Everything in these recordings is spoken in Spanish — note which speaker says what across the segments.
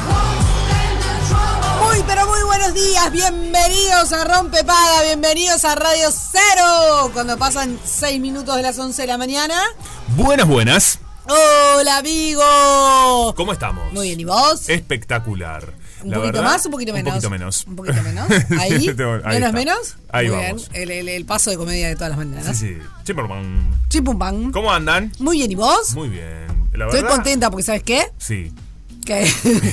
Speaker 1: won't stand the trouble.
Speaker 2: Muy, pero muy buenos días. Bienvenidos a Rompe Paga, bienvenidos a Radio Cero. Cuando pasan 6 minutos de las 11 de la mañana.
Speaker 3: Buenas, buenas.
Speaker 2: Hola, amigo.
Speaker 3: ¿Cómo estamos?
Speaker 2: Muy bien, ¿y vos?
Speaker 3: Espectacular.
Speaker 2: ¿Un
Speaker 3: La
Speaker 2: poquito
Speaker 3: verdad,
Speaker 2: más, un poquito menos?
Speaker 3: Un poquito menos.
Speaker 2: Un poquito menos. Ahí.
Speaker 3: Tengo-
Speaker 2: menos,
Speaker 3: ahí está.
Speaker 2: menos.
Speaker 3: Ahí
Speaker 2: Muy
Speaker 3: vamos.
Speaker 2: bien. El, el- el paso de comedia de todas las
Speaker 3: Sí,
Speaker 2: mañanas.
Speaker 3: sí. Chimperman.
Speaker 2: Chipum pam.
Speaker 3: ¿Cómo andan?
Speaker 2: Muy bien, ¿y vos?
Speaker 3: Muy bien. La
Speaker 2: Estoy
Speaker 3: verdad,
Speaker 2: contenta porque, ¿sabes qué?
Speaker 3: Sí.
Speaker 2: Que.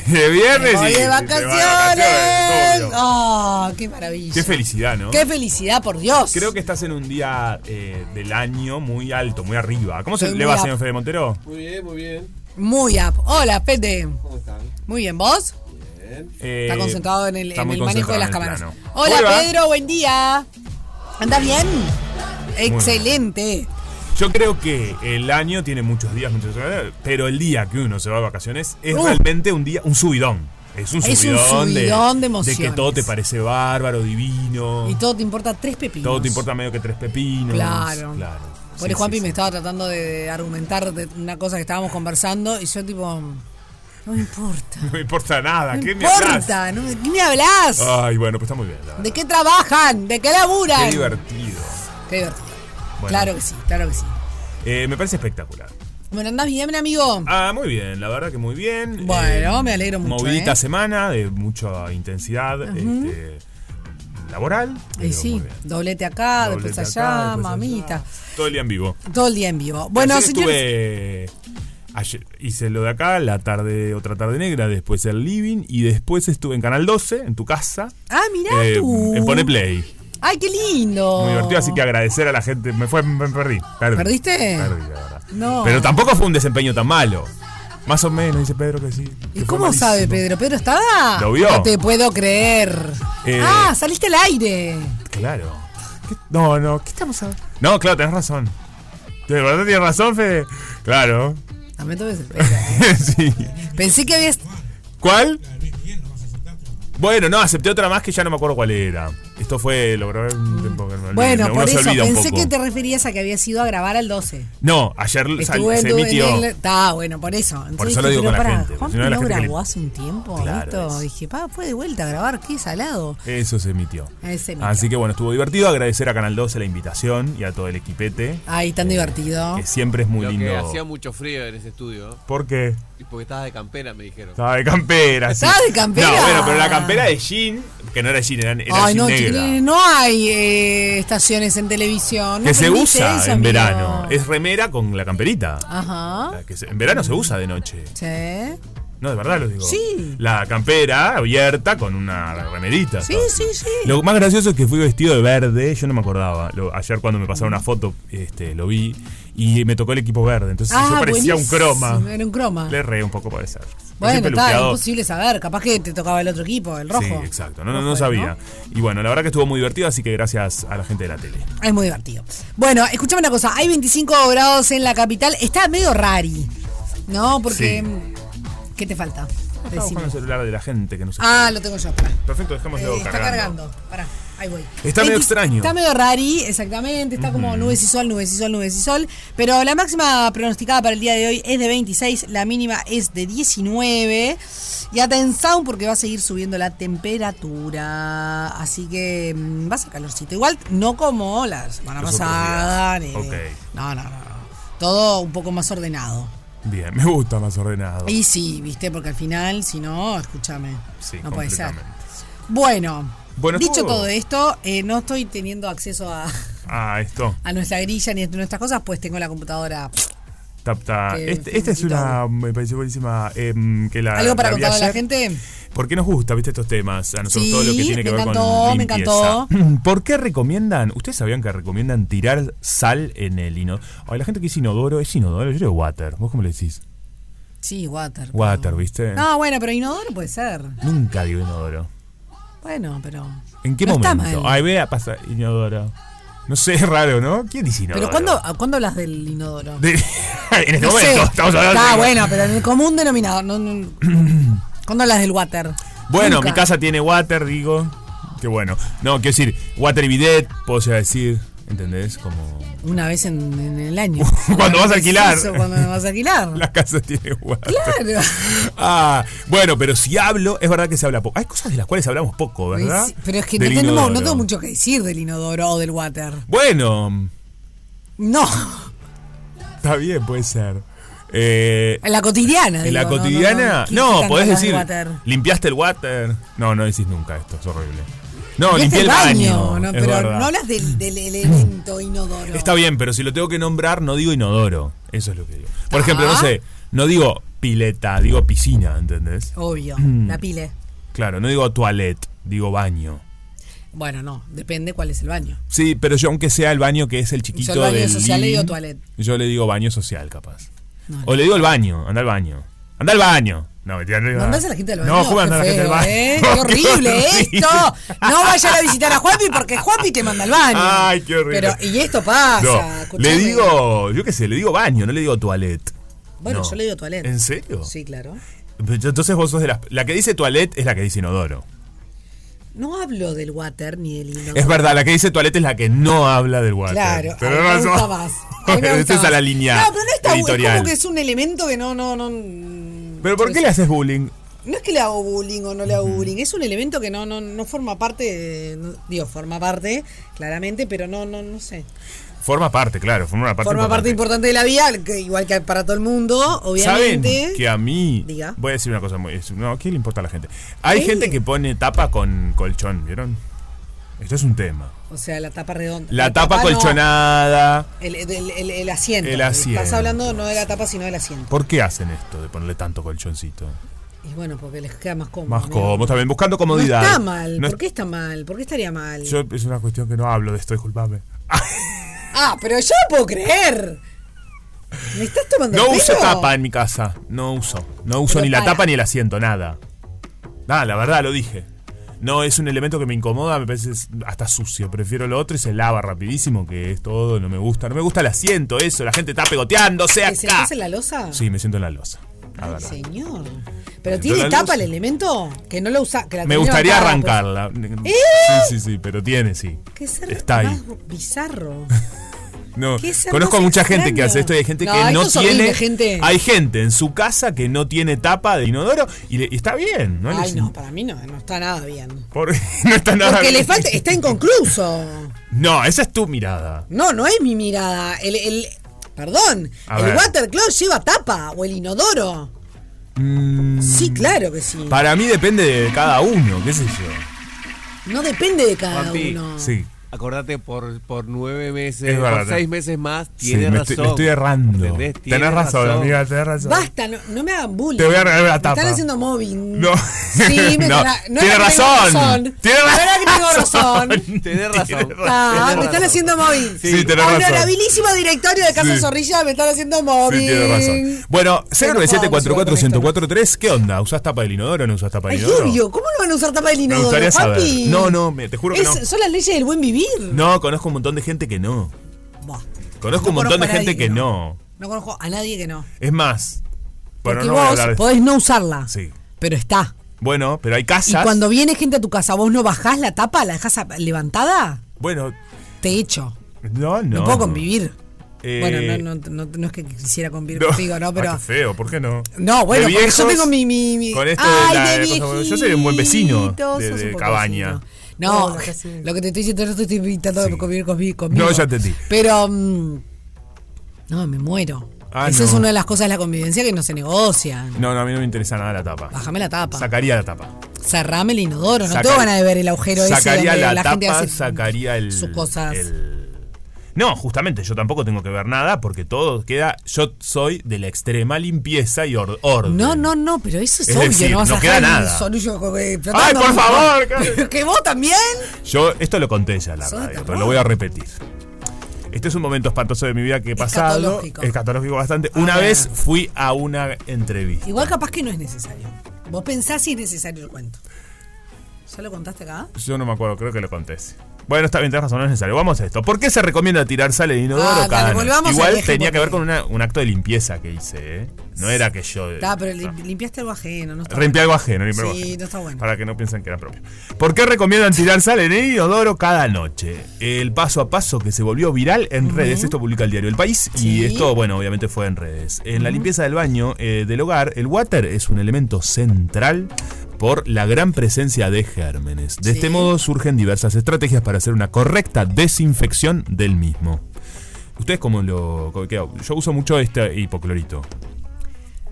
Speaker 3: De viernes
Speaker 2: Voy
Speaker 3: y-
Speaker 2: de
Speaker 3: y-
Speaker 2: vacaciones.
Speaker 3: obvio.
Speaker 2: ¡Ah, qué maravilla!
Speaker 3: Qué felicidad, ¿no?
Speaker 2: ¡Qué felicidad, por Dios!
Speaker 3: Creo que estás en un día eh, del año muy alto, muy arriba. ¿Cómo se
Speaker 2: Estoy
Speaker 3: le
Speaker 2: muy
Speaker 3: va,
Speaker 2: up.
Speaker 3: señor Fede Montero?
Speaker 4: Muy bien, muy bien.
Speaker 2: Muy up. Hola, Pete.
Speaker 4: ¿Cómo están?
Speaker 2: Muy bien, ¿vos?
Speaker 3: Eh,
Speaker 2: Está concentrado en el,
Speaker 3: está
Speaker 2: en
Speaker 3: muy
Speaker 2: el manejo de las
Speaker 3: concentrado en
Speaker 2: cámaras.
Speaker 3: el plano.
Speaker 2: Hola
Speaker 3: Hola.
Speaker 2: Pedro, buen día. ¿Andás bien? Excelente.
Speaker 3: Yo creo que el año tiene muchos días, muchas horas, pero el día que uno se va de vacaciones es
Speaker 2: Uh.
Speaker 3: realmente un día, un subidón. Es un
Speaker 2: Es un
Speaker 3: subidón, de-
Speaker 2: subidón de
Speaker 3: que
Speaker 2: emociones.
Speaker 3: todo te parece bárbaro, divino.
Speaker 2: Y todo te importa tres pepinos.
Speaker 3: todo te importa medio que tres pepinos.
Speaker 2: Claro.
Speaker 3: claro.
Speaker 2: Por
Speaker 3: Sí,
Speaker 2: Juanpi
Speaker 3: sí,
Speaker 2: me
Speaker 3: sí.
Speaker 2: estaba tratando de argumentar de una cosa que estábamos conversando y yo tipo. No me importa.
Speaker 3: No me importa nada.
Speaker 2: No
Speaker 3: ¿Qué me hablas?
Speaker 2: importa. No me- ¿Qué me hablas?
Speaker 3: Ay, bueno, pues está muy bien. la
Speaker 2: ¿De
Speaker 3: verdad.
Speaker 2: qué trabajan? ¿De qué laburan?
Speaker 3: Qué divertido.
Speaker 2: Qué divertido.
Speaker 3: Bueno.
Speaker 2: Claro que sí, claro que sí.
Speaker 3: Eh, me parece espectacular.
Speaker 2: Bueno, ¿andás bien, amigo?
Speaker 3: Ah, muy bien, la verdad que muy bien. Eh,
Speaker 2: Bueno, me alegro mucho,
Speaker 3: Movidita
Speaker 2: eh.
Speaker 3: semana de mucha intensidad este, laboral.
Speaker 2: Eh,
Speaker 3: pero muy
Speaker 2: sí,
Speaker 3: bien.
Speaker 2: doblete acá,
Speaker 3: Doblete
Speaker 2: Ah, después
Speaker 3: acá,
Speaker 2: allá,
Speaker 3: después allá.
Speaker 2: mamita.
Speaker 3: Todo el día en vivo.
Speaker 2: Todo el día en vivo. Bueno,
Speaker 3: Ayer
Speaker 2: señores.
Speaker 3: estuve- ayer hice lo de acá, la tarde, otra tarde negra, después el living y después estuve en Canal 12, en tu casa.
Speaker 2: Ah, mirá
Speaker 3: eh,
Speaker 2: tú.
Speaker 3: En Pone Play.
Speaker 2: Ay, qué lindo.
Speaker 3: Muy divertido, así que agradecer a la gente. Me fue, me perdí. perdí.
Speaker 2: ¿Perdiste?
Speaker 3: Perdí, la verdad.
Speaker 2: No.
Speaker 3: Pero tampoco fue un desempeño tan malo. Más o menos, dice Pedro que sí. que
Speaker 2: ¿Y
Speaker 3: fue
Speaker 2: cómo
Speaker 3: malísimo.
Speaker 2: sabe Pedro? ¿Pedro estaba?
Speaker 3: Lo vio.
Speaker 2: No te puedo creer.
Speaker 3: Eh.
Speaker 2: Ah, saliste al aire.
Speaker 3: Claro. ¿Qué- No, no, ¿qué estamos hablando? No, claro, tenés razón. De verdad tienes razón, Fede. Claro.
Speaker 2: Lamento que se- Pedro.
Speaker 3: sí.
Speaker 2: eh, Pensé que habías.
Speaker 3: ¿Cuál? Bueno, no, acepté otra más que ya no me acuerdo cuál era. Esto fue, lo grabé un tiempo que me olvidé.
Speaker 2: Bueno,
Speaker 3: Uno
Speaker 2: por
Speaker 3: se
Speaker 2: eso
Speaker 3: olvida un
Speaker 2: pensé
Speaker 3: poco.
Speaker 2: que te referías a que habías ido a grabar al 12.
Speaker 3: No, ayer sal-
Speaker 2: Estuve
Speaker 3: se
Speaker 2: en-
Speaker 3: emitió.
Speaker 2: en el- Está, bueno, por eso. Entonces
Speaker 3: Por eso lo
Speaker 2: dije,
Speaker 3: digo
Speaker 2: pero
Speaker 3: con la
Speaker 2: pará,
Speaker 3: gente,
Speaker 2: Juan
Speaker 3: si no la
Speaker 2: no
Speaker 3: gente que le-
Speaker 2: grabó hace un tiempo,
Speaker 3: Claro,
Speaker 2: ¿listo?
Speaker 3: es.
Speaker 2: Dije, pa, fue de vuelta a grabar, qué salado.
Speaker 3: Eso se emitió.
Speaker 2: Ahí Ah, se emitió.
Speaker 3: Así que bueno, estuvo divertido. Agradecer a Canal 12 la invitación y a todo el equipete.
Speaker 2: Ay, tan divertido.
Speaker 3: Que siempre Eh, es muy
Speaker 4: Lo que hacía
Speaker 3: lindo.
Speaker 4: mucho frío en ese estudio. ¿no?
Speaker 3: Porque
Speaker 4: Y porque estabas de campera, me dijeron.
Speaker 3: estaba de campera. sí.
Speaker 2: Estaba de campera.
Speaker 3: No, bueno, pero la campera de jean, que no era jean, era, era
Speaker 2: Ay,
Speaker 3: jean
Speaker 2: no,
Speaker 3: negra.
Speaker 2: chiquilines, no hay eh, estaciones en televisión. No
Speaker 3: que se
Speaker 2: aprendiste
Speaker 3: usa
Speaker 2: eso,
Speaker 3: en
Speaker 2: amigo.
Speaker 3: verano. Es remera con la camperita.
Speaker 2: Ajá.
Speaker 3: La que se- en verano se usa de noche.
Speaker 2: Sí.
Speaker 3: No, de verdad lo digo.
Speaker 2: Sí.
Speaker 3: La campera abierta con una remerita.
Speaker 2: Sí,
Speaker 3: todo.
Speaker 2: sí, sí.
Speaker 3: Lo más gracioso es que fui vestido de verde, yo no me acordaba. Lo- ayer cuando me pasaron
Speaker 2: Mm.
Speaker 3: una foto, este, lo vi y me tocó el equipo verde. Entonces yo parecía un
Speaker 2: Ah, buenísimo,
Speaker 3: croma.
Speaker 2: Era un croma.
Speaker 3: Le reé un poco para ser.
Speaker 2: Bueno, está, es
Speaker 3: peluqueado.
Speaker 2: imposible saber. Capaz que te tocaba el otro equipo, el rojo.
Speaker 3: Sí, exacto. No, no,
Speaker 2: Rojo
Speaker 3: no
Speaker 2: era,
Speaker 3: sabía. Y bueno, la verdad que estuvo muy divertido, así que gracias a la gente de la tele.
Speaker 2: Es muy divertido. Bueno, escuchame una cosa. Hay 25 grados en la capital. Está medio rari. ¿No? Porque. ¿Qué te falta?
Speaker 3: Estaba
Speaker 2: Decime.
Speaker 3: buscando el celular de la gente que nos
Speaker 2: Ah, lo tengo yo. pará.
Speaker 3: Perfecto, dejémoslo
Speaker 2: Eh, está
Speaker 3: cargando.
Speaker 2: cargando. Pará, ahí voy.
Speaker 3: Está medio extraño.
Speaker 2: Está medio rari, exactamente. Está como nubes y sol, nubes y sol, nubes y sol. Pero la máxima pronosticada para el día de hoy es de 26, la mínima es de 19. Y atención porque va a seguir subiendo la temperatura. Así que mm, va a ser calorcito. Igual no como la semana
Speaker 3: Los otros
Speaker 2: pasada.
Speaker 3: días.
Speaker 2: ni- ni-
Speaker 3: Ok.
Speaker 2: No, no, no, no. Todo un poco más ordenado.
Speaker 3: Bien, me gusta más ordenado.
Speaker 2: Y sí, viste, porque al final, si no, escúchame.
Speaker 3: Sí,
Speaker 2: no puede ser.
Speaker 3: completamente.
Speaker 2: Bueno,
Speaker 3: Bueno,
Speaker 2: dicho
Speaker 3: estuvo.
Speaker 2: todo esto, eh, no estoy teniendo acceso a,
Speaker 3: Ah, esto.
Speaker 2: a nuestra grilla ni a nuestras cosas, pues tengo la computadora.
Speaker 3: Tap, tap.
Speaker 2: Que
Speaker 3: Este- esta es
Speaker 2: felicitado.
Speaker 3: una. Me pareció buenísima. em, que la,
Speaker 2: ¿Algo para
Speaker 3: la vi
Speaker 2: contarle a la
Speaker 3: ayer.
Speaker 2: gente?
Speaker 3: ¿Por qué nos gusta, viste, estos temas? A nosotros
Speaker 2: Sí,
Speaker 3: todo lo que tiene que
Speaker 2: me
Speaker 3: ver
Speaker 2: encantó,
Speaker 3: con
Speaker 2: me
Speaker 3: limpieza. ¿Por qué recomiendan? ¿Ustedes sabían que recomiendan tirar sal en el inodoro? Ay, la gente que dice inodoro, es inodoro, yo digo water. ¿Vos cómo le decís?
Speaker 2: Sí, water. pero-
Speaker 3: Water, ¿viste?
Speaker 2: No, bueno, pero inodoro puede ser.
Speaker 3: Nunca digo inodoro.
Speaker 2: Bueno, pero.
Speaker 3: ¿En qué
Speaker 2: no está
Speaker 3: momento?
Speaker 2: mal.
Speaker 3: Ay, vea, pasa inodoro. No sé, es raro, ¿no? ¿Quién dice inodoro?
Speaker 2: pero ¿cuándo, a- ¿cuándo hablas del inodoro?
Speaker 3: De- en este
Speaker 2: No
Speaker 3: momento,
Speaker 2: sé.
Speaker 3: estamos hablando
Speaker 2: Está
Speaker 3: de-
Speaker 2: bueno, pero en el común denominador. No, no- ¿Cuándo hablas del water?
Speaker 3: Bueno,
Speaker 2: Nunca.
Speaker 3: mi casa tiene water, digo. Qué bueno. No, quiero decir, water y bidet, puedo llegar a decir. ¿Entendés? Como.
Speaker 2: Una vez en, en el año.
Speaker 3: Cuando vas a alquilar.
Speaker 2: Eso, cuando vas a alquilar.
Speaker 3: La casa tiene water.
Speaker 2: Claro.
Speaker 3: Ah, bueno, pero si hablo, es verdad que se habla poco. Hay cosas de las cuales hablamos poco, ¿verdad?
Speaker 2: Pues Sí, Pero es que no,
Speaker 3: Del
Speaker 2: tenemos, no
Speaker 3: inodoro.
Speaker 2: tengo mucho que decir del inodoro o del water.
Speaker 3: Bueno,
Speaker 2: No,
Speaker 3: está bien, puede ser. Eh,
Speaker 2: en la cotidiana.
Speaker 3: en la
Speaker 2: digo, no,
Speaker 3: cotidiana.
Speaker 2: ¿Qué- qué
Speaker 3: No,
Speaker 2: tan
Speaker 3: podés
Speaker 2: hablas del
Speaker 3: decir.
Speaker 2: water?
Speaker 3: ¿Limpiaste el water? No, no decís nunca esto, es horrible. No,
Speaker 2: Limpiaste
Speaker 3: limpié el baño.
Speaker 2: no,
Speaker 3: es
Speaker 2: pero
Speaker 3: verdad.
Speaker 2: no hablas del, del elemento inodoro.
Speaker 3: Está bien, pero si lo tengo que nombrar, no digo inodoro. Eso es lo que digo. Por ejemplo,
Speaker 2: Ah.
Speaker 3: no sé, no digo pileta, digo piscina, ¿entendés?
Speaker 2: Obvio,
Speaker 3: Mm.
Speaker 2: la pile.
Speaker 3: Claro, no digo toilet, digo baño.
Speaker 2: Bueno, no, depende cuál es el baño.
Speaker 3: Sí, pero yo aunque sea el baño que es el chiquito
Speaker 2: Yo el baño
Speaker 3: del
Speaker 2: social le digo
Speaker 3: living,
Speaker 2: toilet.
Speaker 3: Yo le digo baño social, capaz. O le digo el baño, anda al baño. Anda al baño. No, mentira, no digo
Speaker 2: Mandás
Speaker 3: nada.
Speaker 2: a la gente del baño.
Speaker 3: No, ¿cómo anda la
Speaker 2: Qué
Speaker 3: gente al
Speaker 2: feo,
Speaker 3: baño?
Speaker 2: ¿eh? ¡Qué horrible esto! No vayan a visitar a Juanpi porque Juanpi te manda al baño.
Speaker 3: Ay, qué horrible.
Speaker 2: Pero, y esto pasa.
Speaker 3: No,
Speaker 2: escuchame.
Speaker 3: le digo, yo qué sé, le digo baño, no le digo toilet.
Speaker 2: Bueno,
Speaker 3: No.
Speaker 2: yo le digo toilet.
Speaker 3: ¿En serio?
Speaker 2: Sí, claro.
Speaker 3: Pero Entonces vos sos de las... La que dice toilet es la que dice inodoro.
Speaker 2: No hablo del water ni del inodoro.
Speaker 3: Es verdad, la que dice toilet es la que no habla del water.
Speaker 2: Claro,
Speaker 3: Tenés
Speaker 2: a mí me gusta
Speaker 3: razón.
Speaker 2: más. A mí me gusta
Speaker 3: Esa Este es
Speaker 2: más.
Speaker 3: a la línea
Speaker 2: No, pero no está bu-
Speaker 3: editorial.
Speaker 2: Es como que es un elemento que no, no, no.
Speaker 3: Pero ¿por qué le haces bullying?
Speaker 2: No es que le hago bullying o no le hago bullying, es un elemento que no, no, no forma parte, de- no- digo, forma parte, claramente, pero no, no, no sé.
Speaker 3: Forma parte, claro, forma una parte
Speaker 2: forma parte importante de la vida, que- igual que para todo el mundo,
Speaker 3: ¿Saben
Speaker 2: obviamente.
Speaker 3: que a mí...
Speaker 2: Diga.
Speaker 3: Voy a decir una cosa muy... es- No, ¿a quién le importa a la gente? Hay
Speaker 2: Sí.
Speaker 3: gente que pone tapa con colchón, ¿vieron? Esto es un tema.
Speaker 2: O sea, la tapa redonda.
Speaker 3: La, tapa,
Speaker 2: no,
Speaker 3: colchonada...
Speaker 2: el, el- el- el asiento.
Speaker 3: El asiento.
Speaker 2: Estás hablando no de la tapa, sino del asiento.
Speaker 3: ¿Por qué hacen esto de ponerle tanto colchoncito?
Speaker 2: Y bueno, porque les queda más cómodo.
Speaker 3: Más
Speaker 2: amigo.
Speaker 3: cómodo, también buscando
Speaker 2: No
Speaker 3: comodidad.
Speaker 2: está mal.
Speaker 3: No es-
Speaker 2: ¿Por qué está mal? ¿Por qué estaría mal?
Speaker 3: Yo, es una cuestión que no hablo de esto, disculpame.
Speaker 2: Ah, pero yo no puedo creer. ¿Me estás tomando
Speaker 3: No
Speaker 2: el
Speaker 3: uso
Speaker 2: pelo?
Speaker 3: tapa en mi casa. No uso. No uso
Speaker 2: Pero
Speaker 3: ni la
Speaker 2: para.
Speaker 3: tapa ni el asiento, nada. Nada, la verdad, lo dije. No es un elemento que me incomoda, me parece es hasta sucio. Prefiero lo otro y se lava rapidísimo, que es todo, no me gusta. No me gusta el asiento, eso, la gente está pegoteándose
Speaker 2: ¿Te
Speaker 3: acá.
Speaker 2: sentás en la losa?
Speaker 3: Sí, me siento en la losa. la
Speaker 2: Ay,
Speaker 3: verdad.
Speaker 2: señor. Pero
Speaker 3: Yo
Speaker 2: tiene
Speaker 3: la
Speaker 2: tapa el
Speaker 3: losa.
Speaker 2: elemento que no lo usa. Que la
Speaker 3: Me
Speaker 2: tenés
Speaker 3: gustaría
Speaker 2: levantada,
Speaker 3: arrancarla.
Speaker 2: ¿Eh?
Speaker 3: Sí, sí, sí, pero tiene, sí.
Speaker 2: pues. Qué ser
Speaker 3: Está ahí.
Speaker 2: más bizarro.
Speaker 3: No,
Speaker 2: Qué ser
Speaker 3: conozco a
Speaker 2: más
Speaker 3: mucha
Speaker 2: extraño.
Speaker 3: gente que hace esto y hay gente
Speaker 2: No,
Speaker 3: que
Speaker 2: esto
Speaker 3: no
Speaker 2: es horrible,
Speaker 3: tiene.
Speaker 2: gente.
Speaker 3: Hay gente en su casa que no tiene tapa de inodoro y, le- y está bien. No,
Speaker 2: Ay,
Speaker 3: Le-
Speaker 2: no, para mí no, no está nada bien.
Speaker 3: Por- no está nada
Speaker 2: Porque le
Speaker 3: bien.
Speaker 2: falta, está inconcluso.
Speaker 3: No, esa es tu mirada.
Speaker 2: No, no es mi mirada. El, el- perdón,
Speaker 3: A
Speaker 2: el
Speaker 3: ver.
Speaker 2: water closet lleva tapa o el inodoro.
Speaker 3: Mm.
Speaker 2: Sí, claro que sí.
Speaker 3: Para mí depende de cada uno, qué sé yo.
Speaker 2: No depende de cada
Speaker 4: Papi,
Speaker 2: uno.
Speaker 3: Sí.
Speaker 4: acordate, por, por nueve meses,
Speaker 3: Es
Speaker 4: por
Speaker 3: verdad.
Speaker 4: seis meses más,
Speaker 3: Sí,
Speaker 4: tiene
Speaker 3: me
Speaker 4: razón.
Speaker 3: estoy- me estoy errando.
Speaker 4: ¿Entendés? Tiene
Speaker 3: Tenés razón, amiga, tenés razón.
Speaker 2: Basta, no, no me hagan bullying.
Speaker 3: Te voy a regalar la
Speaker 2: Me
Speaker 3: tapa.
Speaker 2: Están haciendo mobbing.
Speaker 3: No.
Speaker 2: Sí, me
Speaker 3: No.
Speaker 2: tra- no
Speaker 3: Tiene
Speaker 2: era que tengo
Speaker 3: razón. Tiene
Speaker 2: No era que tengo
Speaker 3: razón.
Speaker 2: razón.
Speaker 4: Tenés razón.
Speaker 2: Ah,
Speaker 4: Tenés
Speaker 2: me están
Speaker 4: razón.
Speaker 2: haciendo móvil.
Speaker 3: Sí, tenés razón.
Speaker 2: Honorabilísimo directorio de Casa
Speaker 3: Sí.
Speaker 2: Zorrilla, me están haciendo móvil.
Speaker 3: Sí, tiene razón. Bueno,
Speaker 2: podemos jugar con
Speaker 3: 097-44143, ¿qué onda? ¿Usás tapa del inodoro o no usás tapa del
Speaker 2: Ay,
Speaker 3: inodoro?
Speaker 2: Giorgio, ¿cómo no van a usar tapa del
Speaker 3: Me
Speaker 2: inodoro,
Speaker 3: gustaría saber.
Speaker 2: papi?
Speaker 3: No, no, me- te juro que
Speaker 2: Es-
Speaker 3: no.
Speaker 2: Son las leyes del buen vivir.
Speaker 3: No, conozco un montón de gente que no.
Speaker 2: Buah,
Speaker 3: Conozco
Speaker 2: No
Speaker 3: un montón
Speaker 2: conozco
Speaker 3: de
Speaker 2: a nadie
Speaker 3: gente que
Speaker 2: que
Speaker 3: no.
Speaker 2: no conozco a nadie que no.
Speaker 3: Es más, bueno,
Speaker 2: Porque
Speaker 3: no voy a
Speaker 2: vos
Speaker 3: hablar de-
Speaker 2: podés no usarla,
Speaker 3: Sí.
Speaker 2: pero está.
Speaker 3: Bueno, pero hay
Speaker 2: Y
Speaker 3: casas.
Speaker 2: cuando viene gente a tu casa, ¿vos no bajás la tapa, la dejás a- levantada?
Speaker 3: Bueno,
Speaker 2: Te echo.
Speaker 3: no, no.
Speaker 2: No, puedo convivir.
Speaker 3: Eh,
Speaker 2: Bueno, no, no, no, no es que quisiera convivir
Speaker 3: no.
Speaker 2: contigo, ¿no? Pero.
Speaker 3: Ah, qué feo, ¿por qué no?
Speaker 2: No, bueno,
Speaker 3: De
Speaker 2: porque yo
Speaker 3: viejos,
Speaker 2: tengo mi. mi, mi-
Speaker 3: Con esto de la-
Speaker 2: Ay,
Speaker 3: de
Speaker 2: de
Speaker 3: cosas- yo soy un buen vecino de,
Speaker 2: viejitos, sos
Speaker 3: de
Speaker 2: un poco
Speaker 3: cabaña.
Speaker 2: vecino. No, lo que te estoy diciendo, yo te estoy invitando
Speaker 3: Sí.
Speaker 2: a convivir conmi- conmigo.
Speaker 3: No, ya entendí.
Speaker 2: Pero. mm, no, me muero.
Speaker 3: Ah,
Speaker 2: Esa
Speaker 3: no.
Speaker 2: es una de las cosas de la convivencia que no se negocian.
Speaker 3: No, no, a mí no me interesa nada la tapa.
Speaker 2: Bájame la tapa.
Speaker 3: Sacaría la tapa.
Speaker 2: Cerrame el inodoro. No
Speaker 3: Saca-
Speaker 2: te van a ver el agujero ese
Speaker 3: sacaría
Speaker 2: donde
Speaker 3: la,
Speaker 2: la
Speaker 3: tapa,
Speaker 2: gente hace
Speaker 3: sacaría el,
Speaker 2: sus cosas.
Speaker 3: el- No, justamente, yo tampoco tengo que ver nada porque todo queda. Yo soy de la extrema limpieza y or- orden.
Speaker 2: No, no, no, pero eso es,
Speaker 3: Es
Speaker 2: obvio.
Speaker 3: decir,
Speaker 2: no vas
Speaker 3: no
Speaker 2: a
Speaker 3: queda
Speaker 2: dejar el
Speaker 3: nada.
Speaker 2: solullo, eh, flotando.
Speaker 3: por favor,
Speaker 2: Pero que vos también.
Speaker 3: Yo esto lo conté ya en la
Speaker 2: Sos
Speaker 3: radio,
Speaker 2: de
Speaker 3: pero
Speaker 2: terror.
Speaker 3: lo voy a repetir. Este es un momento espantoso de mi vida que he pasado.
Speaker 2: Escatológico.
Speaker 3: Escatológico bastante. Una
Speaker 2: ver.
Speaker 3: vez fui a una entrevista.
Speaker 2: Igual capaz que no es necesario. Vos pensás si es necesario el cuento. ¿Ya lo contaste acá?
Speaker 3: Yo no me acuerdo, creo que lo conté. sí. Bueno, está bien, tenés razón, no es necesario. Vamos a esto. ¿Por qué se recomienda tirar sal en inodoro
Speaker 2: Ah, dale,
Speaker 3: cada noche?
Speaker 2: volvamos al
Speaker 3: Igual
Speaker 2: eje,
Speaker 3: tenía que ver
Speaker 2: porque-
Speaker 3: con una- un acto de limpieza que hice, ¿eh? No era que yo.
Speaker 2: Está, pero
Speaker 3: No.
Speaker 2: lim- limpiaste algo ajeno, no está
Speaker 3: Limpié algo ajeno, limpié algo
Speaker 2: Sí,
Speaker 3: ajeno.
Speaker 2: no está bueno.
Speaker 3: Para que no piensen que era propio. ¿Por qué recomiendan tirar sal en el inodoro cada noche? El paso a paso que se volvió viral en redes. Esto publica el diario El País. Y
Speaker 2: Sí.
Speaker 3: esto, bueno, obviamente fue en redes. En la limpieza del baño, eh, del hogar, el water es un elemento central por la gran presencia de gérmenes. De este modo surgen diversas estrategias para hacer una correcta desinfección del mismo. ¿Ustedes cómo lo...? cómo- qué- Yo uso mucho este hipoclorito.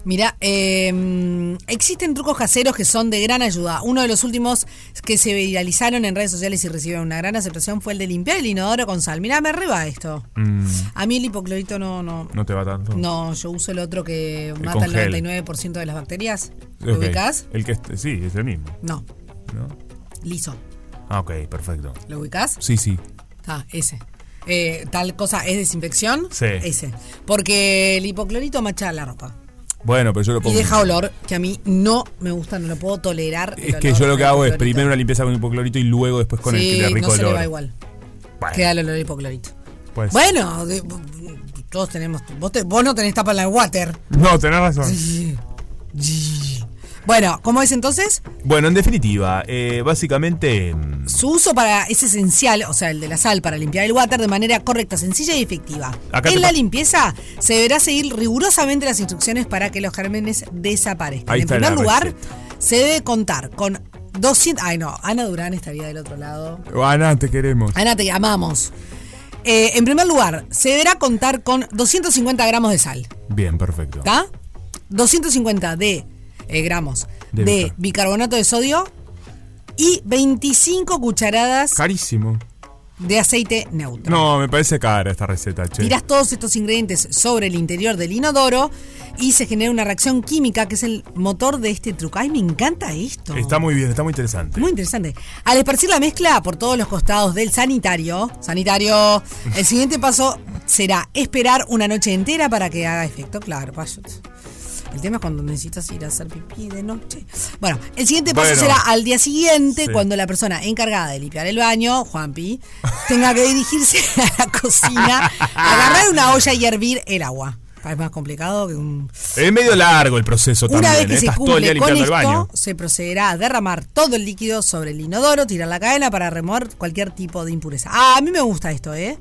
Speaker 2: Mira, eh, existen trucos caseros que son de gran ayuda. Uno de los últimos que se viralizaron en redes sociales y recibieron una gran aceptación fue el de limpiar el inodoro con sal. Mirá, me arriba esto.
Speaker 3: Mm,
Speaker 2: A mí el hipoclorito no, no.
Speaker 3: ¿No te va tanto?
Speaker 2: No, yo uso el otro que mata
Speaker 3: con
Speaker 2: el
Speaker 3: gel.
Speaker 2: 99% de las bacterias. ¿Lo
Speaker 3: Ok.
Speaker 2: ubicás?
Speaker 3: El que est- sí, es el mismo,
Speaker 2: No,
Speaker 3: ¿no?
Speaker 2: liso.
Speaker 3: Ah, ok, perfecto.
Speaker 2: ¿Lo ubicás?
Speaker 3: Sí, sí.
Speaker 2: Ah, ese. Eh, tal cosa es desinfección.
Speaker 3: Sí.
Speaker 2: Ese. Porque el hipoclorito macha la ropa.
Speaker 3: Bueno, pero yo lo
Speaker 2: Y
Speaker 3: pongo.
Speaker 2: deja olor que a mí no me gusta, no lo puedo tolerar. el
Speaker 3: Es que
Speaker 2: olor
Speaker 3: yo lo que
Speaker 2: del
Speaker 3: hago es
Speaker 2: hipoclorito.
Speaker 3: primero una limpieza con hipoclorito y luego después con
Speaker 2: Sí,
Speaker 3: el que le rico
Speaker 2: no se
Speaker 3: olor.
Speaker 2: le va igual.
Speaker 3: Bueno,
Speaker 2: Queda el olor del hipoclorito.
Speaker 3: pues-
Speaker 2: Bueno, de- todos tenemos. Vos, te- vos no tenés tapa en la water.
Speaker 3: No, tenés razón.
Speaker 2: Bueno, ¿cómo es entonces?
Speaker 3: Bueno, en definitiva, eh, básicamente. mm,
Speaker 2: Su uso para es esencial, o sea, el de la sal para limpiar el water de manera correcta, sencilla y efectiva.
Speaker 3: Acá te
Speaker 2: en la
Speaker 3: pa-
Speaker 2: limpieza se deberá seguir rigurosamente las instrucciones para que los gérmenes desaparezcan.
Speaker 3: Ahí
Speaker 2: en
Speaker 3: está
Speaker 2: primer
Speaker 3: la
Speaker 2: lugar,
Speaker 3: receta.
Speaker 2: se debe contar con 200, ay no, Ana Durán estaría del otro lado.
Speaker 3: Ana, te queremos.
Speaker 2: Ana, te amamos. Eh, en primer lugar, se deberá contar con 250 gramos de sal.
Speaker 3: Bien, perfecto.
Speaker 2: ¿Está? 250 de eh, gramos
Speaker 3: De
Speaker 2: de,
Speaker 3: bicar-
Speaker 2: bicarbonato de sodio y 25 cucharadas
Speaker 3: Carísimo.
Speaker 2: de aceite neutro.
Speaker 3: No, me parece cara esta receta, che.
Speaker 2: Tirás todos estos ingredientes sobre el interior del inodoro y se genera una reacción química que es el motor de este truco. Ay, me encanta esto.
Speaker 3: Está muy bien, está muy interesante.
Speaker 2: Muy interesante. Al esparcir la mezcla por todos los costados del sanitario, sanitario, el siguiente paso será esperar una noche entera para que haga efecto. Claro, payo. El tema es cuando necesitas ir a hacer pipí de noche. Bueno, el siguiente paso
Speaker 3: Bueno.
Speaker 2: será al día siguiente,
Speaker 3: Sí.
Speaker 2: cuando la persona encargada de limpiar el baño, Juanpi, tenga que dirigirse a la cocina, agarrar una olla y hervir el agua. Es más complicado que un
Speaker 3: Es medio largo el proceso
Speaker 2: una
Speaker 3: también.
Speaker 2: vez
Speaker 3: ¿eh?
Speaker 2: que se
Speaker 3: Estás todo el día
Speaker 2: cumple con
Speaker 3: limpiando
Speaker 2: esto,
Speaker 3: el baño.
Speaker 2: se procederá a derramar todo el líquido sobre el inodoro, tirar la cadena para remover cualquier tipo de impureza. Ah, a mí me gusta esto, ¿eh?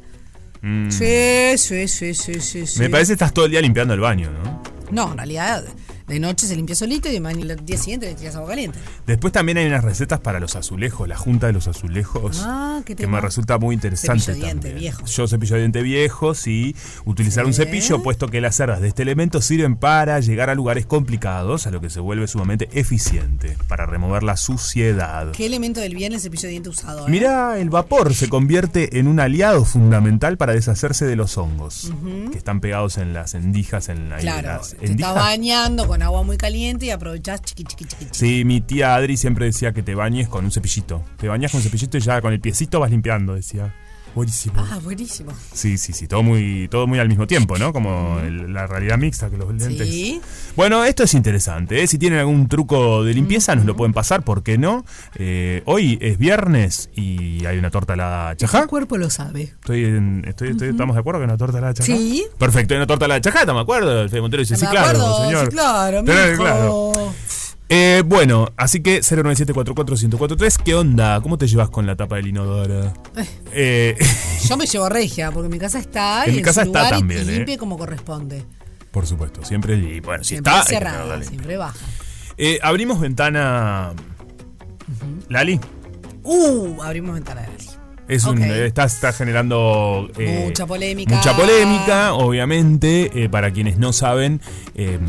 Speaker 3: Mm.
Speaker 2: Sí, sí, sí, sí, sí. sí.
Speaker 3: Me parece que estás todo el día limpiando el baño, ¿no?
Speaker 2: No, en realidad De noche se limpia solito y de mañana el día siguiente le tiras agua caliente.
Speaker 3: Después también hay unas recetas para los azulejos, la junta de los azulejos,
Speaker 2: Ah, qué
Speaker 3: que
Speaker 2: tema.
Speaker 3: me resulta muy interesante.
Speaker 2: Cepillo de diente
Speaker 3: también.
Speaker 2: viejo.
Speaker 3: Yo cepillo de diente viejo, sí. Utilizar un
Speaker 2: Sí.
Speaker 3: cepillo, puesto que las cerdas de este elemento sirven para llegar a lugares complicados, a lo que se vuelve sumamente eficiente, para remover la suciedad.
Speaker 2: ¿Qué elemento del bien el cepillo de diente usado? eh?
Speaker 3: Mirá, el vapor se convierte en un aliado fundamental para deshacerse de los hongos que están pegados en las endijas, en la en
Speaker 2: Claro,
Speaker 3: las
Speaker 2: te estás
Speaker 3: endijas.
Speaker 2: bañando con agua muy caliente y aprovechás chiqui, chiqui, chiqui, chiqui.
Speaker 3: Sí, mi tía Adri siempre decía que te bañes con un cepillito. Te bañas con un cepillito y ya con el piecito vas limpiando, decía. Buenísimo.
Speaker 2: Ah, buenísimo.
Speaker 3: Sí, sí, sí, todo muy, todo muy al mismo tiempo, ¿no? Como el- la realidad mixta que los lentes.
Speaker 2: Sí.
Speaker 3: Bueno, esto es interesante. ¿eh? Si tienen algún truco de limpieza, nos lo pueden pasar, ¿por qué no? Eh, hoy es viernes y hay una torta a la chajá.
Speaker 2: cuerpo lo sabe.
Speaker 3: Estoy en- estoy, estoy- ¿Estamos de acuerdo que una torta a la chajá?
Speaker 2: Sí.
Speaker 3: Perfecto, hay una torta a la chajá, ¿estamos de acuerdo? El Fede Montero dice, sí,
Speaker 2: Me
Speaker 3: claro,
Speaker 2: acuerdo,
Speaker 3: señor.
Speaker 2: Sí, claro,
Speaker 3: Claro,
Speaker 2: mijo.
Speaker 3: claro. Eh, bueno, así que 097441043, ¿qué onda? ¿Cómo te llevas con la tapa del inodoro? Eh,
Speaker 2: Yo me llevo regia, porque mi casa está
Speaker 3: En
Speaker 2: y
Speaker 3: mi
Speaker 2: en
Speaker 3: casa
Speaker 2: su
Speaker 3: está
Speaker 2: lugar y-
Speaker 3: también,
Speaker 2: y
Speaker 3: ¿eh?
Speaker 2: limpia como corresponde.
Speaker 3: por supuesto, siempre li- bueno, si
Speaker 2: siempre
Speaker 3: está hay que
Speaker 2: cerrada,
Speaker 3: tenerla limpia.
Speaker 2: siempre baja.
Speaker 3: Eh, abrimos ventana Lali.
Speaker 2: Uh, abrimos ventana de Lali.
Speaker 3: Es un-
Speaker 2: Ok.
Speaker 3: está, está generando eh,
Speaker 2: Mucha polémica.
Speaker 3: Mucha polémica, obviamente. Eh, para quienes no saben, eh,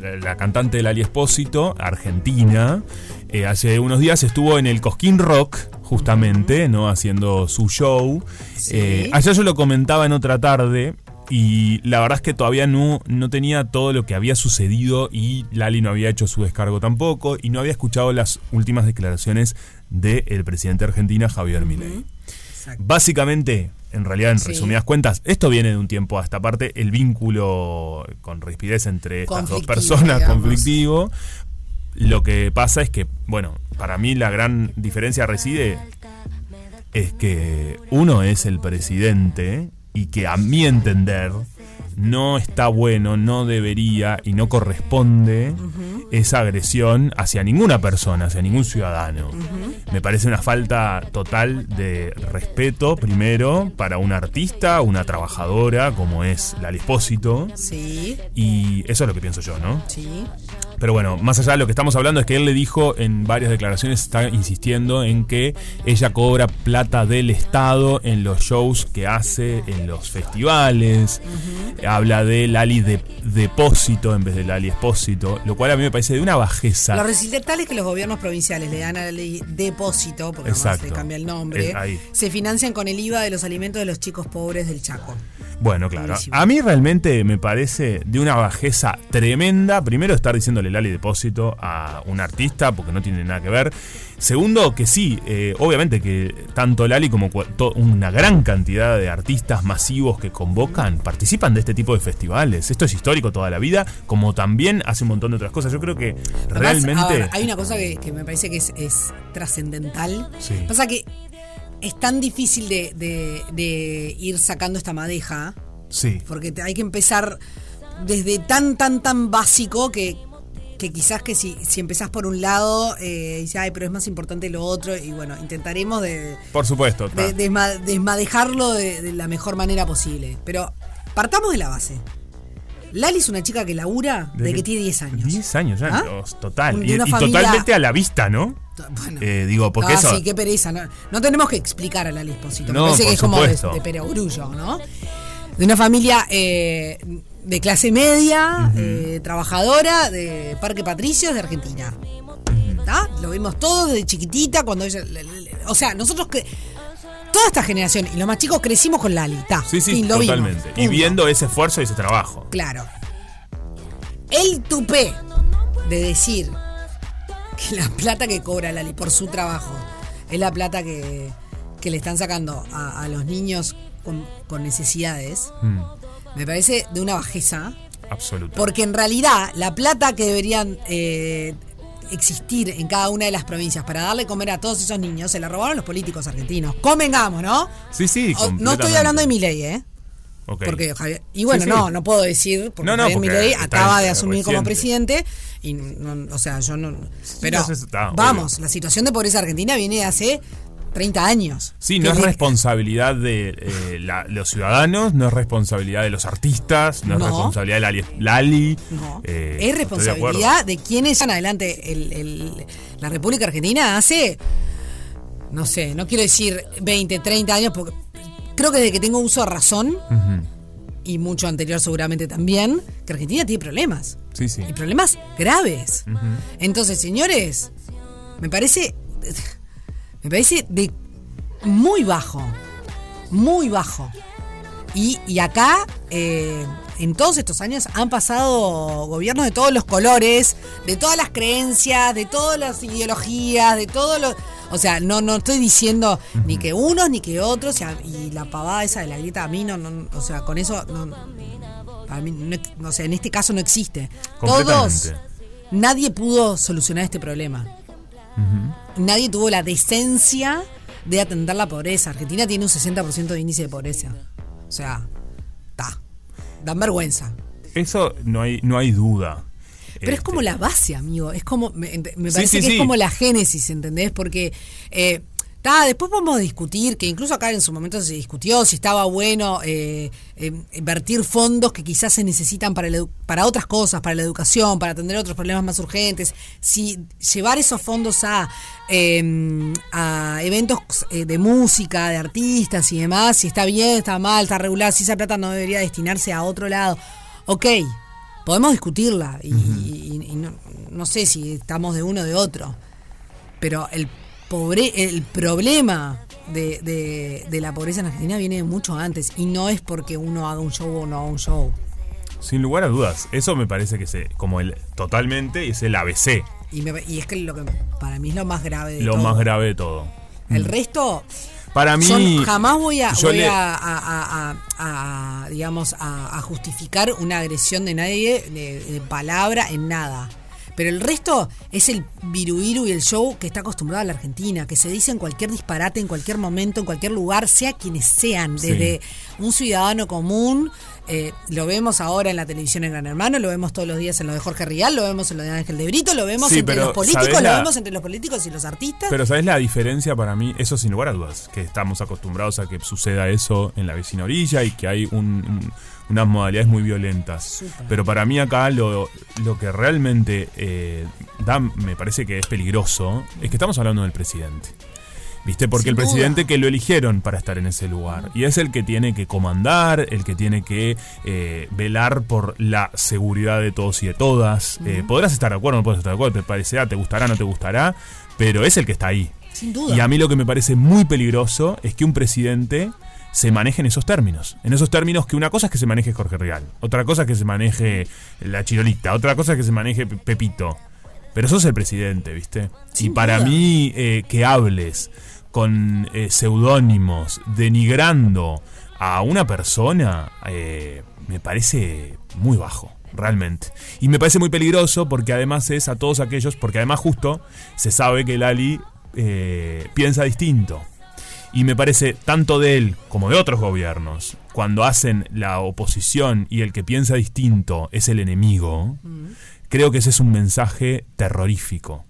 Speaker 3: la, la cantante Lali Espósito, argentina, eh, hace unos días estuvo en el Cosquín Rock, justamente, ¿no? Haciendo su show.
Speaker 2: Sí.
Speaker 3: Eh, ayer yo lo comentaba en otra tarde. Y la verdad es que todavía no, no tenía todo lo que había sucedido y Lali no había hecho su descargo tampoco y no había escuchado las últimas declaraciones del presidente de Argentina, Javier Milei. Básicamente, en realidad, en
Speaker 2: Sí.
Speaker 3: resumidas cuentas, esto viene de un tiempo a esta parte, el vínculo con rispidez entre estas dos
Speaker 2: Conflictivo,
Speaker 3: personas,
Speaker 2: digamos.
Speaker 3: conflictivo. Lo que pasa es que, bueno, para mí la gran diferencia reside es que uno es el presidente y que a mi entender no está bueno, no debería y no corresponde esa agresión hacia ninguna persona, hacia ningún ciudadano. Me parece una falta total de respeto, primero, para un artista, una trabajadora como es Lali Espósito.
Speaker 2: Sí,
Speaker 3: Y eso es lo que pienso yo, ¿no?
Speaker 2: sí.
Speaker 3: Pero bueno, más allá de lo que estamos hablando es que él le dijo en varias declaraciones, está insistiendo en que ella cobra plata del Estado en los shows que hace, en los festivales. Habla del Ali de, Depósito en vez del Ali Expósito, lo cual a mí me parece de una bajeza.
Speaker 2: Los recitales que los gobiernos provinciales le dan al depósito, porque además
Speaker 3: Exacto.
Speaker 2: le cambia el nombre,
Speaker 3: Es ahí.
Speaker 2: se financian con el IVA de los alimentos de los chicos pobres del Chaco.
Speaker 3: Bueno, claro.
Speaker 2: Buenísimo.
Speaker 3: A mí realmente me parece de una bajeza tremenda. Primero, estar diciéndole Lali Depósito a un artista porque no tiene nada que ver. Segundo, que sí, eh, obviamente que tanto Lali como cua- to- una gran cantidad de artistas masivos que convocan participan de este tipo de festivales. Esto es histórico toda la vida, como también hace un montón de otras cosas. Yo creo que
Speaker 2: Además,
Speaker 3: realmente.
Speaker 2: a ver, hay una cosa que, que me parece que es, es trascendental.
Speaker 3: Sí.
Speaker 2: Pasa que es tan difícil de, de- de ir sacando esta madeja,
Speaker 3: sí.
Speaker 2: porque te- hay que empezar desde tan, tan, tan básico que, que quizás que si, si empezás por un lado, eh, dices, ay, pero es más importante lo otro, y bueno, intentaremos de,
Speaker 3: Por supuesto. ta.
Speaker 2: de- desma- desmadejarlo de, de la mejor manera posible. Pero partamos de la base. Lali es una chica que labura desde que tiene 10 años.
Speaker 3: 10 años ya,
Speaker 2: ¿Ah?
Speaker 3: Dios, total.
Speaker 2: De
Speaker 3: Y,
Speaker 2: una
Speaker 3: y
Speaker 2: familia-
Speaker 3: totalmente a la vista, ¿no?
Speaker 2: Bueno.
Speaker 3: Eh, digo, porque
Speaker 2: No,
Speaker 3: eso.
Speaker 2: sí, qué pereza. No, No tenemos que explicar a Lali Espósito.
Speaker 3: No,
Speaker 2: Me parece
Speaker 3: por
Speaker 2: que es como de,
Speaker 3: supuesto.
Speaker 2: de perogrullo, ¿no? De una familia eh, de clase media, eh, trabajadora, de Parque Patricios, de Argentina. ¿Tá? Lo vimos todos desde chiquitita, cuando ella. le- le- le- O sea, nosotros que. Toda esta generación y los más chicos crecimos con Lali, ¿tá?
Speaker 3: Sí, sí,
Speaker 2: Fin, lo vimos.
Speaker 3: totalmente. y
Speaker 2: Punto.
Speaker 3: viendo ese esfuerzo y ese trabajo.
Speaker 2: Claro. El tupé de decir que la plata que cobra Lali por su trabajo es la plata que, que le están sacando a, a los niños con, con necesidades,
Speaker 3: Mm,
Speaker 2: me parece de una bajeza,
Speaker 3: absoluto.
Speaker 2: porque en realidad la plata que deberían eh, existir en cada una de las provincias para darle comer a todos esos niños se la robaron los políticos argentinos. Convengamos, ¿no?
Speaker 3: sí, sí.
Speaker 2: O- no estoy hablando de mi ley, ¿eh?
Speaker 3: Ok.
Speaker 2: Porque Javier, y bueno,
Speaker 3: Sí, sí.
Speaker 2: no, no puedo decir, porque
Speaker 3: No, no,
Speaker 2: Javier
Speaker 3: porque
Speaker 2: Milei
Speaker 3: está
Speaker 2: acaba de
Speaker 3: en-
Speaker 2: asumir como
Speaker 3: reciente.
Speaker 2: presidente y no- o sea, yo no pero
Speaker 3: no sé, está,
Speaker 2: vamos, la situación de pobreza argentina viene de hace 30 años.
Speaker 3: Sí, no
Speaker 2: Que
Speaker 3: es
Speaker 2: le-
Speaker 3: responsabilidad de eh, la- los ciudadanos, no es responsabilidad de los artistas, no,
Speaker 2: No.
Speaker 3: es responsabilidad de Lali. Lali,
Speaker 2: No.
Speaker 3: eh,
Speaker 2: es
Speaker 3: estoy de acuerdo.
Speaker 2: responsabilidad de, quienes llevan adelante. El- el- la República Argentina hace, no sé, no quiero decir 20, 30 años, porque creo que desde que tengo uso de razón, y mucho anterior seguramente también, que Argentina tiene problemas.
Speaker 3: Sí, sí.
Speaker 2: Y problemas graves. Entonces, señores, me parece. Me parece de muy bajo. Muy bajo. Y, y acá, eh, en todos estos años, han pasado gobiernos de todos los colores, de todas las creencias, de todas las ideologías, de todos los. O sea, no, no estoy diciendo ni que unos ni que otros, y, a- y la pavada esa de la grieta a mí no, no- o sea, con eso no, para mí no, ex- o sea, en este caso no existe. Todos,
Speaker 3: Completamente.
Speaker 2: nadie pudo solucionar este problema. Nadie tuvo la decencia de atender la pobreza. Argentina tiene un 60% de índice de pobreza. O sea, ta. Dan vergüenza.
Speaker 3: Eso no hay, no hay duda.
Speaker 2: Pero es
Speaker 3: Este,
Speaker 2: como la base, amigo. Es como. Me, ent- me
Speaker 3: Sí,
Speaker 2: parece
Speaker 3: sí,
Speaker 2: que
Speaker 3: sí.
Speaker 2: es como la génesis, ¿entendés? Porque. eh, ta, después podemos discutir, que incluso acá en su momento se discutió si estaba bueno eh, eh, invertir fondos que quizás se necesitan para, la edu- para otras cosas, para la educación, para atender otros problemas más urgentes, si llevar esos fondos a, eh, a eventos eh, de música, de artistas y demás, si está bien, está mal, está regular, si esa plata no debería destinarse a otro lado. Ok, podemos discutirla y, y- y no, no sé si estamos de uno o de otro, pero el pobre, el problema de, de- de la pobreza en Argentina viene de mucho antes y no es porque uno haga un show o no haga un show.
Speaker 3: Sin lugar a dudas. Eso me parece que es eh, como el totalmente es el ABC,
Speaker 2: Y, me- y es que lo que para mí es lo más grave de
Speaker 3: lo
Speaker 2: todo.
Speaker 3: más grave de todo.
Speaker 2: El resto,
Speaker 3: Para mí.
Speaker 2: yo jamás voy a,
Speaker 3: yo
Speaker 2: voy
Speaker 3: le-
Speaker 2: a, a- a- a- a, digamos, a, a justificar una agresión de nadie, de, de palabra, en nada. Pero el resto es el viruiru y el show que está acostumbrada la Argentina, que se dice en cualquier disparate, en cualquier momento, en cualquier lugar, sea quienes sean,
Speaker 3: Sí.
Speaker 2: desde un ciudadano común, eh, lo vemos ahora en la televisión en Gran Hermano, lo vemos todos los días en lo de Jorge Rial, lo vemos en lo de Ángel de Brito, lo vemos
Speaker 3: Sí,
Speaker 2: entre
Speaker 3: pero,
Speaker 2: los políticos,
Speaker 3: ¿sabés
Speaker 2: lo
Speaker 3: la-
Speaker 2: vemos entre los políticos y los artistas.
Speaker 3: Pero ¿sabes la diferencia para mí? Eso sin lugar a dudas, que estamos acostumbrados a que suceda eso en la vecina orilla y que hay un- un- unas modalidades muy violentas. Pero para mí acá lo, lo que realmente eh, da, me parece que es peligroso es que estamos hablando del presidente. ¿Viste? Porque
Speaker 2: Sin
Speaker 3: el
Speaker 2: duda.
Speaker 3: presidente que lo eligieron para estar en ese lugar. Y es el que tiene que comandar, el que tiene que eh, velar por la seguridad de todos y de todas. Eh, podrás estar de acuerdo, no podrás estar de acuerdo, te parecerá, te gustará, no te gustará, pero es el que está ahí.
Speaker 2: Sin duda.
Speaker 3: Y a mí lo que me parece muy peligroso es que un presidente se maneje en esos términos. En esos términos que una cosa es que se maneje Jorge Real, otra cosa es que se maneje la chirolita, otra cosa es que se maneje Pe- Pepito. Pero sos el presidente, ¿viste? y
Speaker 2: Sin
Speaker 3: para
Speaker 2: duda.
Speaker 3: mí eh, que hables con eh, seudónimos, denigrando a una persona, eh, me parece muy bajo. Realmente. Y me parece muy peligroso porque además es a todos aquellos, porque además justo se sabe que Lali eh, piensa distinto. Y me parece tanto de él como de otros gobiernos, cuando hacen la oposición y el que piensa distinto es el enemigo,
Speaker 2: Mm.
Speaker 3: creo que ese es un mensaje terrorífico.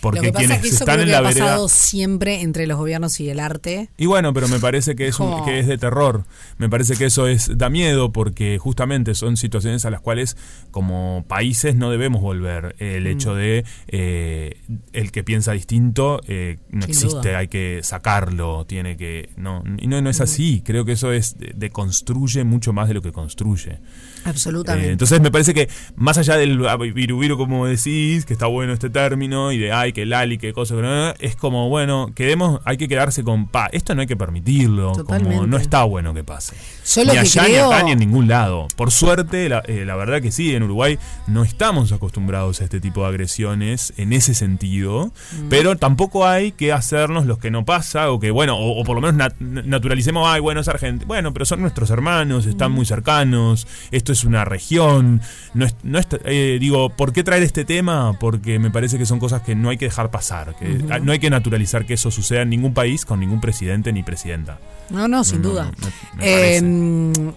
Speaker 3: Porque
Speaker 2: lo que pasa
Speaker 3: quienes
Speaker 2: es que eso
Speaker 3: están
Speaker 2: creo
Speaker 3: en
Speaker 2: que
Speaker 3: la
Speaker 2: ha
Speaker 3: vereda...
Speaker 2: pasado siempre entre los gobiernos y el arte.
Speaker 3: Y bueno, pero me parece que es, un-
Speaker 2: Como-
Speaker 3: que es de terror. Me parece que eso es da miedo porque justamente son situaciones a las cuales como países no debemos volver. El
Speaker 2: Mm.
Speaker 3: hecho de eh, el que piensa distinto eh, no
Speaker 2: Sin
Speaker 3: existe,
Speaker 2: duda. Mm.
Speaker 3: hay que sacarlo, tiene que no y no, no es así. Creo que eso es de- deconstruye mucho más de lo que construye.
Speaker 2: Absolutamente.
Speaker 3: Eh, entonces me parece que más allá del virubiru como decís, que está bueno este término y de ay que Lali, que cosa, que no, es como bueno, quedemos, hay que quedarse con pa, esto no hay que permitirlo,
Speaker 2: Totalmente.
Speaker 3: como no está bueno que pase.
Speaker 2: Yo lo
Speaker 3: ni
Speaker 2: que
Speaker 3: allá
Speaker 2: creo-
Speaker 3: ni acá ni en ningún lado. Por suerte, la, eh, la verdad que sí, en Uruguay no estamos acostumbrados a este tipo de agresiones en ese sentido,
Speaker 2: Mm.
Speaker 3: pero tampoco hay que hacernos los que no pasa o que, bueno, o, o por lo menos nat- naturalicemos, ay, bueno, es Argentina. Bueno, pero son nuestros hermanos, están
Speaker 2: Mm.
Speaker 3: muy cercanos, esto es una región. No es- no es- eh, digo, ¿por qué traer este tema? Porque me parece que son cosas que no hay que dejar pasar, que ah, no hay que naturalizar que eso suceda en ningún país con ningún presidente ni presidenta.
Speaker 2: No, no, sin
Speaker 3: No,
Speaker 2: duda.
Speaker 3: no, me- me
Speaker 2: Eh,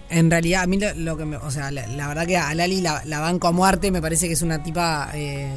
Speaker 2: en realidad, a mí lo, lo que me. O sea, la, la verdad que a Lali la, la banco a muerte, me parece que es una tipa. eh,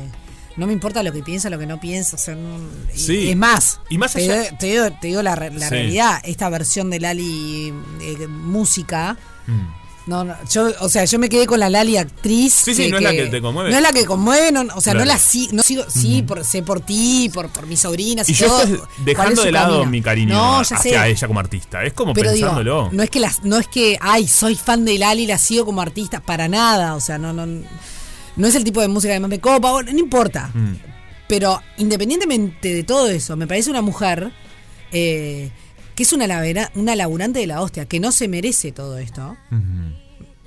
Speaker 2: No me importa lo que piensa, lo que no piensa. o sea, no- y-
Speaker 3: Sí.
Speaker 2: Es más,
Speaker 3: Y más
Speaker 2: te,
Speaker 3: allá-
Speaker 2: doy- te digo, te digo la, re- la
Speaker 3: Sí.
Speaker 2: realidad, esta versión de Lali eh, música.
Speaker 3: Mm.
Speaker 2: No, no, yo, o sea, yo me quedé con la Lali actriz.
Speaker 3: Sí, sí, no es la que te conmueve.
Speaker 2: No es la que conmueve, no, o sea, no
Speaker 3: Claro.
Speaker 2: la si- no sigo, sí, por, sé por ti, por, por mis sobrinas y,
Speaker 3: Y yo
Speaker 2: todo.
Speaker 3: estoy
Speaker 2: ¿Cuál es
Speaker 3: dejando
Speaker 2: su
Speaker 3: de lado
Speaker 2: camino?
Speaker 3: mi cariño
Speaker 2: No, ya
Speaker 3: hacia
Speaker 2: sé.
Speaker 3: ella como artista. Es como
Speaker 2: Pero digo,
Speaker 3: pensándolo.
Speaker 2: no es que las, no es que, ay, soy fan de Lali, la sigo como artista, para nada, o sea, no, no, no es el tipo de música que más me copa, bueno, no importa.
Speaker 3: Mm.
Speaker 2: Pero independientemente de todo eso, me parece una mujer eh, que es una, labera- una laburante de la hostia, que no se merece todo esto.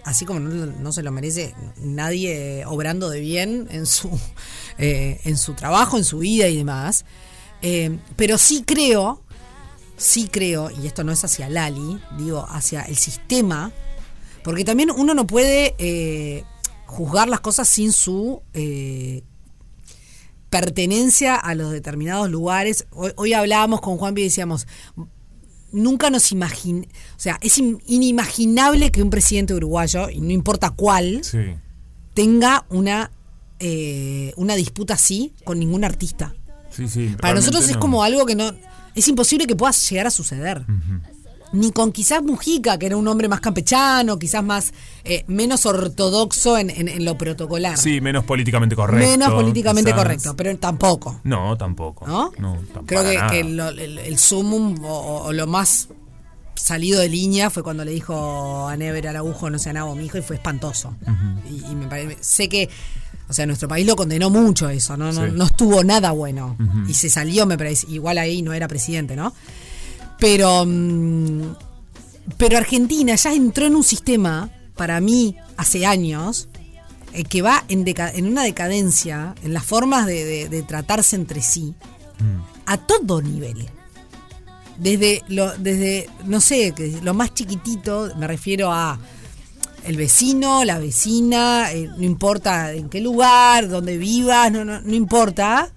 Speaker 2: Así como no, no se lo merece nadie obrando de bien en su, eh, en su trabajo, en su vida y demás. Eh, pero sí creo, sí creo, y esto no es hacia Lali, digo, hacia el sistema, porque también uno no puede eh, juzgar las cosas sin su eh, pertenencia a los determinados lugares. Hoy, hoy hablábamos con Juanpi y decíamos, nunca nos imaginamos, o sea, es in- inimaginable que un presidente uruguayo, y no importa cuál,
Speaker 3: Sí.
Speaker 2: tenga una, eh, una disputa así con ningún artista.
Speaker 3: Sí, sí.
Speaker 2: Para nosotros es
Speaker 3: realmente no.
Speaker 2: como algo que no. Es imposible que pueda llegar a suceder. Ni con quizás Mujica, que era un hombre más campechano, quizás más eh, menos ortodoxo en, en- en lo protocolar.
Speaker 3: Sí, menos políticamente correcto.
Speaker 2: menos políticamente
Speaker 3: quizás.
Speaker 2: correcto, pero tampoco.
Speaker 3: No, tampoco.
Speaker 2: ¿No?
Speaker 3: tam-
Speaker 2: Creo
Speaker 3: para
Speaker 2: que,
Speaker 3: nada.
Speaker 2: que lo- el, el sumum o, o- o lo más salido de línea fue cuando le dijo a Never Araujo no sea nabo mi hijo y fue espantoso. y, y me parece, sé que, o sea, nuestro país lo condenó mucho eso, no, no,
Speaker 3: Sí.
Speaker 2: no estuvo nada bueno. Y se salió, me parece, igual ahí no era presidente, ¿no? Pero, mm, pero Argentina ya entró en un sistema, para mí, hace años, eh, que va en, deca- en una decadencia en las formas de, de- de tratarse entre sí a todo nivel. Desde lo, desde, no sé, que lo más chiquitito, me refiero a el vecino, la vecina, eh, no importa en qué lugar, dónde vivas, no, no, no importa,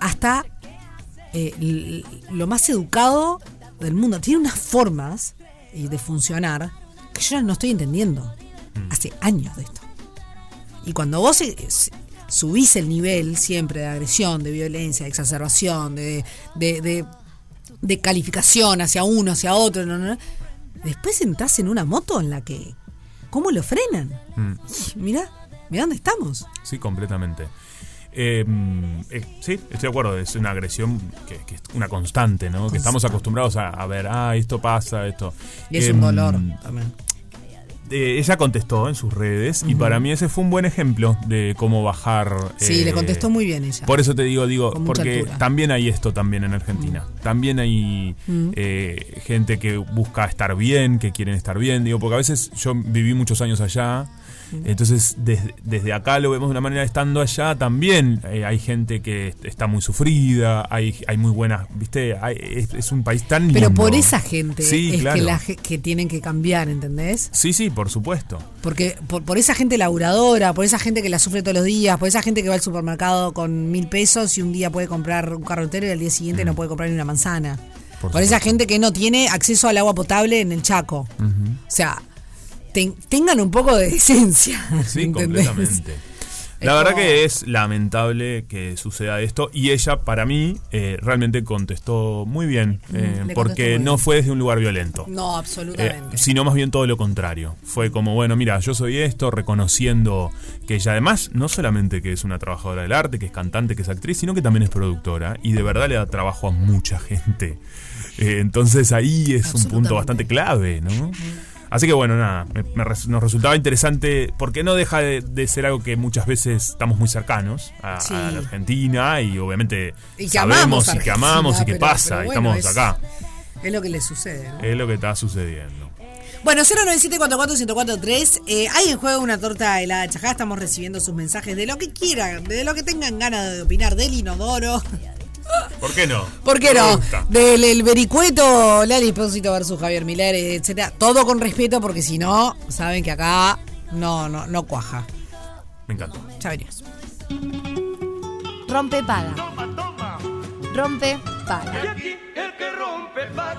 Speaker 2: hasta eh, l- lo más educado del mundo. Tiene unas formas eh, de funcionar que yo no estoy entendiendo. Hace años de esto. Y cuando vos eh, s- subís el nivel siempre de agresión, de violencia, de exacerbación, de, de, de- de calificación hacia uno, hacia otro, no, no, no, después entras en una moto en la que... ¿Cómo lo frenan?
Speaker 3: Mm.
Speaker 2: Y mirá, mirá dónde estamos.
Speaker 3: Sí, completamente. Eh, eh, sí, estoy de acuerdo. Es una agresión que, que es una constante, ¿no? Que estamos acostumbrados a, a ver, ah, esto pasa, esto.
Speaker 2: Y es
Speaker 3: Eh,
Speaker 2: un dolor también.
Speaker 3: eh, ella contestó en sus redes y para mí ese fue un buen ejemplo de cómo bajar.
Speaker 2: Sí,
Speaker 3: eh,
Speaker 2: le contestó muy bien ella.
Speaker 3: Por eso te digo, digo,
Speaker 2: Con mucha
Speaker 3: porque
Speaker 2: altura. Mm.
Speaker 3: también hay esto también en Argentina. También hay eh, gente que busca estar bien, que quieren estar bien. Digo, porque a veces yo viví muchos años allá.
Speaker 2: Mm.
Speaker 3: Entonces, desde, desde acá lo vemos de una manera estando allá también. eh, hay gente que está muy sufrida, hay, hay muy buenas, viste, Hay- es, es un país tan lindo.
Speaker 2: Pero por esa gente
Speaker 3: Sí,
Speaker 2: es
Speaker 3: claro.
Speaker 2: que, la, ge- que tienen que cambiar, ¿entendés?
Speaker 3: Sí, sí, por supuesto.
Speaker 2: Porque por, por esa gente laburadora, por esa gente que la sufre todos los días, por esa gente que va al supermercado con mil pesos y un día puede comprar un carro entero y al día siguiente no puede comprar ni una manzana. Por,
Speaker 3: Mm. Por
Speaker 2: esa
Speaker 3: supuesto.
Speaker 2: gente que no tiene acceso al agua potable en el Chaco. O sea, ten- tengan un poco de decencia.
Speaker 3: Sí,
Speaker 2: ¿entendés?
Speaker 3: completamente. La
Speaker 2: Es
Speaker 3: verdad
Speaker 2: como-
Speaker 3: que es lamentable que suceda esto y ella para mí eh, realmente contestó muy bien eh,
Speaker 2: contestó muy
Speaker 3: porque
Speaker 2: bien.
Speaker 3: no fue desde un lugar violento.
Speaker 2: No,
Speaker 3: Eh,
Speaker 2: absolutamente.
Speaker 3: sino más bien todo lo contrario. Fue como, bueno, mira, yo soy esto, reconociendo que ella además no solamente que es una trabajadora del arte, que es cantante, que es actriz, sino que también es productora y de verdad le da trabajo a mucha gente. Eh, entonces ahí es un punto bastante clave, ¿no? Así que bueno, nada, me- me res- nos resultaba interesante porque no deja de, de ser algo que muchas veces estamos muy cercanos a,
Speaker 2: Sí.
Speaker 3: a la Argentina y obviamente
Speaker 2: Y que amamos
Speaker 3: sabemos y que
Speaker 2: Argentina,
Speaker 3: amamos y que
Speaker 2: pero-
Speaker 3: pasa,
Speaker 2: pero
Speaker 3: y
Speaker 2: bueno,
Speaker 3: estamos
Speaker 2: es-
Speaker 3: acá. Eh.
Speaker 2: Es lo que le sucede, ¿no?
Speaker 3: Es lo que está sucediendo.
Speaker 2: Bueno, 097-44143. Eh, hay en juego una torta helada chajá. Estamos recibiendo sus mensajes de lo que quieran, de lo que tengan ganas de opinar, del inodoro.
Speaker 3: ¿Por qué no?
Speaker 2: ¿Por qué
Speaker 3: Me
Speaker 2: no?
Speaker 3: gusta.
Speaker 2: Del el vericueto, Lali Espósito versus Javier Milar, etcétera. Todo con respeto, porque si no, saben que acá no, no, no cuaja.
Speaker 3: Me encantó.
Speaker 2: Ya venimos.
Speaker 5: Rompe paga. Rompe paga.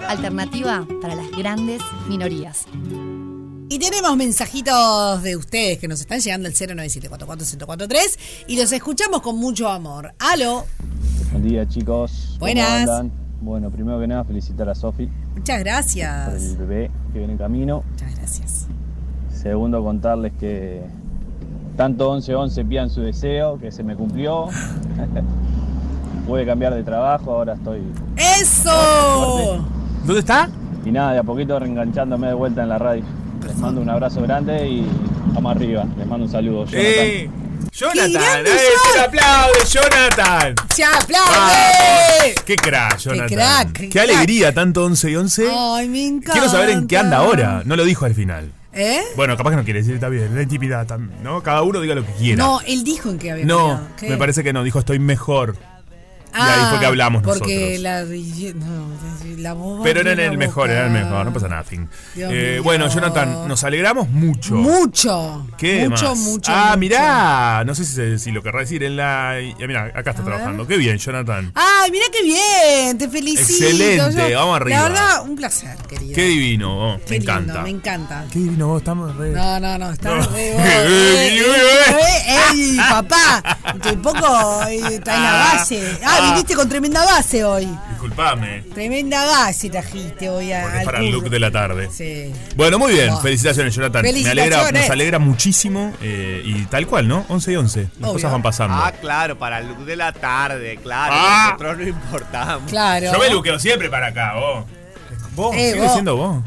Speaker 5: Alternativa para las grandes minorías.
Speaker 2: Y tenemos mensajitos de ustedes que nos están llegando al 097441043 y los escuchamos con mucho amor. ¡Halo!
Speaker 6: Buen día, chicos. ¿Cómo
Speaker 2: Buenas.
Speaker 6: andan? Bueno, primero que nada, felicitar a Sofi
Speaker 2: Muchas
Speaker 6: por el
Speaker 2: gracias.
Speaker 6: bebé que viene en camino.
Speaker 2: Muchas gracias.
Speaker 6: Segundo, contarles que tanto 1111 pían su deseo, que se me cumplió. Pude cambiar de trabajo, ahora estoy.
Speaker 2: ¡Eso!
Speaker 3: ¿Dónde está?
Speaker 6: Y nada, de a poquito reenganchándome de vuelta en la radio. Les mando un abrazo grande y vamos arriba. Les mando un saludo. Jonathan.
Speaker 3: ¡Eh!
Speaker 2: ¡Qué
Speaker 3: ¡Jonathan!
Speaker 2: grande
Speaker 3: ¡Eh!
Speaker 2: Jon-
Speaker 3: ¡Se le aplaude, Jonathan!
Speaker 2: ¡Se aplaude!
Speaker 3: ¡Qué crack, Jonathan!
Speaker 2: ¡Eh! crack, qué crack.
Speaker 3: alegría, tanto 11 y 11!
Speaker 2: Ay, me encanta.
Speaker 3: Quiero saber en qué anda ahora. No lo dijo al final.
Speaker 2: ¿Eh?
Speaker 3: Bueno, capaz que no quiere decir, está bien, la intimidad también, ¿no? Cada uno diga lo que quiera.
Speaker 2: No, él dijo en qué había
Speaker 3: No,
Speaker 2: quedado. ¿Qué?
Speaker 3: me parece que no, dijo estoy mejor. ahí fue que hablamos
Speaker 2: Ah, porque
Speaker 3: nosotros.
Speaker 2: la, no, la boba
Speaker 3: Pero era en
Speaker 2: abrió la
Speaker 3: el mejor,
Speaker 2: boca.
Speaker 3: era el mejor, no pasa nada.
Speaker 2: Dios
Speaker 3: Eh,
Speaker 2: mío.
Speaker 3: bueno, Jonathan, nos alegramos mucho.
Speaker 2: Mucho.
Speaker 3: ¿Qué
Speaker 2: mucho,
Speaker 3: más?
Speaker 2: mucho.
Speaker 3: Ah,
Speaker 2: mucho.
Speaker 3: mirá, no sé si, se- si lo querrá decir en la... ya Mirá, acá está trabajando. Qué bien, Jonathan.
Speaker 2: Ay, mira qué bien, te felicito.
Speaker 3: Excelente, vamos arriba.
Speaker 2: La verdad, un placer, querido.
Speaker 3: Qué divino, vos,
Speaker 2: Qué
Speaker 3: me
Speaker 2: lindo,
Speaker 3: encanta.
Speaker 2: Me encanta.
Speaker 3: Qué divino, vos, estamos re...
Speaker 2: No, no, no, está
Speaker 3: No.
Speaker 2: re vos, eh, eh, eh, ¡Ey, papá! Que poco eh, está en la base. Ah, viniste con tremenda base hoy.
Speaker 3: Disculpame,
Speaker 2: Tremenda base trajiste hoy a,
Speaker 3: porque es
Speaker 2: al
Speaker 3: para el look
Speaker 2: curro.
Speaker 3: de la tarde.
Speaker 2: Sí.
Speaker 3: Bueno, muy bien.
Speaker 2: Buah.
Speaker 3: Felicitaciones, Jonathan. Me alegra,
Speaker 2: Felicitaciones.
Speaker 3: nos alegra muchísimo. eh, y tal cual, ¿no? 11 y 11. Las
Speaker 2: Obvio.
Speaker 3: cosas van pasando.
Speaker 4: Ah, claro, para el look de la tarde, claro.
Speaker 3: Ah.
Speaker 4: Nosotros no importamos.
Speaker 2: Claro.
Speaker 3: Yo me luqueo siempre para acá, vos. Vos,
Speaker 2: Eh,
Speaker 3: sigue
Speaker 2: vos.
Speaker 3: siendo vos.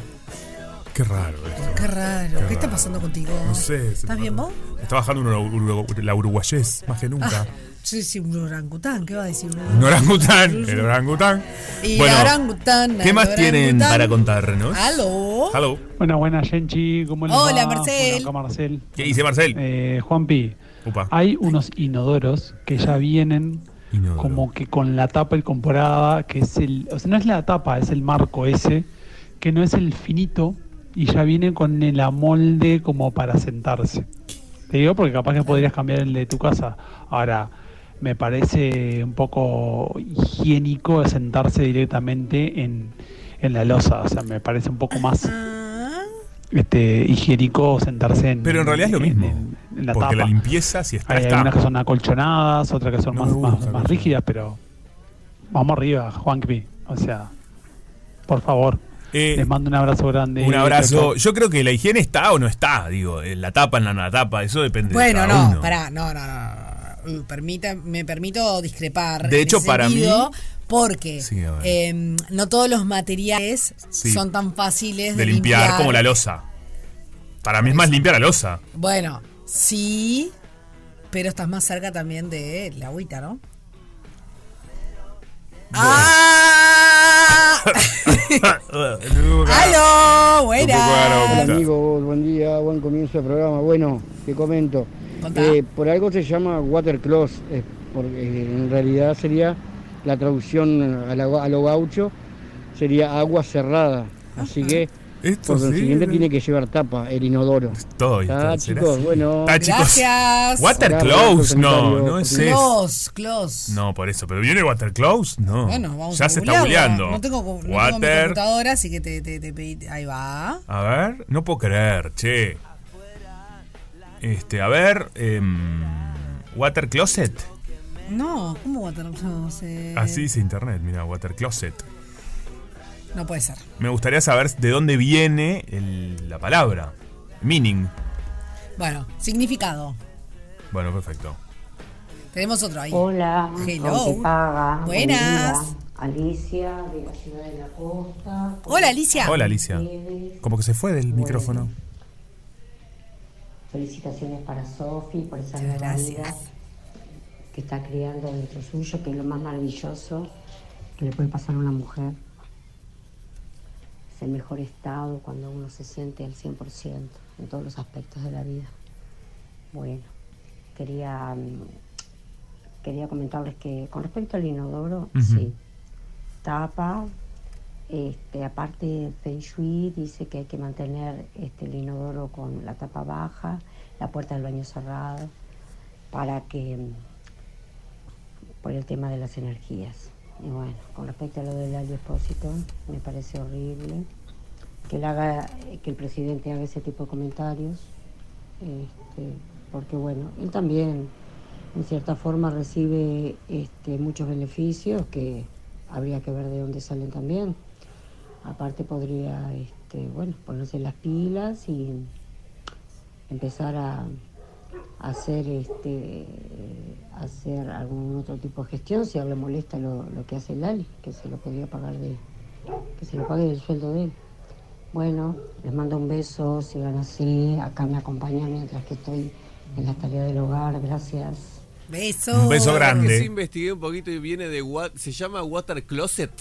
Speaker 3: Qué raro esto.
Speaker 2: Qué raro. ¿Qué,
Speaker 3: Qué
Speaker 2: está
Speaker 3: raro.
Speaker 2: pasando contigo?
Speaker 3: No sé. se
Speaker 2: ¿Estás
Speaker 3: me-
Speaker 2: bien vos?
Speaker 3: me Está bajando una uru- uru- la uruguayés, más que nunca.
Speaker 2: Ah, sí, sí, un orangután. ¿Qué va a decir un
Speaker 3: Un
Speaker 2: orangután?
Speaker 3: orangután, el orangután.
Speaker 2: Y orangután,
Speaker 3: ¿Qué más
Speaker 2: el
Speaker 3: tienen
Speaker 2: orangután.
Speaker 3: para contarnos?
Speaker 2: ¿Aló?
Speaker 3: Hello.
Speaker 7: Bueno, buenas, Genchi. ¿Cómo les
Speaker 2: Hola,
Speaker 7: va?
Speaker 2: Marcel.
Speaker 7: Bueno, acá Marcel.
Speaker 3: ¿Qué dice Marcel?
Speaker 7: Eh, Juanpi,
Speaker 3: Upa.
Speaker 7: hay unos inodoros que ya vienen
Speaker 3: Inodoro.
Speaker 7: como que con la tapa incorporada, que es el... O sea, no es la tapa, es el marco ese, que no es el finito y ya viene con el amolde como para sentarse. Te digo porque capaz que podrías cambiar el de tu casa. Ahora, me parece un poco higiénico sentarse directamente en, en la losa. O sea, me parece un poco más
Speaker 2: Ah,
Speaker 7: este, higiénico sentarse en.
Speaker 3: Pero en realidad es lo
Speaker 7: en-
Speaker 3: mismo.
Speaker 7: en- en la
Speaker 3: porque la
Speaker 7: tapa.
Speaker 3: limpieza, si está,
Speaker 7: Hay
Speaker 3: está.
Speaker 7: algunas que son acolchonadas, otras que son
Speaker 3: No
Speaker 7: más,
Speaker 3: me gusta
Speaker 7: más-
Speaker 3: acolchonada.
Speaker 7: más rígidas, pero. Vamos arriba, Juanpi. O sea, por favor.
Speaker 3: Eh,
Speaker 7: les mando un abrazo grande.
Speaker 3: Un abrazo.
Speaker 7: Chau, chau.
Speaker 3: Yo creo que la higiene está o no está, digo, en la tapa, en la no la tapa, eso depende. de
Speaker 2: Bueno,
Speaker 3: cada
Speaker 2: no,
Speaker 3: uno.
Speaker 2: pará, no, no, no. Uh, permita- me permito discrepar.
Speaker 3: De
Speaker 2: en
Speaker 3: hecho,
Speaker 2: ese
Speaker 3: para mí-
Speaker 2: sentido, Porque
Speaker 3: Sí, a ver.
Speaker 2: eh, no todos los materiales
Speaker 3: Sí.
Speaker 2: son tan fáciles de,
Speaker 3: De limpiar, como la losa. Para mí es más limpia la losa.
Speaker 2: Bueno, sí, pero estás más cerca también de la agüita, ¿no? ¡Ah! ¡Aló!
Speaker 3: raro,
Speaker 2: ¡Buenas!
Speaker 3: pero-
Speaker 8: Amigos, buen día, buen comienzo del programa. Bueno, te comento.
Speaker 7: Ah.
Speaker 2: Contá.
Speaker 8: Eh, por algo se llama water closet, eh, porque en realidad sería la traducción a, la- a lo gaucho, sería agua cerrada. Así que,
Speaker 3: Esto
Speaker 8: por
Speaker 3: sí.
Speaker 8: consiguiente, pues tiene que llevar tapa, el inodoro.
Speaker 3: Estoy,
Speaker 8: Ah,
Speaker 3: estoy, ¿será
Speaker 8: chicos,
Speaker 3: así?
Speaker 8: bueno.
Speaker 3: Ah, chicos.
Speaker 2: Gracias.
Speaker 3: Water
Speaker 8: Hola,
Speaker 3: Close,
Speaker 8: abrazo
Speaker 3: no,
Speaker 8: sanitario.
Speaker 3: no es eso.
Speaker 2: Clos, clos.
Speaker 3: No, por eso, pero viene Water Close, no.
Speaker 2: Bueno, vamos
Speaker 3: ya
Speaker 2: a
Speaker 3: se está
Speaker 2: googlearla.
Speaker 3: buleando.
Speaker 2: No tengo, co- no tengo mi
Speaker 3: Water.
Speaker 2: computadora, así que te, te, te pedí. Ahí va.
Speaker 3: a ver, no puedo creer, che. Este, a ver, em, Water Closet.
Speaker 2: Eh. No, ¿cómo Water Closet?
Speaker 3: Así dice internet, mira, Water Closet.
Speaker 2: No puede ser.
Speaker 3: Me gustaría saber de dónde viene el- la palabra. Meaning.
Speaker 2: Bueno, significado.
Speaker 3: Bueno, perfecto.
Speaker 2: Tenemos otro ahí.
Speaker 9: Hola,
Speaker 2: Hello.
Speaker 9: Hello. paga. Buen
Speaker 2: Buenas.
Speaker 9: día. Alicia, de la ciudad de la costa.
Speaker 2: Hola, Alicia.
Speaker 3: Hola, Alicia. Como que se fue del micrófono.
Speaker 9: Felicitaciones para Sofi por esa
Speaker 2: Muchas
Speaker 9: nueva vida
Speaker 2: gracias.
Speaker 9: que está creando dentro suyo, que es lo más maravilloso que le puede pasar a una mujer. Es el mejor estado cuando uno se siente al 100% en todos los aspectos de la vida. Bueno, quería, mm, quería comentarles que con respecto al inodoro, sí, tapa, este, aparte del Feng Shui dice que hay que mantener este, el inodoro con la tapa baja, la puerta del baño cerrada, para que mm, por el tema de las energías. Y bueno, con respecto a lo del aliexpósito, me parece horrible que, él haga, que el presidente haga ese tipo de comentarios, este, porque bueno, él también en cierta forma recibe este, muchos beneficios que habría que ver de dónde salen también. Aparte podría este, bueno, ponerse las pilas y empezar a, a hacer este a hacer algún otro tipo de gestión si a él le molesta lo, lo que hace Lali, que se lo podría pagar de, que se lo pague del sueldo de él. Bueno, les mando un beso, sigan así, acá me acompañan mientras que estoy en la tarea del hogar, gracias.
Speaker 2: Beso.
Speaker 3: Un beso
Speaker 4: Que sí
Speaker 3: grande.
Speaker 4: investigué un poquito y viene de wa- se llama water closet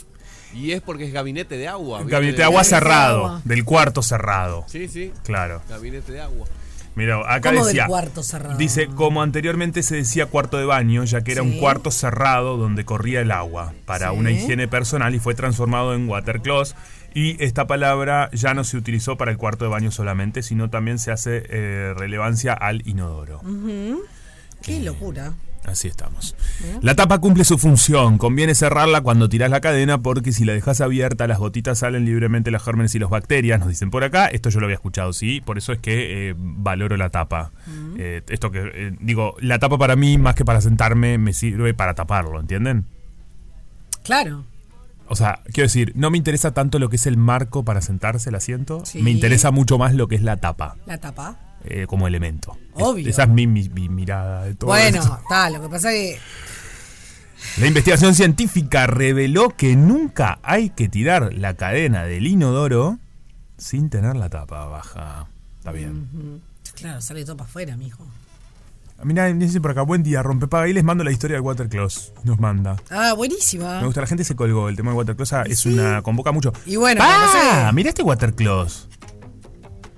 Speaker 4: y es porque es gabinete de agua. ¿viste?
Speaker 3: Gabinete de agua cerrado,
Speaker 2: agua.
Speaker 3: del cuarto cerrado.
Speaker 4: Sí, sí.
Speaker 3: Claro.
Speaker 4: Gabinete de agua.
Speaker 3: Mira, acá
Speaker 2: ¿Cómo del
Speaker 3: decía.
Speaker 2: cuarto cerrado?
Speaker 3: Dice, como anteriormente se decía cuarto de baño, ya que era
Speaker 2: Sí.
Speaker 3: un cuarto cerrado donde corría el agua para
Speaker 2: Sí.
Speaker 3: una higiene personal y fue transformado en water closet. Y esta palabra ya no se utilizó para el cuarto de baño solamente, sino también se hace eh, relevancia al inodoro.
Speaker 2: Qué locura.
Speaker 3: Así estamos. La tapa cumple su función. Conviene cerrarla cuando tirás la cadena porque si la dejas abierta las gotitas salen libremente las gérmenes y las bacterias, nos dicen por acá. Esto yo lo había escuchado, sí. Por eso es que eh, valoro la tapa.
Speaker 2: Mm.
Speaker 3: Eh, esto que eh, digo, la tapa para mí más que para sentarme me sirve para taparlo, ¿entienden?
Speaker 2: Claro.
Speaker 3: O sea, quiero decir, no me interesa tanto lo que es el marco para sentarse, el asiento.
Speaker 2: Sí.
Speaker 3: Me interesa mucho más lo que es la tapa
Speaker 2: La tapa.
Speaker 3: eh, como elemento. Es-
Speaker 2: Obvio.
Speaker 3: esa es mi, mi- mi mirada de todo
Speaker 2: bueno,
Speaker 3: esto.
Speaker 2: está, lo que pasa es que.
Speaker 3: La investigación científica reveló que nunca hay que tirar la cadena del inodoro sin tener la tapa baja. Está bien.
Speaker 2: Claro, sale todo para afuera, mijo.
Speaker 3: Mirá, dice por acá, buen día, rompepaga. Y les mando la historia del Waterclaws. Nos manda.
Speaker 2: Ah, buenísima.
Speaker 3: Me gusta, la gente se colgó. El tema del Waterclaws ah, es una. convoca mucho.
Speaker 2: Y bueno,
Speaker 3: ¡Ah!
Speaker 2: no sé.
Speaker 3: Mirá este Waterclaws.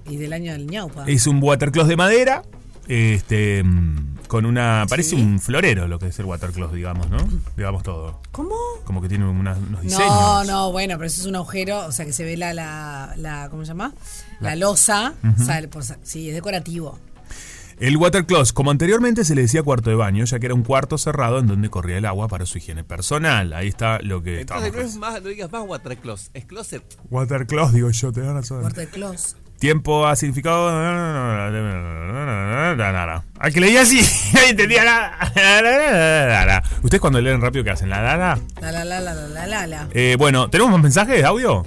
Speaker 2: Y del año del ñaupa.
Speaker 3: Es un Waterclaws de madera. Este. mm, Con una. Parece
Speaker 2: Sí.
Speaker 3: un florero lo que es el Waterclaws, digamos, ¿no? Digamos todo.
Speaker 2: ¿Cómo?
Speaker 3: Como que tiene unas- unos diseños.
Speaker 2: No, no, bueno, pero eso es un agujero, o sea que se ve la, la, la- ¿cómo se llama? La losa, sale por- sí, es decorativo.
Speaker 3: El water closet, como anteriormente se le decía cuarto de baño, ya que era un cuarto cerrado en donde corría el agua para su higiene personal. Ahí está lo que
Speaker 4: Entonces no, es
Speaker 3: estábamos.
Speaker 4: más, no digas más water closet, es closet.
Speaker 3: Water closet, digo yo, tenés razón.
Speaker 2: Puerto de Clos.
Speaker 3: Tiempo ha significado. Al que leía así, nadie entendía nada. Ustedes cuando leen rápido, ¿qué hacen? ¿La dana?
Speaker 2: La la la la la la la la.
Speaker 3: Eh, bueno, ¿tenemos más mensajes de audio?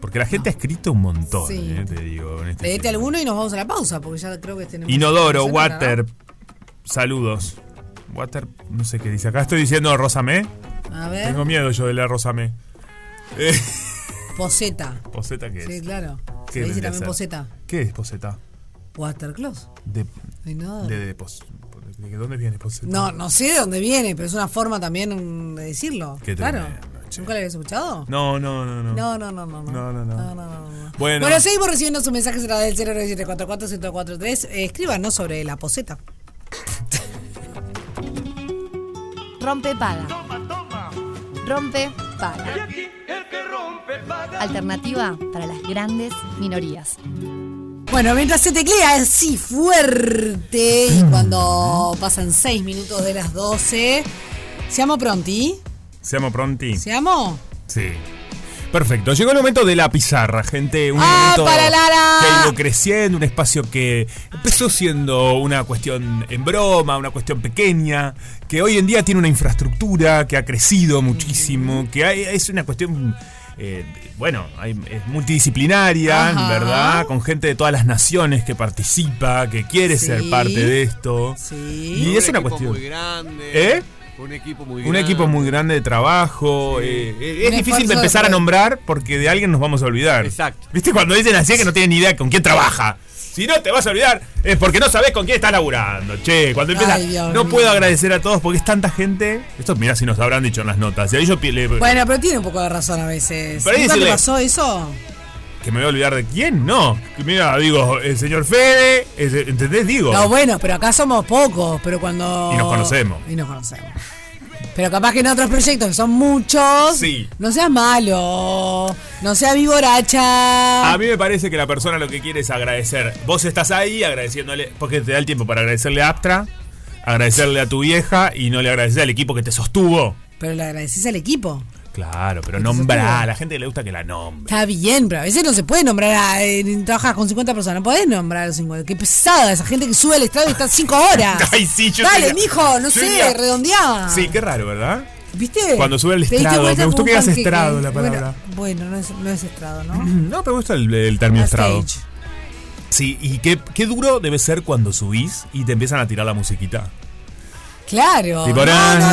Speaker 3: Porque la gente ha escrito un montón,
Speaker 2: Sí.
Speaker 3: eh, te digo. en este
Speaker 2: Leete
Speaker 3: tema.
Speaker 2: alguno y nos vamos a la pausa, porque ya creo que tenemos.
Speaker 3: Inodoro,
Speaker 2: que hacer para-
Speaker 3: water. Saludos. Water, no sé qué dice. Acá estoy diciendo Rosamé.
Speaker 2: A ver,
Speaker 3: Tengo miedo yo de leer Rosamé.
Speaker 2: poseta.
Speaker 3: ¿Poseta qué es?
Speaker 2: Sí, claro.
Speaker 3: ¿Qué
Speaker 2: Se dice
Speaker 3: vendría a
Speaker 2: también
Speaker 3: ser?
Speaker 2: poseta.
Speaker 3: ¿Qué es Poseta?
Speaker 2: Water Clos.
Speaker 3: De,
Speaker 2: Inodoro.
Speaker 3: de, de pos- de- ¿Dónde viene Poseta?
Speaker 2: No, no sé de dónde viene, pero es una forma también de decirlo.
Speaker 3: Qué
Speaker 2: claro.
Speaker 3: tremendo, che.
Speaker 2: ¿Nunca lo habías escuchado?
Speaker 3: No, no, no, no.
Speaker 2: No, no, no, no.
Speaker 3: No, no, no.
Speaker 2: Bueno.
Speaker 3: Bueno.
Speaker 2: seguimos recibiendo sus mensajes a través del 09744-1043. Eh, escríbanos sobre la poseta.
Speaker 5: Rompe paga. Rompe paga. Alternativa para las grandes minorías.
Speaker 2: Bueno, mientras se teclea así fuerte y cuando pasan 6 minutos de las 12, ¿seamos pronti?
Speaker 3: Seamos pronti.
Speaker 2: ¿Seamos?
Speaker 3: Sí. Perfecto. Llegó el momento de la pizarra, gente. Un
Speaker 2: ¡Ah,
Speaker 3: momento
Speaker 2: para Lara!
Speaker 3: que ha ido creciendo, un espacio que empezó siendo una cuestión en broma, una cuestión pequeña, que hoy en día tiene una infraestructura que ha crecido muchísimo, que hay- es una cuestión. eh, bueno, hay- es multidisciplinaria,
Speaker 2: Ajá.
Speaker 3: ¿verdad? Con gente de todas las naciones que participa, que quiere ser
Speaker 2: Sí.
Speaker 3: parte de esto.
Speaker 2: Sí.
Speaker 3: Y es una
Speaker 4: equipo
Speaker 3: cuestión.
Speaker 4: muy grande.
Speaker 3: ¿Eh?
Speaker 4: Un equipo muy
Speaker 3: Un
Speaker 4: grande.
Speaker 3: equipo muy grande de trabajo. eh, eh,
Speaker 2: Un
Speaker 3: es difícil
Speaker 2: esfuerzo
Speaker 3: de empezar a
Speaker 2: después.
Speaker 3: nombrar porque de alguien nos vamos a olvidar.
Speaker 4: Exacto.
Speaker 3: ¿Viste cuando dicen así es que no tienen ni idea con quién trabaja? Si no te vas a olvidar es porque no sabes con quién estás laburando. Che, cuando empieza.
Speaker 2: Ay, Dios
Speaker 3: no
Speaker 2: mío.
Speaker 3: puedo agradecer a todos porque es tanta gente. Esto mirá si nos habrán dicho en las notas. Y ahí yo pi- le-
Speaker 2: Bueno, pero tiene un poco de razón a veces.
Speaker 3: Pero ahí
Speaker 2: ¿Nunca te
Speaker 3: decirle-
Speaker 2: pasó eso?
Speaker 3: que me voy a olvidar de quién, no. Que Mira, digo, el señor Fede, ese- ¿entendés? Digo.
Speaker 2: No, bueno, pero acá somos pocos, pero cuando...
Speaker 3: Y nos conocemos.
Speaker 2: Y nos conocemos. Pero capaz que en otros proyectos, que son muchos,
Speaker 3: Sí.
Speaker 2: no seas malo, no seas viboracha.
Speaker 3: A mí me parece que la persona lo que quiere es agradecer. Vos estás ahí agradeciéndole, porque te da el tiempo para agradecerle a Aptra, agradecerle a tu vieja y no le agradeces al equipo que te sostuvo.
Speaker 2: Pero le agradeces al equipo.
Speaker 3: Claro, pero nombrá a la gente que le gusta que la nombre.
Speaker 2: Está bien, pero a veces no se puede nombrar. A, eh, trabajas con 50 personas, no podés nombrar a los 50. Qué pesada esa gente que sube al estrado y está 5 horas.
Speaker 3: Ay, sí, yo
Speaker 2: Dale,
Speaker 3: tenía-
Speaker 2: mijo, no sé,
Speaker 3: tenía-
Speaker 2: redondeá.
Speaker 3: Sí, qué raro, ¿verdad?
Speaker 2: ¿Viste?
Speaker 3: Cuando sube
Speaker 2: Te
Speaker 3: al
Speaker 2: diste
Speaker 3: estrado,
Speaker 2: vuelta
Speaker 3: me gustó
Speaker 2: como
Speaker 3: que
Speaker 2: un
Speaker 3: digas
Speaker 2: panqueque.
Speaker 3: estrado la palabra.
Speaker 2: Bueno, bueno, no, es, no es estrado, ¿no?
Speaker 3: No, pero me gusta el, el término
Speaker 2: La
Speaker 3: estrado.
Speaker 2: stage.
Speaker 3: Sí, y qué, qué duro debe ser cuando subís y te empiezan a tirar la musiquita.
Speaker 2: Claro. no, no, no.
Speaker 3: Tipo,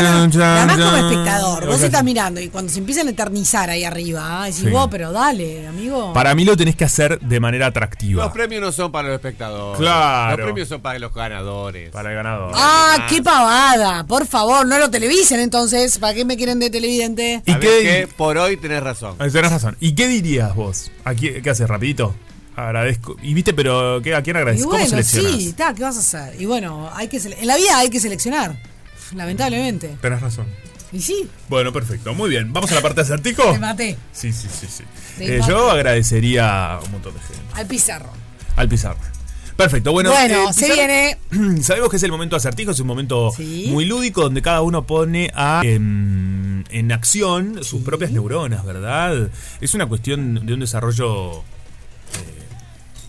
Speaker 3: ran, ran,
Speaker 2: Además, como
Speaker 3: ran.
Speaker 2: espectador, vos
Speaker 3: Ok.
Speaker 2: estás mirando y cuando se empiezan a eternizar ahí arriba, ¿ah? decís
Speaker 3: Sí.
Speaker 2: vos, pero dale, amigo.
Speaker 3: Para mí lo tenés que hacer de manera atractiva.
Speaker 4: Los premios no son para los espectadores.
Speaker 3: Ah. Claro.
Speaker 4: Los premios son para los ganadores.
Speaker 3: Para el ganador.
Speaker 2: Ah, qué pavada. Por favor, no lo televisen entonces. ¿Para qué me quieren de televidente?
Speaker 3: ¿Y
Speaker 4: ¿Sabés
Speaker 3: qué-
Speaker 4: qué? Por hoy tenés razón.
Speaker 3: Ah, Tenés razón. ¿Y qué dirías vos? ¿A quién- ¿Qué haces? Rapidito. Agradezco. Y viste, pero ¿qué- ¿a quién
Speaker 2: Y
Speaker 3: agradeces? ¿Cómo
Speaker 2: bueno,
Speaker 3: seleccionas?
Speaker 2: sí, está, ¿qué vas a hacer? Y bueno, hay que sele- en la vida hay que seleccionar, lamentablemente.
Speaker 3: Tenés razón.
Speaker 2: Y sí,
Speaker 3: Bueno, perfecto. Muy bien. ¿Vamos a la parte de acertijo?
Speaker 2: te maté
Speaker 3: Sí, sí, sí, sí.
Speaker 2: Te
Speaker 3: Eh,
Speaker 2: mato.
Speaker 3: yo agradecería a un montón de gente.
Speaker 2: al pizarro.
Speaker 3: Al Pizarro. Perfecto, bueno.
Speaker 2: Bueno,
Speaker 3: eh,
Speaker 2: se
Speaker 3: Pizarro-
Speaker 2: viene.
Speaker 3: Sabemos que es el momento acertijo, es un momento
Speaker 2: Sí.
Speaker 3: muy lúdico donde cada uno pone a, em, en acción sus propias neuronas, ¿verdad? Es una cuestión de un desarrollo eh,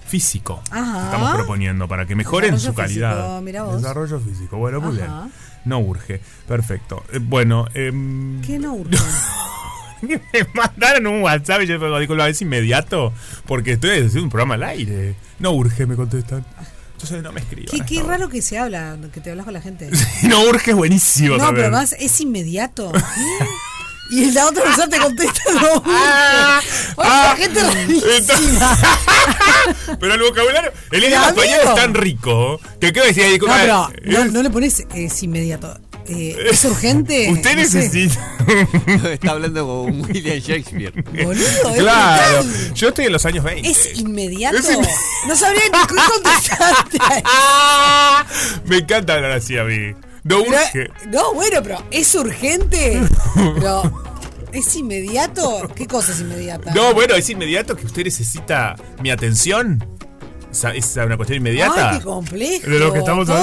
Speaker 3: físico
Speaker 2: Ajá.
Speaker 3: que estamos proponiendo para que mejoren
Speaker 2: Desarrollo
Speaker 3: su calidad.
Speaker 2: físico, mirá vos.
Speaker 3: Desarrollo físico, bueno, muy
Speaker 2: Ajá.
Speaker 3: bien. No urge, perfecto. Eh, bueno, em,
Speaker 2: ¿Qué no urge?
Speaker 3: me mandaron un WhatsApp y yo digo, disculpa, es inmediato, porque estoy haciendo un programa al aire. No urge, me contestan. Entonces no me escriban.
Speaker 2: qué,
Speaker 3: a
Speaker 2: qué
Speaker 3: esta hora.
Speaker 2: raro que se habla, que te hablas con la gente.
Speaker 3: No urge es buenísimo
Speaker 2: No,
Speaker 3: también.
Speaker 2: pero más es inmediato. ¿Eh? Y la otra persona te contesta no. urge. Oye,
Speaker 3: ah,
Speaker 2: la gente rarísima.
Speaker 3: Pero el vocabulario, el idioma
Speaker 2: Amigo.
Speaker 3: español es tan rico que qué decía,
Speaker 2: No,
Speaker 3: disculpa.
Speaker 2: pero
Speaker 3: eh,
Speaker 2: no, no le pones eh, es inmediato. Eh, es urgente.
Speaker 3: Usted
Speaker 2: No sé.
Speaker 3: necesita.
Speaker 4: Está hablando con William Shakespeare.
Speaker 2: Boludo, es
Speaker 3: claro.
Speaker 2: brutal.
Speaker 3: Yo estoy en los años 20.
Speaker 2: ¿Es inmediato?
Speaker 3: Es inme-
Speaker 2: No sabría ni qué contestarte.
Speaker 3: Ah, Me encanta hablar así a mí.
Speaker 2: Pero-
Speaker 3: No urge.
Speaker 2: no, bueno, pero ¿es urgente? Pero, ¿Es inmediato? ¿Qué cosa es inmediata?
Speaker 3: No, bueno, es inmediato que usted necesita mi atención. Esa- esa Es una cuestión inmediata.
Speaker 2: Ay, qué complejo.
Speaker 3: De lo que estamos
Speaker 2: Todo,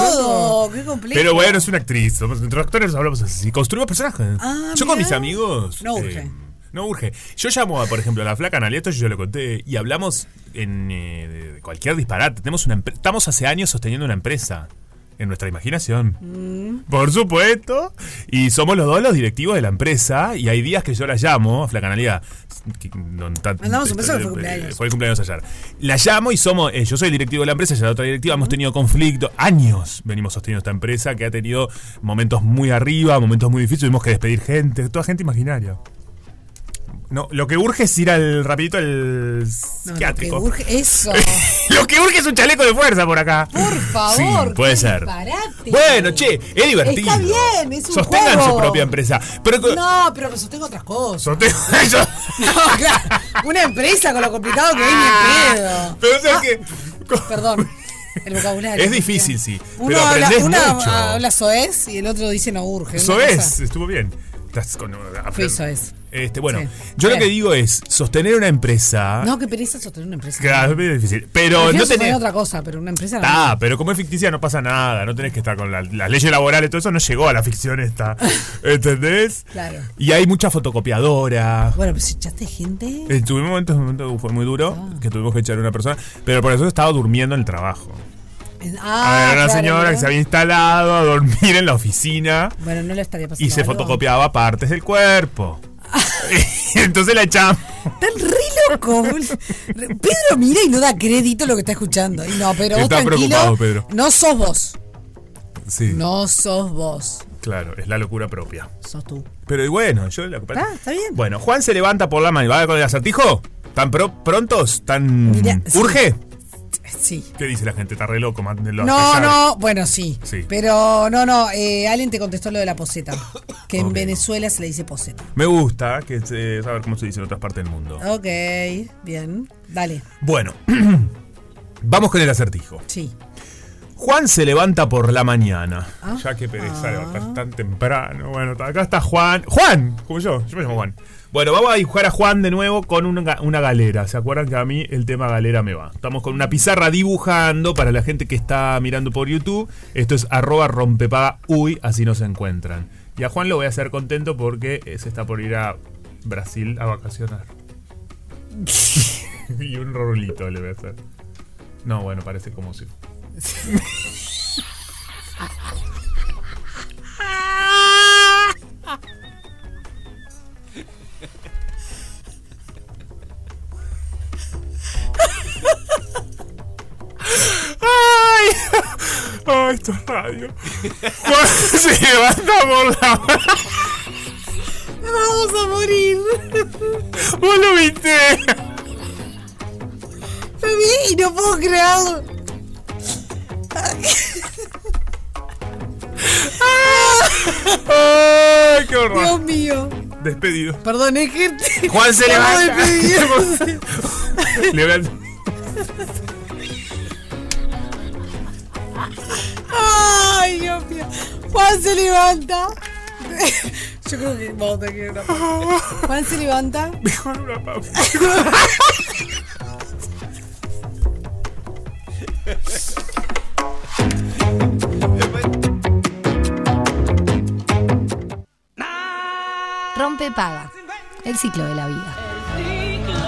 Speaker 3: hablando.
Speaker 2: qué complejo.
Speaker 3: Pero bueno, es una actriz. Somos, entre actores hablamos así. Construimos personajes.
Speaker 2: Ah,
Speaker 3: yo con
Speaker 2: mirá.
Speaker 3: mis amigos. eh,
Speaker 2: No urge.
Speaker 3: no urge. Yo llamo, a, por ejemplo, a la flaca Analieto, yo ya lo conté, y hablamos en, eh, de de cualquier disparate. Tenemos una empre- estamos hace años sosteniendo una empresa. En nuestra imaginación. Por supuesto. Y somos los dos los directivos de la empresa. Y hay días que yo la llamo, a Flaca Analía. que no- tan-
Speaker 2: Mandamos un beso,
Speaker 3: eh,
Speaker 2: que fue cumpleaños.
Speaker 3: Fue el cumpleaños ayer. La llamo y somos, eh, yo soy el directivo de la empresa, ella la otra directiva, hemos tenido conflicto, años venimos sosteniendo esta empresa que ha tenido momentos muy arriba, momentos muy difíciles, tuvimos que despedir gente, toda gente imaginaria. No, lo que urge es ir al rapidito
Speaker 2: No,
Speaker 3: al
Speaker 2: lo que
Speaker 3: psiquiátrico.
Speaker 2: urge, eso.
Speaker 3: Lo que urge es un chaleco de fuerza por acá.
Speaker 2: Por favor.
Speaker 3: Sí, puede
Speaker 2: qué
Speaker 3: ser.
Speaker 2: disparate.
Speaker 3: Bueno, che, es divertido.
Speaker 2: Está bien, es un
Speaker 3: Sostengan
Speaker 2: juego.
Speaker 3: su propia empresa. Pero
Speaker 2: No, pero sostengo otras cosas.
Speaker 3: Sostengan- yo-
Speaker 2: No, claro. Una empresa con lo complicado que es ni pedo.
Speaker 3: Ah,
Speaker 2: Ah,
Speaker 3: Pero sabes que
Speaker 2: Perdón. El vocabulario.
Speaker 3: Es difícil, sí,
Speaker 2: Uno
Speaker 3: pero
Speaker 2: habla,
Speaker 3: aprendés
Speaker 2: uno
Speaker 3: mucho.
Speaker 2: habla soez y el otro dice no urge.
Speaker 3: Eso
Speaker 2: una
Speaker 3: es,
Speaker 2: cosa.
Speaker 3: estuvo bien. Estás con- a-
Speaker 2: Fui soez.
Speaker 3: Este, bueno,
Speaker 2: Sí.
Speaker 3: yo lo
Speaker 2: Bien.
Speaker 3: que digo es sostener una empresa.
Speaker 2: No, que pereza sostener una empresa.
Speaker 3: Claro, es medio difícil. Pero
Speaker 2: Prefiero
Speaker 3: no
Speaker 2: sostener
Speaker 3: tenés.
Speaker 2: otra cosa, pero una empresa. no.
Speaker 3: Está, pero como es ficticia no pasa nada, no tenés que estar con la- las leyes laborales, todo eso no llegó a la ficción esta. ¿Entendés?
Speaker 2: Claro.
Speaker 3: Y hay mucha fotocopiadora.
Speaker 2: Bueno, pero si echaste gente.
Speaker 3: Eh, tuvimos momentos, momentos que fue muy duro, que tuvimos que echar a una persona, pero por eso estaba durmiendo en el trabajo.
Speaker 2: Ah,
Speaker 3: Había Eh, una
Speaker 2: claro,
Speaker 3: señora que
Speaker 2: mirá.
Speaker 3: se había instalado a dormir en la oficina.
Speaker 2: Bueno, no le estaría pasando.
Speaker 3: y se
Speaker 2: algo.
Speaker 3: fotocopiaba partes del cuerpo. Y Entonces la echamos.
Speaker 2: Tan re loco. bol- Pedro mira y no da crédito a lo que está escuchando. Y no, pero vos
Speaker 3: Está
Speaker 2: tranquilo.
Speaker 3: preocupado, Pedro.
Speaker 2: No sos vos.
Speaker 3: Sí.
Speaker 2: No sos vos.
Speaker 3: Claro, es la locura propia.
Speaker 2: Sos tú.
Speaker 3: Pero y bueno, yo la
Speaker 2: Ah, está bien.
Speaker 3: Bueno, Juan se levanta por la mañana. ¿Va con el acertijo? ¿Tan pro- prontos? ¿Tan.
Speaker 2: Mirá, sí.
Speaker 3: ¿Urge?
Speaker 2: Sí.
Speaker 3: ¿Qué dice la gente? Está re loco, mándenlo a
Speaker 2: No,
Speaker 3: pesar.
Speaker 2: no, bueno, sí.
Speaker 3: Sí.
Speaker 2: Pero no, no, eh, alguien te contestó lo de la poseta. Que en
Speaker 3: Ok.
Speaker 2: Venezuela se le dice poseta.
Speaker 3: Me gusta que se- saber cómo se dice en otras partes del mundo.
Speaker 2: Ok, bien. Dale,
Speaker 3: Bueno, vamos con el acertijo.
Speaker 2: sí.
Speaker 3: Juan se levanta por la mañana. Ya que pereza levantarse tan temprano. Bueno, acá está Juan. ¡Juan! Como yo, yo me llamo Juan. Bueno, vamos a dibujar a Juan de nuevo con una, ga- una galera. ¿Se acuerdan que a mí el tema galera me va? Estamos con una pizarra dibujando para la gente que está mirando por YouTube. Esto es arroba rompepaga uy, así nos encuentran. Y a Juan lo voy a hacer contento porque eh, se está por ir a Brasil a vacacionar. y un rolito le voy a hacer. No, bueno, parece como si. ¡Ay! ¡Ay, esto es radio! Cuando se levanta por la.
Speaker 2: Vamos a morir.
Speaker 3: ¡Vos lo viste!
Speaker 2: Lo vi y no puedo
Speaker 3: Ah.
Speaker 2: creerlo.
Speaker 3: ¡Ay, qué horror!
Speaker 2: Dios mío.
Speaker 3: Despedido.
Speaker 2: Perdón, es gente.
Speaker 3: Juan se
Speaker 2: Estamos
Speaker 3: levanta.
Speaker 2: despedidos.
Speaker 3: Le voy a-
Speaker 2: Ay, Dios mío. Juan se levanta. Yo creo que vamos a tener que ir a una pausa. Juan se levanta.
Speaker 3: Mejor una pausa.
Speaker 5: Rompe paga. El ciclo de la vida.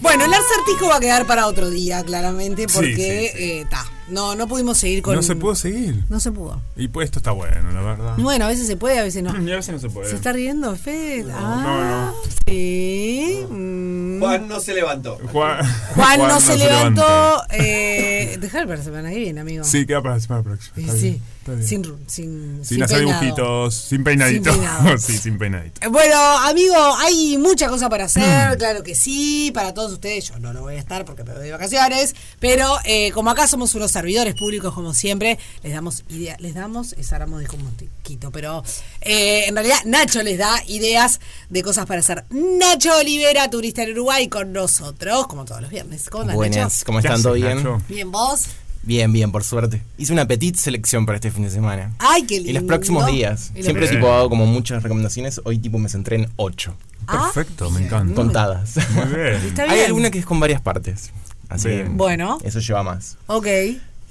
Speaker 2: Bueno, el arcertijo va a quedar para otro día, claramente,
Speaker 3: Sí,
Speaker 2: porque
Speaker 3: sí, sí.
Speaker 2: eh, ta, no, no pudimos seguir con.
Speaker 3: No se pudo seguir.
Speaker 2: No se pudo.
Speaker 3: Y pues esto está bueno, la verdad.
Speaker 2: Bueno, a veces se puede, a veces no.
Speaker 3: Y a veces no se puede.
Speaker 2: ¿Se está riendo, Fed? ah,
Speaker 3: Mm. no,
Speaker 2: sí. mm.
Speaker 4: Juan no se levantó.
Speaker 3: Juan,
Speaker 2: Juan, no, se,
Speaker 3: levanta.
Speaker 2: levantó. Eh, dejar para la semana que viene, amigo.
Speaker 3: Sí, queda para la semana próxima.
Speaker 2: Y
Speaker 3: Está
Speaker 2: sí,
Speaker 3: bien, está bien.
Speaker 2: sin, ru- sin,
Speaker 3: sin hacer
Speaker 2: peinado.
Speaker 3: dibujitos, sin peinadito.
Speaker 2: Sin peinado.
Speaker 3: sí, sin peinadito.
Speaker 2: Eh, Bueno, amigo, hay mucha cosa para hacer, claro que sí, para todos ustedes. Yo no lo voy a estar porque me voy de vacaciones, pero eh, como acá somos unos servidores públicos, como siempre, les damos ideas, les damos, eh, Sara me dijo un montquito, pero eh, en realidad Nacho les da ideas de cosas para hacer. Nacho Olivera, turista en Uruguay, con nosotros, como todos los viernes. ¿Cómo andas,
Speaker 10: Buenas,
Speaker 2: Nacho?
Speaker 10: ¿cómo
Speaker 3: ¿Qué
Speaker 10: están? ¿Todo
Speaker 3: haces,
Speaker 10: bien?
Speaker 3: Nacho?
Speaker 2: Bien, vos.
Speaker 10: Bien, bien, por suerte. Hice una petit selección para este fin de semana.
Speaker 2: Ay, qué lindo.
Speaker 10: Y los próximos días.
Speaker 2: Y los
Speaker 10: Siempre
Speaker 2: próximos-
Speaker 10: tipo hago como muchas recomendaciones. Hoy tipo me centré en ocho.
Speaker 2: Ah,
Speaker 3: Perfecto, me encanta.
Speaker 10: Contadas.
Speaker 3: Muy bien.
Speaker 2: Está
Speaker 10: Hay
Speaker 2: bien.
Speaker 10: alguna que es con varias partes. Así que
Speaker 3: Bien.
Speaker 2: Bueno,
Speaker 10: eso lleva más.
Speaker 2: ok.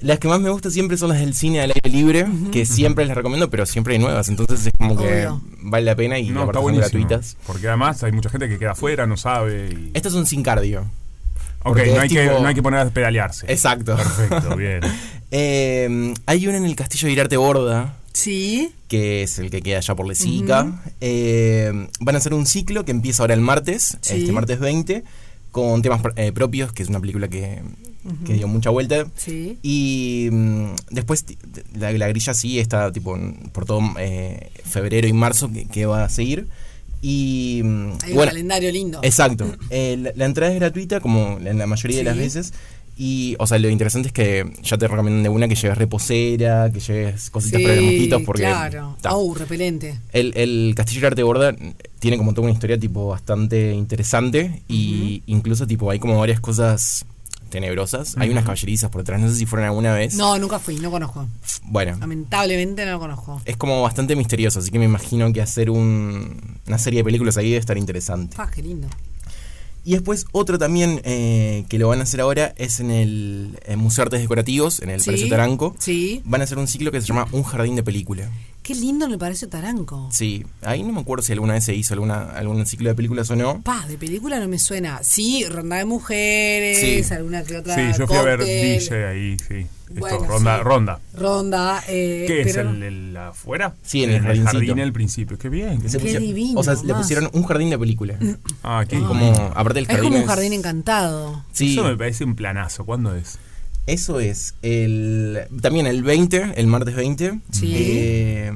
Speaker 10: Las que más me gustan siempre son las del cine al aire libre, que siempre les recomiendo, pero siempre hay nuevas. Entonces es como que
Speaker 2: Obvio.
Speaker 10: vale la pena y
Speaker 3: No,
Speaker 10: aparte
Speaker 3: está
Speaker 10: son
Speaker 3: buenísimo.
Speaker 10: gratuitas.
Speaker 3: Porque además hay mucha gente que queda afuera, no sabe. Y...
Speaker 10: Estas son sin cardio.
Speaker 3: Ok,
Speaker 10: porque
Speaker 3: no
Speaker 10: es
Speaker 3: hay, que,
Speaker 10: tipo-
Speaker 3: no hay que poner a pedalearse.
Speaker 10: Exacto.
Speaker 3: Perfecto, bien.
Speaker 10: Eh, hay una en el castillo de Irarte Borda,
Speaker 2: Sí.
Speaker 10: que es el que queda allá por Lesica. Eh, van a hacer un ciclo que empieza ahora el martes,
Speaker 2: Sí.
Speaker 10: este martes 20, con temas pr- eh, propios, que es una película que, que dio mucha vuelta.
Speaker 2: Sí.
Speaker 10: Y mm, después ti- la, la grilla sí está tipo en- por todo eh, febrero y marzo que, que va a seguir. Y mm,
Speaker 2: Hay un
Speaker 10: bueno,
Speaker 2: calendario lindo.
Speaker 10: Exacto. Eh, la, la entrada es gratuita, como en la mayoría de las
Speaker 2: Sí.
Speaker 10: veces. Y, o sea, lo interesante es que ya te recomiendan de una que lleves reposera, que lleves cositas para los mosquitos, porque.
Speaker 2: Claro.
Speaker 10: ta.
Speaker 2: Oh, repelente.
Speaker 10: El, el Castillo de Arte Gorda tiene como toda una historia tipo bastante interesante. Y incluso tipo hay como varias cosas tenebrosas. Hay unas caballerizas por detrás, no sé si fueron alguna vez.
Speaker 2: No, nunca fui, no conozco.
Speaker 10: Bueno.
Speaker 2: Lamentablemente no lo conozco.
Speaker 10: Es como bastante misterioso, así que me imagino que hacer un- una serie de películas ahí debe estar interesante.
Speaker 2: Ah, qué lindo.
Speaker 10: Y después otro también eh, que lo van a hacer ahora es en el en Museo de Artes Decorativos, en el
Speaker 2: Sí,
Speaker 10: Palacio Taranco.
Speaker 2: sí.
Speaker 10: Van a hacer un ciclo que se llama Un Jardín de Película.
Speaker 2: Qué lindo le parece Taranco.
Speaker 10: Sí, ahí no me acuerdo si alguna vez se hizo alguna, algún ciclo de películas o no.
Speaker 2: Pa, de película no me suena. Sí, ronda de mujeres,
Speaker 10: Sí.
Speaker 2: alguna que otra.
Speaker 3: Sí, yo fui a ver
Speaker 2: cóctel.
Speaker 3: DJ ahí, sí. Esto,
Speaker 2: Bueno,
Speaker 3: ronda,
Speaker 2: sí.
Speaker 3: ronda.
Speaker 2: Ronda. Eh,
Speaker 3: ¿Qué es
Speaker 2: pero-
Speaker 3: el, el afuera?
Speaker 10: Sí, en el jardincito.
Speaker 3: jardín al principio. Qué bien. qué
Speaker 10: Se
Speaker 2: Qué
Speaker 3: bien.
Speaker 10: pusieron-
Speaker 2: divino,
Speaker 10: O sea, le
Speaker 2: más.
Speaker 10: pusieron un jardín de película.
Speaker 3: Ah, aquí.
Speaker 10: Como, aparte el
Speaker 2: Es
Speaker 10: jardín
Speaker 2: como un jardín encantado.
Speaker 10: Sí,
Speaker 3: Eso me parece un planazo. ¿Cuándo es?
Speaker 10: eso es. El, también el 20, el martes 20.
Speaker 2: Sí.
Speaker 10: Eh,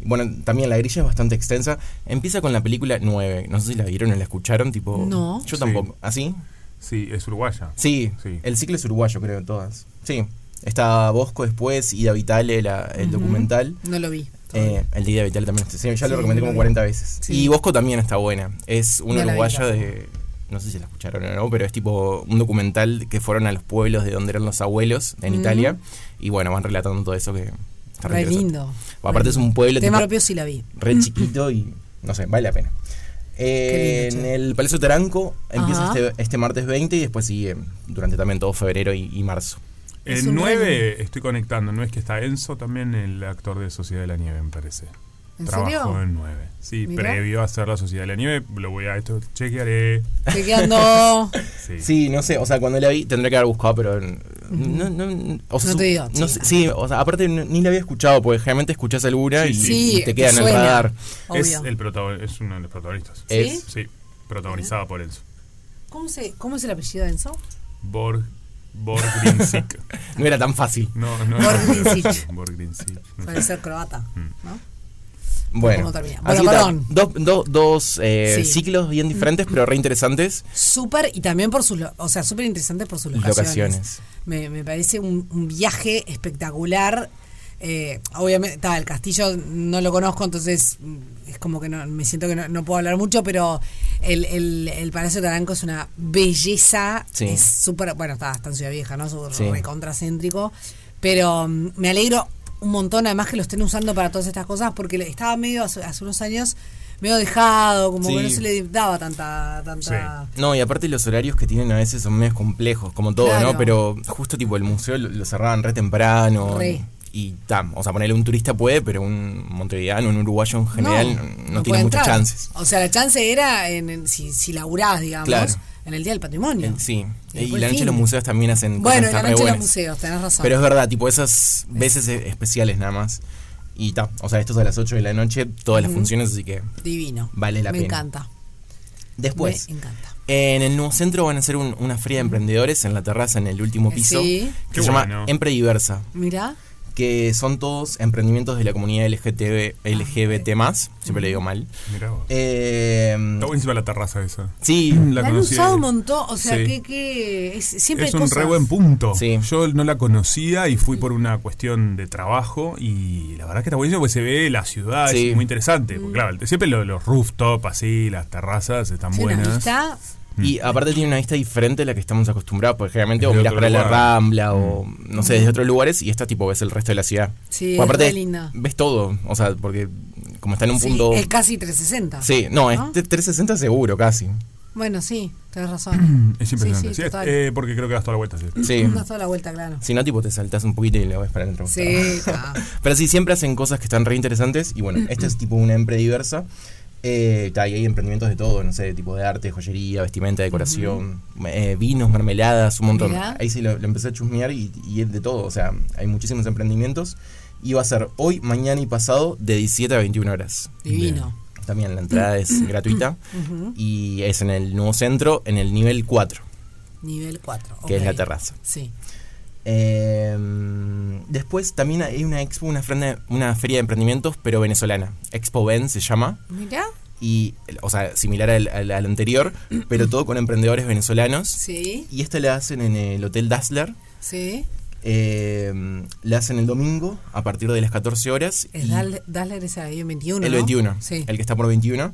Speaker 10: bueno, también la grilla es bastante extensa. Empieza con la película 9. No sé si la vieron o la escucharon, tipo...
Speaker 2: No.
Speaker 10: Yo
Speaker 3: Sí.
Speaker 10: tampoco. ¿Así?
Speaker 3: Sí, es uruguaya.
Speaker 10: Sí,
Speaker 3: Sí.
Speaker 10: el ciclo es uruguayo, creo, todas. Sí. Está Bosco después, Ida Vitale, la- el documental.
Speaker 2: No lo vi.
Speaker 10: Eh, el de Ida Vitale también. Sí, ya
Speaker 2: Sí,
Speaker 10: lo recomendé
Speaker 2: lo
Speaker 10: como
Speaker 2: vi.
Speaker 10: 40 veces.
Speaker 2: Sí.
Speaker 10: Y Bosco también está buena. Es una
Speaker 2: No la vi
Speaker 10: uruguaya
Speaker 2: tampoco.
Speaker 10: de. No sé si la escucharon o no, pero es tipo un documental que fueron a los pueblos de donde eran los abuelos en Italia. Y bueno, van relatando todo eso que está re
Speaker 2: Re
Speaker 10: interesante.
Speaker 2: lindo.
Speaker 10: Aparte,
Speaker 2: Re
Speaker 10: es
Speaker 2: lindo.
Speaker 10: un pueblo
Speaker 2: Tema
Speaker 10: tipo-
Speaker 2: propio sí la vi.
Speaker 10: re chiquito y no sé, vale la pena. Eh, en el Palacio Taranco empieza
Speaker 2: Ajá.
Speaker 10: este, este martes 20 y después sigue durante también todo febrero y, y marzo.
Speaker 3: El 9 Eh, estoy conectando, no es que está Enzo, también el actor de Sociedad de la Nieve, me parece.
Speaker 2: ¿En
Speaker 3: Trabajó
Speaker 2: serio?
Speaker 3: en 9. Sí,
Speaker 2: Mirá.
Speaker 3: previo a hacer la Sociedad de la Nieve, lo voy a esto, chequearé.
Speaker 2: Chequeando.
Speaker 10: Sí. no sé, o sea, cuando la vi tendría que haber buscado, pero. No, no, o sea,
Speaker 2: No te digo,
Speaker 10: no sé, sí, o sea, aparte no- ni la había escuchado, porque generalmente escuchás alguna y, y te queda en el
Speaker 3: suena,
Speaker 10: radar.
Speaker 3: Es, el protagon- es uno de los protagonistas.
Speaker 10: ¿Sí?
Speaker 3: Sí, protagonizada por Enzo.
Speaker 2: ¿Cómo, se, ¿Cómo es el apellido de Enzo?
Speaker 3: Borg. Borgrinsik.
Speaker 10: no era tan fácil.
Speaker 3: No, no.
Speaker 2: Borgrinsik.
Speaker 3: Borgrinsik.
Speaker 2: Puede ser croata,
Speaker 3: Mm.
Speaker 2: ¿no?
Speaker 10: Bueno,
Speaker 2: ¿Cómo termina? Bueno,
Speaker 10: así que ta-
Speaker 2: perdón.
Speaker 10: dos, dos- dos, eh,
Speaker 2: Sí.
Speaker 10: ciclos bien diferentes, pero re interesantes.
Speaker 2: Súper, y también por sus, lo- o sea, súper interesante por sus locaciones.
Speaker 10: Locaciones.
Speaker 2: Me, me parece un, un viaje espectacular. Eh, obviamente, ta, el castillo no lo conozco, entonces mm, es como que no, me siento que no, no puedo hablar mucho, pero el, el, el Palacio Taranco es una belleza.
Speaker 10: Sí.
Speaker 2: Es súper, bueno, está, está en Ciudad Vieja, ¿no? Súper
Speaker 10: Sí.
Speaker 2: recontracéntrico. Pero mm, me alegro un montón, además que lo estén usando para todas estas cosas, porque le- estaba medio hace, hace unos años medio dejado, como que
Speaker 10: Sí.
Speaker 2: no se le daba tanta. tanta
Speaker 10: No, y aparte los horarios que tienen a veces son medios complejos, como todo,
Speaker 2: Claro.
Speaker 10: ¿no? Pero justo tipo el museo lo, lo cerraban re temprano.
Speaker 2: Re.
Speaker 10: Y tam, o sea, ponerle un turista puede, pero un montevideano, un uruguayo en general, no, tiene
Speaker 2: puede
Speaker 10: muchas
Speaker 2: entrar.
Speaker 10: chances.
Speaker 2: O sea, la chance era en, en- si, si laburás, digamos,
Speaker 10: Claro.
Speaker 2: en el Día del Patrimonio.
Speaker 10: Eh, Sí.
Speaker 2: Y
Speaker 10: Y,
Speaker 2: después
Speaker 10: la noche
Speaker 2: fin.
Speaker 10: de los museos también
Speaker 2: Pues
Speaker 10: hacen
Speaker 2: Bueno,
Speaker 10: cosas
Speaker 2: en la
Speaker 10: tan re
Speaker 2: noche de los
Speaker 10: buenas.
Speaker 2: museos, tenés razón.
Speaker 10: Pero es verdad, tipo esas veces e- especiales nada más. Y ta, o sea, esto es a las 8 de la noche, todas las
Speaker 2: Ujú.
Speaker 10: funciones, así que
Speaker 2: Divino.
Speaker 10: vale la
Speaker 2: Me
Speaker 10: pena.
Speaker 2: encanta.
Speaker 10: Después,
Speaker 2: Me encanta.
Speaker 10: en el nuevo centro van a hacer un- una feria de emprendedores en la terraza, en el último piso,
Speaker 2: Eh, Sí.
Speaker 10: que
Speaker 2: Qué
Speaker 10: se
Speaker 2: bueno.
Speaker 10: llama Empre Diversa,
Speaker 2: Mirá.
Speaker 10: que son todos emprendimientos de la comunidad LGTB, LGBT+, siempre le digo mal.
Speaker 3: Mirá vos.
Speaker 10: Está
Speaker 3: buenísima la terraza esa.
Speaker 10: eh, Sí.
Speaker 3: La
Speaker 2: La han
Speaker 3: conocí
Speaker 2: usado
Speaker 3: ahí.
Speaker 2: un montón. O sea,
Speaker 3: Sí.
Speaker 2: que, que es- siempre
Speaker 3: es
Speaker 2: hay
Speaker 3: un
Speaker 2: cosas.
Speaker 3: re buen punto. Yo no la conocía y fui por una cuestión de trabajo y la verdad que está buenísimo porque se ve la ciudad,
Speaker 10: Sí.
Speaker 3: es muy interesante.
Speaker 2: Mm.
Speaker 3: Porque claro, siempre lo- los rooftops así, las terrazas están
Speaker 2: Sí, una
Speaker 3: buenas.
Speaker 2: vista.
Speaker 10: Y aparte tiene una vista diferente a la que estamos acostumbrados, porque generalmente o
Speaker 3: Desde
Speaker 10: miras
Speaker 3: otro
Speaker 10: para la
Speaker 3: lugar.
Speaker 10: Rambla o no sé, desde otros lugares y esta tipo ves el resto de la ciudad.
Speaker 2: Sí,
Speaker 10: Porque
Speaker 2: es
Speaker 10: aparte
Speaker 2: re linda.
Speaker 10: ves todo, o sea, porque como está en un
Speaker 2: Sí,
Speaker 10: punto...
Speaker 2: es casi 360.
Speaker 10: Sí, no, este, es 360 seguro casi.
Speaker 2: Bueno, sí, tenés razón.
Speaker 10: Es
Speaker 3: impresionante.
Speaker 2: Sí,
Speaker 3: Sí,
Speaker 2: sí,
Speaker 3: es-
Speaker 2: total.
Speaker 3: eh, porque creo que das toda la vuelta. Sí.
Speaker 10: Sí.
Speaker 2: Das toda la vuelta, claro.
Speaker 10: Si no, tipo te saltas un poquito y lo ves para adentro.
Speaker 2: Sí, ta.
Speaker 10: Pero sí, siempre hacen cosas que están re interesantes. Y bueno, esta es tipo una empre diversa. Eh, ta, y hay emprendimientos de todo, no sé, tipo de arte, joyería, vestimenta, decoración, eh, vinos, mermeladas, un montón.
Speaker 2: Mirá.
Speaker 10: Ahí sí lo, lo empecé a chusmear y, y es de todo. O sea, hay muchísimos emprendimientos. Y va a ser hoy, mañana y pasado de 17 a 21 horas.
Speaker 2: Divino.
Speaker 10: También la entrada es gratuita.
Speaker 2: Ujú.
Speaker 10: Y es en el nuevo centro, en el nivel 4,
Speaker 2: Nivel 4.
Speaker 10: que es la terraza.
Speaker 2: Sí.
Speaker 10: Eh, después también hay una expo, una, frena- una feria de emprendimientos, pero venezolana. Expo Ben se llama.
Speaker 2: Mirá.
Speaker 10: Y, o sea, similar al, al- al anterior, pero todo con emprendedores venezolanos.
Speaker 2: Sí.
Speaker 10: Y esta la hacen en el Hotel Dazzler.
Speaker 2: Sí.
Speaker 10: Eh, la hacen el domingo a partir de las 14 horas.
Speaker 2: Es
Speaker 10: y
Speaker 2: darle, darle esa ahí en 21.
Speaker 10: el
Speaker 2: ¿no?
Speaker 10: 21,
Speaker 2: Sí.
Speaker 10: el que está por 21.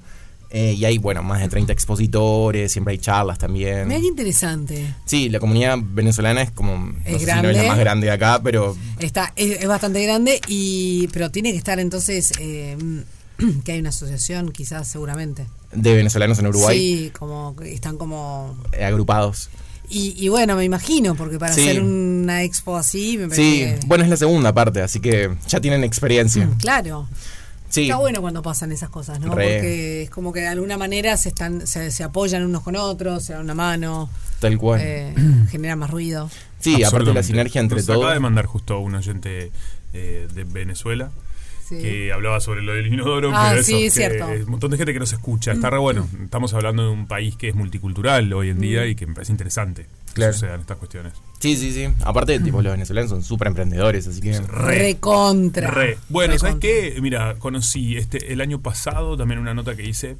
Speaker 10: Eh, y hay, bueno, más de 30 expositores, siempre hay charlas también.
Speaker 2: Mira qué interesante.
Speaker 10: Sí, la comunidad venezolana es como, no
Speaker 2: Es
Speaker 10: sé si no es
Speaker 2: grande.
Speaker 10: la más grande de acá, pero
Speaker 2: Está, es, es bastante grande, y pero tiene que estar entonces eh, que hay una asociación, quizás, seguramente.
Speaker 10: de venezolanos en Uruguay.
Speaker 2: Sí, como que están como.
Speaker 10: eh, agrupados.
Speaker 2: Y, y bueno, me imagino, porque para
Speaker 10: Sí.
Speaker 2: hacer una expo así, me parece.
Speaker 10: Sí,
Speaker 2: que- Mm,
Speaker 10: bueno, es la segunda parte, así que ya tienen experiencia.
Speaker 2: Claro.
Speaker 10: Sí,
Speaker 2: Está bueno cuando pasan esas cosas, ¿no?
Speaker 10: Re.
Speaker 2: Porque es como que de alguna manera se están se, se apoyan unos con otros, se dan una mano,
Speaker 10: tal cual.
Speaker 2: eh, genera más ruido.
Speaker 10: Sí, aparte la
Speaker 3: Absolutamente.
Speaker 10: sinergia entre
Speaker 3: Nos
Speaker 10: todos.
Speaker 3: Acaba de mandar justo un oyente eh, de Venezuela
Speaker 2: Sí.
Speaker 3: que hablaba sobre lo del inodoro.
Speaker 2: Ah,
Speaker 3: pero
Speaker 2: sí,
Speaker 3: eso,
Speaker 2: es
Speaker 3: que
Speaker 2: cierto. Mm.
Speaker 3: Un montón de gente que no se escucha. Está re bueno. Estamos hablando de un país que es multicultural hoy en día
Speaker 10: Mm.
Speaker 3: y que me parece interesante que
Speaker 10: Claro.
Speaker 3: sucedan estas cuestiones.
Speaker 10: Sí, sí, sí. Aparte, tipo, los venezolanos son súper emprendedores, así que.
Speaker 2: Recontra.
Speaker 3: Re. Bueno,
Speaker 2: Re
Speaker 3: ¿sabes
Speaker 2: contra.
Speaker 3: qué? Mira, conocí este el año pasado también una nota que hice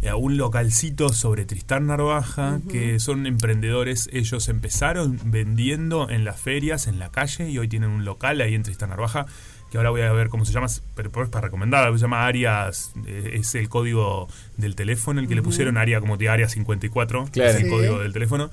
Speaker 3: eh, a un localcito sobre Tristán Narvaja, que son emprendedores. Ellos empezaron vendiendo en las ferias, en la calle, y hoy tienen un local ahí en Tristán Narvaja, que ahora voy a ver cómo se llama, pero pero es para recomendar, se llama Arias, eh, es el código del teléfono, el que le
Speaker 10: Ujú.
Speaker 3: pusieron Aria como de Área 54, que
Speaker 10: Claro.
Speaker 3: es el
Speaker 10: Sí.
Speaker 3: código del teléfono.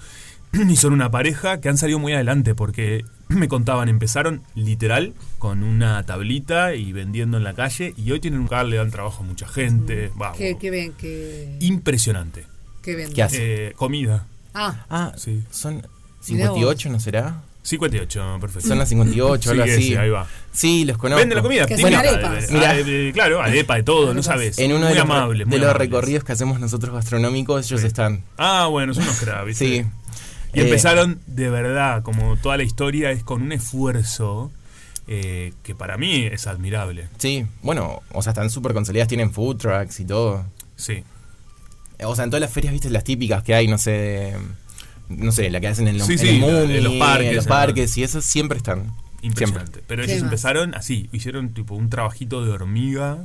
Speaker 3: Y son una pareja que han salido muy adelante porque me contaban, empezaron literal con una tablita y vendiendo en la calle y hoy tienen un lugar, le dan trabajo a mucha gente. Va,
Speaker 2: Que, que ven, que,
Speaker 3: impresionante.
Speaker 2: que ven.
Speaker 3: Eh, comida.
Speaker 2: Ah.
Speaker 10: Ah, son
Speaker 2: Mirá vos.
Speaker 10: 58, ¿no será?
Speaker 3: 58, perfecto.
Speaker 10: Son las 58, algo
Speaker 3: Sí,
Speaker 10: así.
Speaker 3: sí, ahí va.
Speaker 10: Sí, los conozco.
Speaker 3: Venden la comida, Que típica hacen de- arepas. de-
Speaker 10: Mirá.
Speaker 3: de- claro, arepa, de todo, no sabes.
Speaker 10: En uno
Speaker 3: Muy
Speaker 10: de, los,
Speaker 3: amables, muy
Speaker 10: de los
Speaker 3: amables.
Speaker 10: recorridos que hacemos nosotros gastronómicos, ellos están.
Speaker 3: Ah, bueno, son unos crabs.
Speaker 10: Sí.
Speaker 3: Y
Speaker 10: Eh,
Speaker 3: empezaron de verdad, como toda la historia, es con un esfuerzo eh, que para mí es admirable.
Speaker 10: Sí, bueno, o sea, están súper consolidadas, tienen food trucks y todo.
Speaker 3: Sí.
Speaker 10: O sea, en todas las ferias, viste, las típicas que hay, no sé, de- no sé, la que hacen en los,
Speaker 3: Sí,
Speaker 10: en
Speaker 3: sí,
Speaker 10: el Muni,
Speaker 3: en los parques,
Speaker 10: en los
Speaker 3: en-
Speaker 10: parques, y esas siempre están.
Speaker 3: Impresionante. Pero
Speaker 10: ¿Qué
Speaker 3: ellos
Speaker 10: más?
Speaker 3: empezaron así, hicieron tipo un trabajito de hormiga.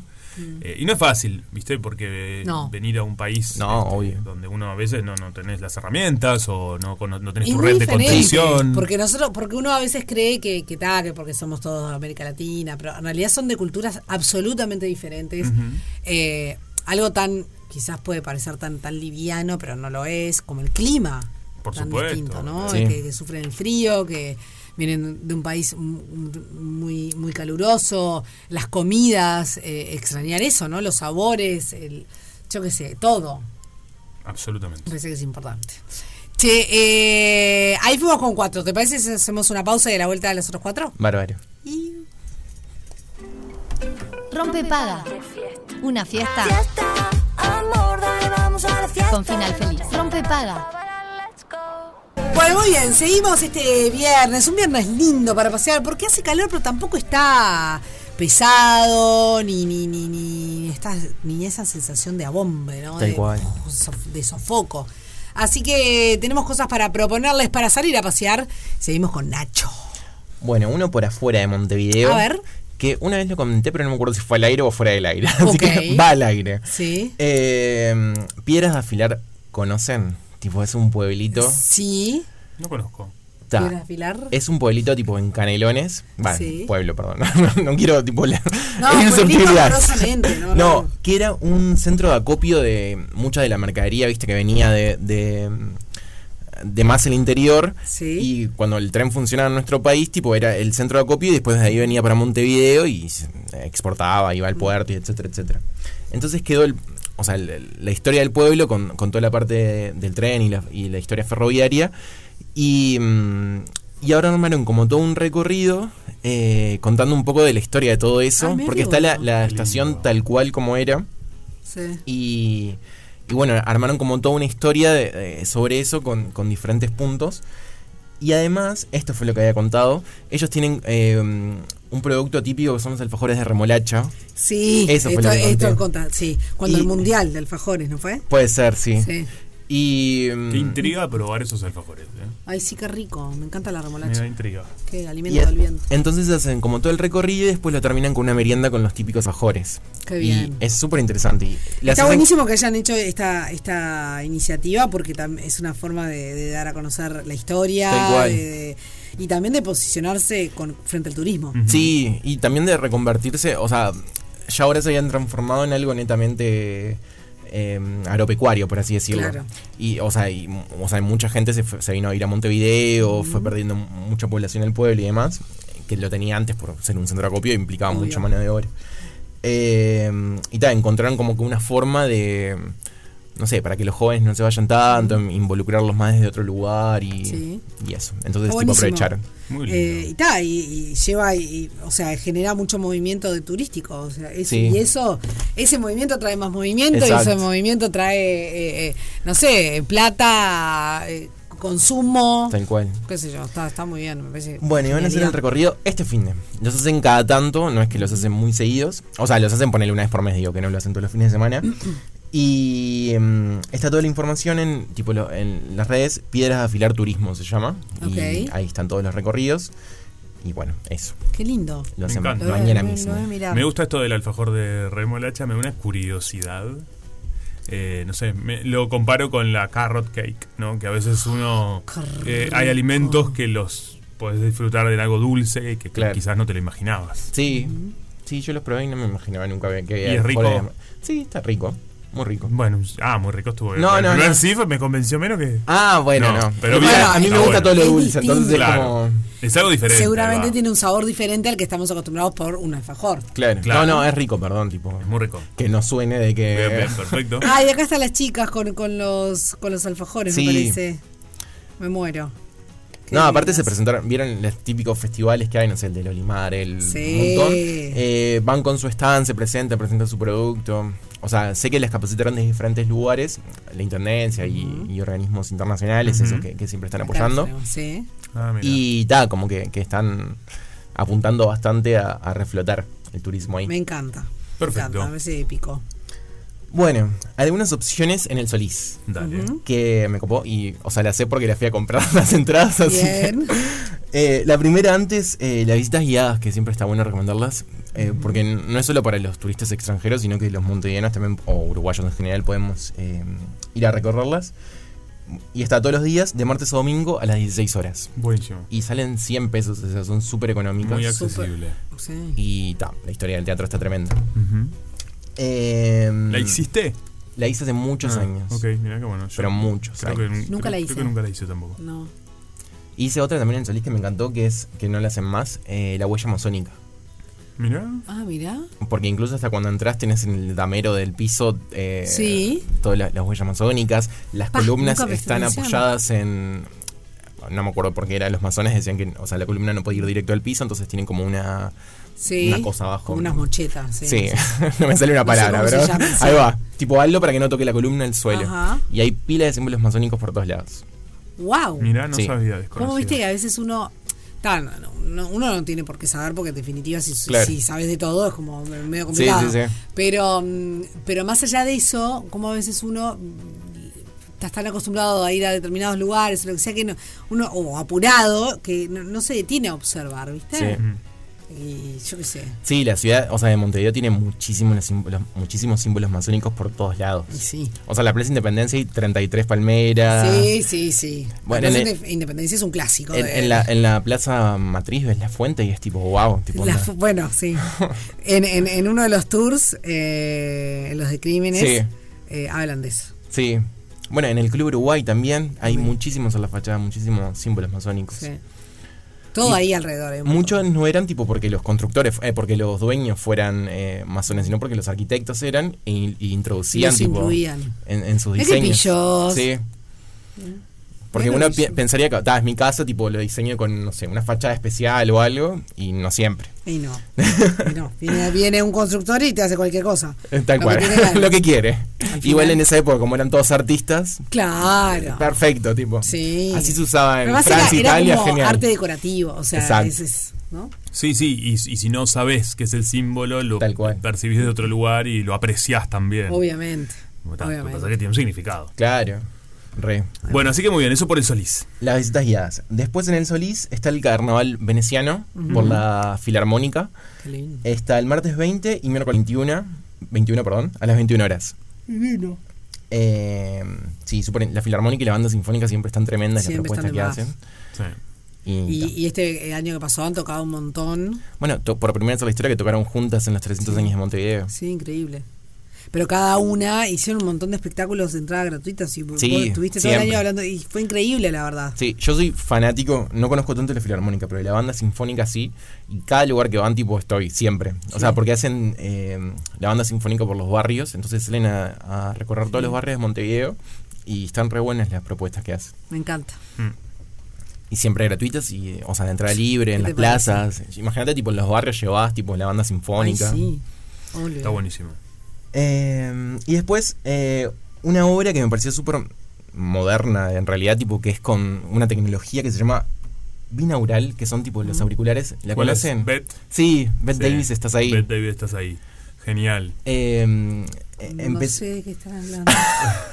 Speaker 3: Eh, y no es fácil, ¿viste? Porque eh,
Speaker 10: No.
Speaker 3: venir a un país
Speaker 10: No,
Speaker 3: este,
Speaker 10: obvio.
Speaker 3: donde uno a veces no, no tenés las herramientas o no, cono- no tenés
Speaker 2: Es
Speaker 3: tu
Speaker 2: muy
Speaker 3: red de
Speaker 2: diferente,
Speaker 3: contención.
Speaker 2: Porque nosotros, porque uno a veces cree que, que tal, que porque somos todos de América Latina, pero en realidad son de culturas absolutamente diferentes.
Speaker 3: Ujú.
Speaker 2: Eh, algo tan, quizás puede parecer tan, tan liviano, pero no lo es, como el clima.
Speaker 3: Por
Speaker 2: tan
Speaker 3: supuesto,
Speaker 2: distinto, ¿no?
Speaker 3: sí.
Speaker 2: Que, que sufren el frío, que vienen de un país m- m- muy, muy caluroso, las comidas, eh, extrañar eso, ¿no? Los sabores, el, yo qué sé, todo.
Speaker 3: Absolutamente.
Speaker 2: Me parece que es importante. Che, eh, ahí fuimos con cuatro. ¿Te parece si hacemos una pausa y de la vuelta de los otros cuatro?
Speaker 10: Bárbaro.
Speaker 5: Rompe paga. Una fiesta. Con final feliz. Rompe paga.
Speaker 2: Bueno, muy bien, seguimos este viernes. Un viernes lindo para pasear porque hace calor, pero tampoco está pesado ni ni ni ni esta- ni esa sensación de abombe, ¿no?
Speaker 10: Tal
Speaker 2: de,
Speaker 10: cual.
Speaker 2: sof- de sofoco. Así que tenemos cosas para proponerles para salir a pasear. Seguimos con Nacho.
Speaker 10: Bueno, uno por afuera de Montevideo.
Speaker 2: A ver.
Speaker 10: Que una vez lo comenté, pero no me acuerdo si fue al aire o fuera del aire. Así que
Speaker 2: Ok.
Speaker 10: va al aire.
Speaker 2: Sí.
Speaker 10: Eh, Piedras de Afilar, ¿conocen? Tipo, es un pueblito.
Speaker 2: Sí.
Speaker 3: No conozco.
Speaker 10: Ta.
Speaker 2: ¿Piedras Pilar?
Speaker 10: Es pues, un pueblito tipo en Canelones. Va,
Speaker 2: Sí.
Speaker 10: pueblo, perdón. No, tipo. tipo la-
Speaker 2: No,
Speaker 10: en
Speaker 2: pueblito
Speaker 10: susceptibilidad.
Speaker 2: amorosamente, no,
Speaker 10: No, que era un centro de acopio de mucha de la em, mercadería, viste, que venía de. de de más el interior y cuando el tren funcionaba en nuestro país tipo era el centro de acopio y después de ahí venía para Montevideo y se exportaba iba al puerto y etcétera etcétera entonces quedó el, o sea, el- el- la historia del pueblo con, con toda la parte de- del tren y la, y la historia ferroviaria. Y, mm, y ahora armaron como todo un recorrido eh, contando un poco de la historia de todo eso,
Speaker 2: Ah, mirá
Speaker 10: porque
Speaker 2: qué
Speaker 10: está la,
Speaker 2: bueno.
Speaker 10: la estación tal cual como era.
Speaker 2: Sí.
Speaker 10: Y, y bueno, armaron como toda una historia de- eh, sobre eso con, con diferentes puntos. Y además, esto fue lo que había contado, ellos tienen eh, un producto típico que son los alfajores de remolacha.
Speaker 2: Sí,
Speaker 10: Eso fue
Speaker 2: esto,
Speaker 10: lo que
Speaker 2: esto
Speaker 10: conté.
Speaker 2: conta- sí, cuando
Speaker 10: Y- Mm.
Speaker 2: el mundial de alfajores, ¿no fue?
Speaker 10: Puede ser, sí.
Speaker 2: Sí.
Speaker 10: Y, em,
Speaker 3: Qué intriga probar esos alfajores. ¿eh?
Speaker 2: Ay, sí, qué rico, me encanta la
Speaker 3: Me da
Speaker 2: remolacha.
Speaker 3: intriga.
Speaker 2: Qué
Speaker 10: y
Speaker 2: alimento
Speaker 10: en-
Speaker 2: del viento.
Speaker 10: entonces hacen como todo el recorrido y después lo terminan con una merienda con los típicos alfajores.
Speaker 2: Qué bien.
Speaker 10: Y es súper interesante. Y las
Speaker 2: Está
Speaker 10: hacen-
Speaker 2: buenísimo que hayan hecho esta, esta iniciativa porque tam- es una forma de, de dar a conocer la historia
Speaker 10: Tal cual.
Speaker 2: de- de- y también de posicionarse con, frente al turismo.
Speaker 10: Sí, y también de reconvertirse, o sea, ya ahora se habían transformado en algo netamente eh, agropecuario, por así decirlo.
Speaker 2: Claro.
Speaker 10: Y, o sea, y, o sea, mucha gente se, fue- se vino a ir a Montevideo, fue perdiendo mucha población el pueblo y demás, que lo tenía antes por ser un centro de acopio, implicaba
Speaker 2: Obvio.
Speaker 10: mucha mano de obra. Eh, y tal, encontraron como que una forma de, em, no sé, para que los jóvenes no se vayan tanto, involucrarlos más desde otro lugar y,
Speaker 2: Sí.
Speaker 10: y eso. Entonces,
Speaker 2: Está
Speaker 10: tipo,
Speaker 2: buenísimo.
Speaker 10: aprovecharon.
Speaker 2: Eh, y ta, y, y lleva, y, y, o sea, genera mucho movimiento de turístico. O sea, es-
Speaker 10: Sí.
Speaker 2: Y eso, ese movimiento trae más movimiento y
Speaker 10: Exacto.
Speaker 2: ese movimiento trae, eh, eh, no sé, plata, eh, consumo.
Speaker 10: Tal cual.
Speaker 2: Qué sé yo, está, está muy bien, me parece.
Speaker 10: Bueno, y van a hacer el
Speaker 2: genialidad.
Speaker 10: recorrido este fin de. Los hacen cada tanto, no es que los hacen muy seguidos. O sea, los hacen ponerle una vez por mes, digo, que no lo hacen todos los fines de semana. Y em, está toda la información en tipo lo- en las redes Piedras de Afilar Turismo se llama. Y
Speaker 2: Ok.
Speaker 10: ahí están todos los recorridos. Y bueno, eso.
Speaker 2: Qué lindo.
Speaker 3: Me
Speaker 10: Lo hacen
Speaker 3: encanta.
Speaker 10: mañana mismo.
Speaker 3: Me gusta esto del alfajor de remolacha, me da una curiosidad. Eh, no sé, me- lo comparo con la carrot cake, ¿no? Que a veces uno... eh, hay alimentos que los puedes disfrutar de algo dulce que quizás no te lo imaginabas.
Speaker 10: Sí, sí, yo los probé y no me imaginaba nunca que
Speaker 3: ¿Y es rico?
Speaker 10: Sí, está rico.
Speaker 6: Muy rico.
Speaker 3: Bueno, ah, muy rico estuvo.
Speaker 6: No,
Speaker 3: el
Speaker 6: no,
Speaker 3: primer
Speaker 6: no.
Speaker 3: sí fue- me convenció menos que.
Speaker 6: Ah, bueno, no.
Speaker 3: Pero
Speaker 6: Bueno,
Speaker 3: bien,
Speaker 6: a mí me
Speaker 3: está
Speaker 6: gusta todo lo
Speaker 3: Es
Speaker 6: dulce, entonces es
Speaker 3: distinto.
Speaker 6: como-
Speaker 3: Es algo diferente.
Speaker 2: Seguramente
Speaker 3: va.
Speaker 2: tiene un sabor diferente al que estamos acostumbrados por un alfajor.
Speaker 6: Claro.
Speaker 3: Claro.
Speaker 6: No, no, es rico, perdón, tipo. Es
Speaker 3: muy rico.
Speaker 6: Que no suene de que.
Speaker 3: Bien, bien, perfecto.
Speaker 2: Ay, acá están las chicas con, con los con los alfajores,
Speaker 6: Sí.
Speaker 2: me parece. Me muero. Qué
Speaker 6: No, aparte
Speaker 2: lindas.
Speaker 6: se presentaron, vieron los típicos festivales que hay, no sé, el de los Limar, el
Speaker 2: Sí.
Speaker 6: montón. Eh, van con su stand, se presentan, presentan su producto. O sea, sé que les capacitaron de diferentes lugares, la intendencia y, y organismos internacionales,
Speaker 2: Ujú.
Speaker 6: esos que, que siempre están
Speaker 2: Acá
Speaker 6: apoyando.
Speaker 2: tenemos, Sí.
Speaker 3: Ah,
Speaker 6: y ta, como que, que están apuntando bastante a, a reflotar el turismo ahí.
Speaker 2: Me encanta. Me
Speaker 6: Perfecto.
Speaker 2: encanta, me parece épico.
Speaker 6: Bueno, algunas opciones en el Solís.
Speaker 2: Ujú.
Speaker 6: Que me copó y, o sea, la sé porque la fui a comprar las entradas. Así que-
Speaker 2: Bien.
Speaker 6: Eh, la primera antes, eh, las visitas guiadas, que siempre está bueno recomendarlas, eh, porque n- no es solo para los turistas extranjeros, sino que los montevideanos también, o uruguayos en general, podemos eh, ir a recorrerlas. Y está todos los días, de martes a domingo, a las 16 horas.
Speaker 3: Buenísimo.
Speaker 6: Y salen 100 pesos, o sea, son súper económicas.
Speaker 3: Muy accesible.
Speaker 2: Sí.
Speaker 6: Y ta, la historia del teatro está tremenda.
Speaker 3: Ujú.
Speaker 6: Eh,
Speaker 3: ¿La hiciste?
Speaker 6: La hice hace muchos
Speaker 3: Ah,
Speaker 6: años.
Speaker 3: Ok, mirá que bueno. yo
Speaker 6: Pero muchos
Speaker 3: Creo que,
Speaker 6: años.
Speaker 3: nun-
Speaker 2: Nunca la
Speaker 3: creo-
Speaker 2: hice.
Speaker 3: Creo que nunca la hice tampoco.
Speaker 2: No.
Speaker 6: Hice otra también en Solís que me encantó, que es que no la hacen más, eh, La Huella Masónica.
Speaker 3: Mirá.
Speaker 2: Ah, mirá.
Speaker 6: Porque incluso hasta cuando entras tenés en el damero del piso eh,
Speaker 2: Sí.
Speaker 6: todas la- las, huellas masónicas, las
Speaker 2: Pa,
Speaker 6: columnas
Speaker 2: nunca presté
Speaker 6: están
Speaker 2: atención.
Speaker 6: apoyadas en... No me acuerdo por qué era, los masones decían que o sea, la columna no puede ir directo al piso, entonces tienen como una,
Speaker 2: Sí.
Speaker 6: una cosa abajo.
Speaker 2: Como unas mochetas. Sí.
Speaker 6: Sí, no me sale una
Speaker 2: No sé
Speaker 6: palabra,
Speaker 2: cómo se
Speaker 6: pero
Speaker 2: llama, sí.
Speaker 6: ahí va. Tipo algo para que no toque la columna al suelo.
Speaker 2: Ajá.
Speaker 6: Y hay pila de símbolos masónicos por todos lados.
Speaker 2: Wow.
Speaker 3: Mirá, no
Speaker 6: Sí.
Speaker 3: sabía.
Speaker 2: ¿Cómo
Speaker 3: desconocido.
Speaker 2: viste que a veces uno... ta, no, no, no, uno no tiene por qué saber porque en definitiva si, si-
Speaker 6: Claro.
Speaker 2: si sabes de todo es como medio complicado.
Speaker 6: sí, sí.
Speaker 2: Pero, mm, pero más allá de eso, como a veces uno mm, está tan acostumbrado a ir a determinados lugares o lo que sea que no, uno o apurado que no, no se detiene a observar, ¿viste?
Speaker 6: Sí.
Speaker 2: Y yo qué sé.
Speaker 6: Sí, la ciudad, o sea, de Montevideo tiene muchísimos símbolos, muchísimos símbolos masónicos por todos lados.
Speaker 2: Sí.
Speaker 6: O sea, la Plaza Independencia hay 33 palmeras.
Speaker 2: Sí, sí, sí.
Speaker 6: Bueno,
Speaker 2: Bueno,
Speaker 6: en
Speaker 2: Independencia es un clásico.
Speaker 6: En,
Speaker 2: de-
Speaker 6: en la, en la Plaza Matriz ves la fuente y es tipo, wow. Tipo,
Speaker 2: La
Speaker 6: onda.
Speaker 2: fu- bueno, sí. En, en- en uno de los tours, eh, en los de crímenes,
Speaker 6: Sí.
Speaker 2: eh, hablan de eso.
Speaker 6: Sí. Bueno, en el Club Uruguay también hay muchísimos en la fachada, muchísimos símbolos masónicos.
Speaker 2: Sí. Todo ahí alrededor. hay un montón.
Speaker 6: Muchos no eran tipo porque los constructores, eh, porque los dueños fueran eh, masones, sino porque los arquitectos eran e, in- y introducían
Speaker 2: Los
Speaker 6: tipo,
Speaker 2: incluían.
Speaker 6: En, en sus
Speaker 2: Mirá qué
Speaker 6: diseños.
Speaker 2: pillos.
Speaker 6: Sí. Porque
Speaker 2: Mirá
Speaker 6: uno
Speaker 2: qué
Speaker 6: pi- pensaría que, "Ta, es mi casa, tipo lo diseño con, no sé, una fachada especial o algo, y no siempre.
Speaker 2: Y no. Y no. Viene, viene un constructor y te hace cualquier cosa.
Speaker 6: Eh, Tal
Speaker 2: Lo que
Speaker 6: cual,
Speaker 2: tiene ganas.
Speaker 6: lo que quiere.
Speaker 2: final-
Speaker 6: Igual en esa época, como eran todos artistas,
Speaker 2: Claro.
Speaker 6: perfecto, tipo.
Speaker 2: Sí.
Speaker 6: Así se usaba en
Speaker 2: Pero más era-
Speaker 6: Francia,
Speaker 2: era
Speaker 6: Italia,
Speaker 2: como
Speaker 6: genial.
Speaker 2: arte decorativo. O sea,
Speaker 6: Exacto.
Speaker 2: es, es- ¿no?
Speaker 3: Sí, sí, y, y si no sabes que es el símbolo, lo percibís de otro lugar y lo apreciás también.
Speaker 2: obviamente.
Speaker 3: Como tal, Lo que
Speaker 2: obviamente.
Speaker 3: pasa es que tiene un significado.
Speaker 6: Claro, re.
Speaker 3: Bueno, así que muy bien, eso por el Solís.
Speaker 6: Las visitas guiadas. Después en el Solís está el carnaval veneciano
Speaker 3: Ujú.
Speaker 6: por la Filarmónica.
Speaker 2: Qué lindo.
Speaker 6: Está el martes 20 y miércoles 21, 21 perdón, a las 21 horas.
Speaker 2: Divino.
Speaker 6: Eh, sí, súper- la Filarmónica y la banda sinfónica siempre están tremendas
Speaker 2: Siempre
Speaker 6: las propuestas que
Speaker 2: están de
Speaker 6: hacen. Y,
Speaker 2: Y, y este año que pasó han tocado un montón.
Speaker 6: bueno, to- por primera vez en la historia que tocaron juntas en los 300 años de Montevideo.
Speaker 2: Sí, increíble. Pero cada una hicieron un montón de espectáculos de entrada gratuitas y vos
Speaker 6: Sí,
Speaker 2: estuviste todo el
Speaker 6: siempre.
Speaker 2: año hablando y fue increíble la verdad.
Speaker 6: Sí, yo soy fanático, no conozco tanto la filarmónica, pero de la banda sinfónica sí. Y cada lugar que van, tipo, estoy siempre. O sea, porque hacen eh, la banda sinfónica por los barrios, entonces salen a, a recorrer todos los barrios de Montevideo y están re buenas las propuestas que hacen.
Speaker 2: Me encanta.
Speaker 6: Y siempre gratuitas, y, o sea, de entrada libre, en
Speaker 2: ¿Qué
Speaker 6: las
Speaker 2: te parece?
Speaker 6: plazas. Imagínate, tipo, en los barrios llevás, tipo, la banda sinfónica.
Speaker 2: Ay, sí. Ole.
Speaker 3: Está buenísimo.
Speaker 6: Eh, y después, eh, una obra que me pareció súper moderna, en realidad, tipo que es con una tecnología que se llama binaural, que son tipo los auriculares. ¿La
Speaker 3: ¿Cuál es?
Speaker 6: conocen?
Speaker 3: ¿Bet?
Speaker 6: Sí, Beth
Speaker 3: Sí.
Speaker 6: Davis, estás ahí.
Speaker 3: Bette Davis, estás ahí. Genial.
Speaker 6: Eh, em,
Speaker 2: No
Speaker 6: empe-
Speaker 2: sé de qué están hablando.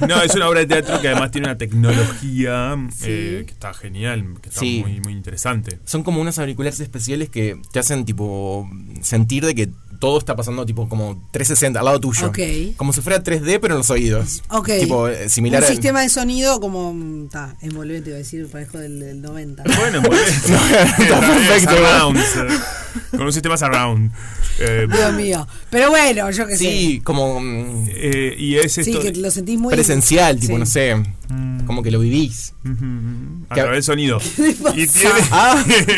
Speaker 3: No, es una obra de teatro que además tiene una tecnología eh, que está genial, que está
Speaker 6: Sí.
Speaker 3: muy, muy interesante.
Speaker 6: Son como unos auriculares especiales que te hacen tipo sentir de que todo está pasando tipo como 360 al lado tuyo.
Speaker 2: Ok.
Speaker 6: Como si fuera 3D pero en los oídos.
Speaker 2: Ok.
Speaker 6: Tipo eh, similar
Speaker 2: Un
Speaker 6: al-
Speaker 2: sistema de sonido como. mm, Está, envolvente, iba a decir, parezco del, del 90.
Speaker 3: pues, Bueno, envolvente.
Speaker 6: Está perfecto.
Speaker 3: Surrounds. con un sistema surround. Eh,
Speaker 2: Dios mío. Pero bueno, yo qué
Speaker 10: Sí, como. mm,
Speaker 3: eh, y es
Speaker 2: sé. Sí,
Speaker 3: esto
Speaker 2: que
Speaker 3: de-
Speaker 2: lo sentís muy.
Speaker 10: presencial, tipo,
Speaker 2: Sí.
Speaker 10: no sé.
Speaker 3: Mm.
Speaker 10: Como que lo vivís.
Speaker 3: a través del sonido. Y tiene-
Speaker 10: Ah,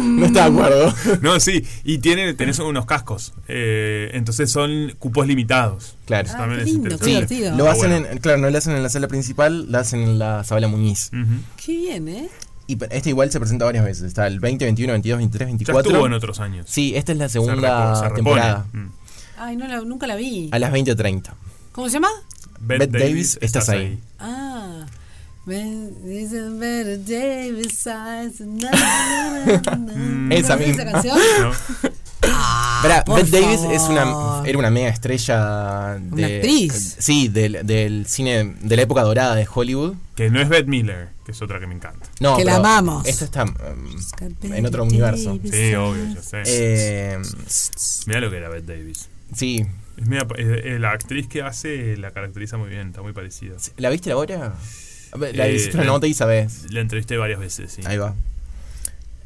Speaker 10: no está de acuerdo.
Speaker 3: No, sí. Y tiene, tenés unos cascos. eh, entonces son cupos limitados.
Speaker 2: Ah,
Speaker 10: Claro.
Speaker 3: Eso también es
Speaker 10: Sí,
Speaker 3: interesante.
Speaker 10: Lo
Speaker 3: Ah,
Speaker 10: hacen
Speaker 3: bueno.
Speaker 10: en, claro, no lo hacen en la sala principal, lo hacen en la Sabela Muñiz.
Speaker 3: Mm.
Speaker 2: Qué bien, ¿eh?
Speaker 10: Y pe- este igual se presenta varias veces. Está el 20, 21, 22, 23, 24.
Speaker 3: estuvo en otros años.
Speaker 10: Sí, esta es la
Speaker 3: Se
Speaker 10: segunda
Speaker 3: repo- se repone. Mm.
Speaker 10: temporada.
Speaker 2: Ay, no la- nunca la vi.
Speaker 10: A las 20.30.
Speaker 2: ¿Cómo se llama?
Speaker 10: Beth, Davis, estás ahí.
Speaker 2: Ah. Ben- it's a better day besides- na, na, na, na.
Speaker 10: Mm. Esa
Speaker 2: ¿Conoces
Speaker 10: misma.
Speaker 2: canción?
Speaker 10: Verá,
Speaker 2: Ah, por
Speaker 10: Bette Davis es una,
Speaker 2: favor.
Speaker 10: era una mega estrella de,
Speaker 2: Una actriz.
Speaker 10: Sí, del, del cine de la época dorada de Hollywood.
Speaker 3: Que no es Beth Miller, que es otra que me encanta.
Speaker 10: No,
Speaker 2: Que la
Speaker 10: pero
Speaker 2: amamos.
Speaker 10: Esta está um, en otro
Speaker 2: Bette
Speaker 10: universo.
Speaker 2: Davis.
Speaker 3: Sí, obvio, yo sé.
Speaker 10: Eh,
Speaker 3: Mira lo que era Beth Davis.
Speaker 10: sí.
Speaker 3: Es media- eh, eh, la actriz que hace la caracteriza muy bien, está muy parecida.
Speaker 10: ¿La viste ahora? A ver, La
Speaker 3: Eh,
Speaker 10: hiciste una
Speaker 3: la-
Speaker 10: nota y sabes.
Speaker 3: La entrevisté varias veces, sí.
Speaker 10: Ahí va.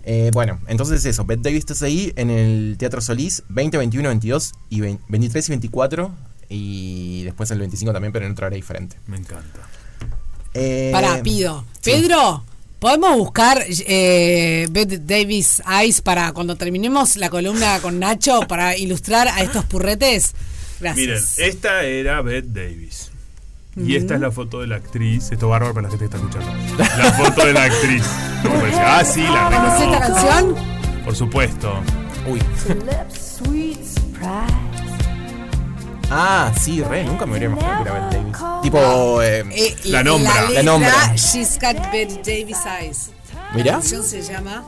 Speaker 10: Eh, bueno, entonces eso, Bette Davis estás ahí en el Teatro Solís, 20, 21, 22 y 20 23 y 24 y después el 25 también, pero en otra hora diferente.
Speaker 3: Me encanta.
Speaker 10: Eh,
Speaker 2: Pará, pido.
Speaker 10: sí.
Speaker 2: Pedro, ¿podemos buscar eh, Bette Davis Eyes para cuando terminemos la columna con Nacho para ilustrar a estos purretes?
Speaker 3: Miren,
Speaker 2: Gracias.
Speaker 3: esta era Beth Davis. Y esta es la foto de la actriz. Esto es bárbaro para la gente que está escuchando. La foto de la actriz. Como parece, ah, sí, la
Speaker 2: ¿Conocés esta
Speaker 3: recordó.
Speaker 2: canción?
Speaker 3: Por supuesto.
Speaker 10: Uy. Ah, sí, re, nunca me hubiera imaginado que era Bette Davis. Tipo, eh,
Speaker 2: Eh,
Speaker 3: La nombra.
Speaker 2: La, letra,
Speaker 10: La nombra.
Speaker 2: She's got Bette Davis Eyes. La
Speaker 10: mirá.
Speaker 2: canción se llama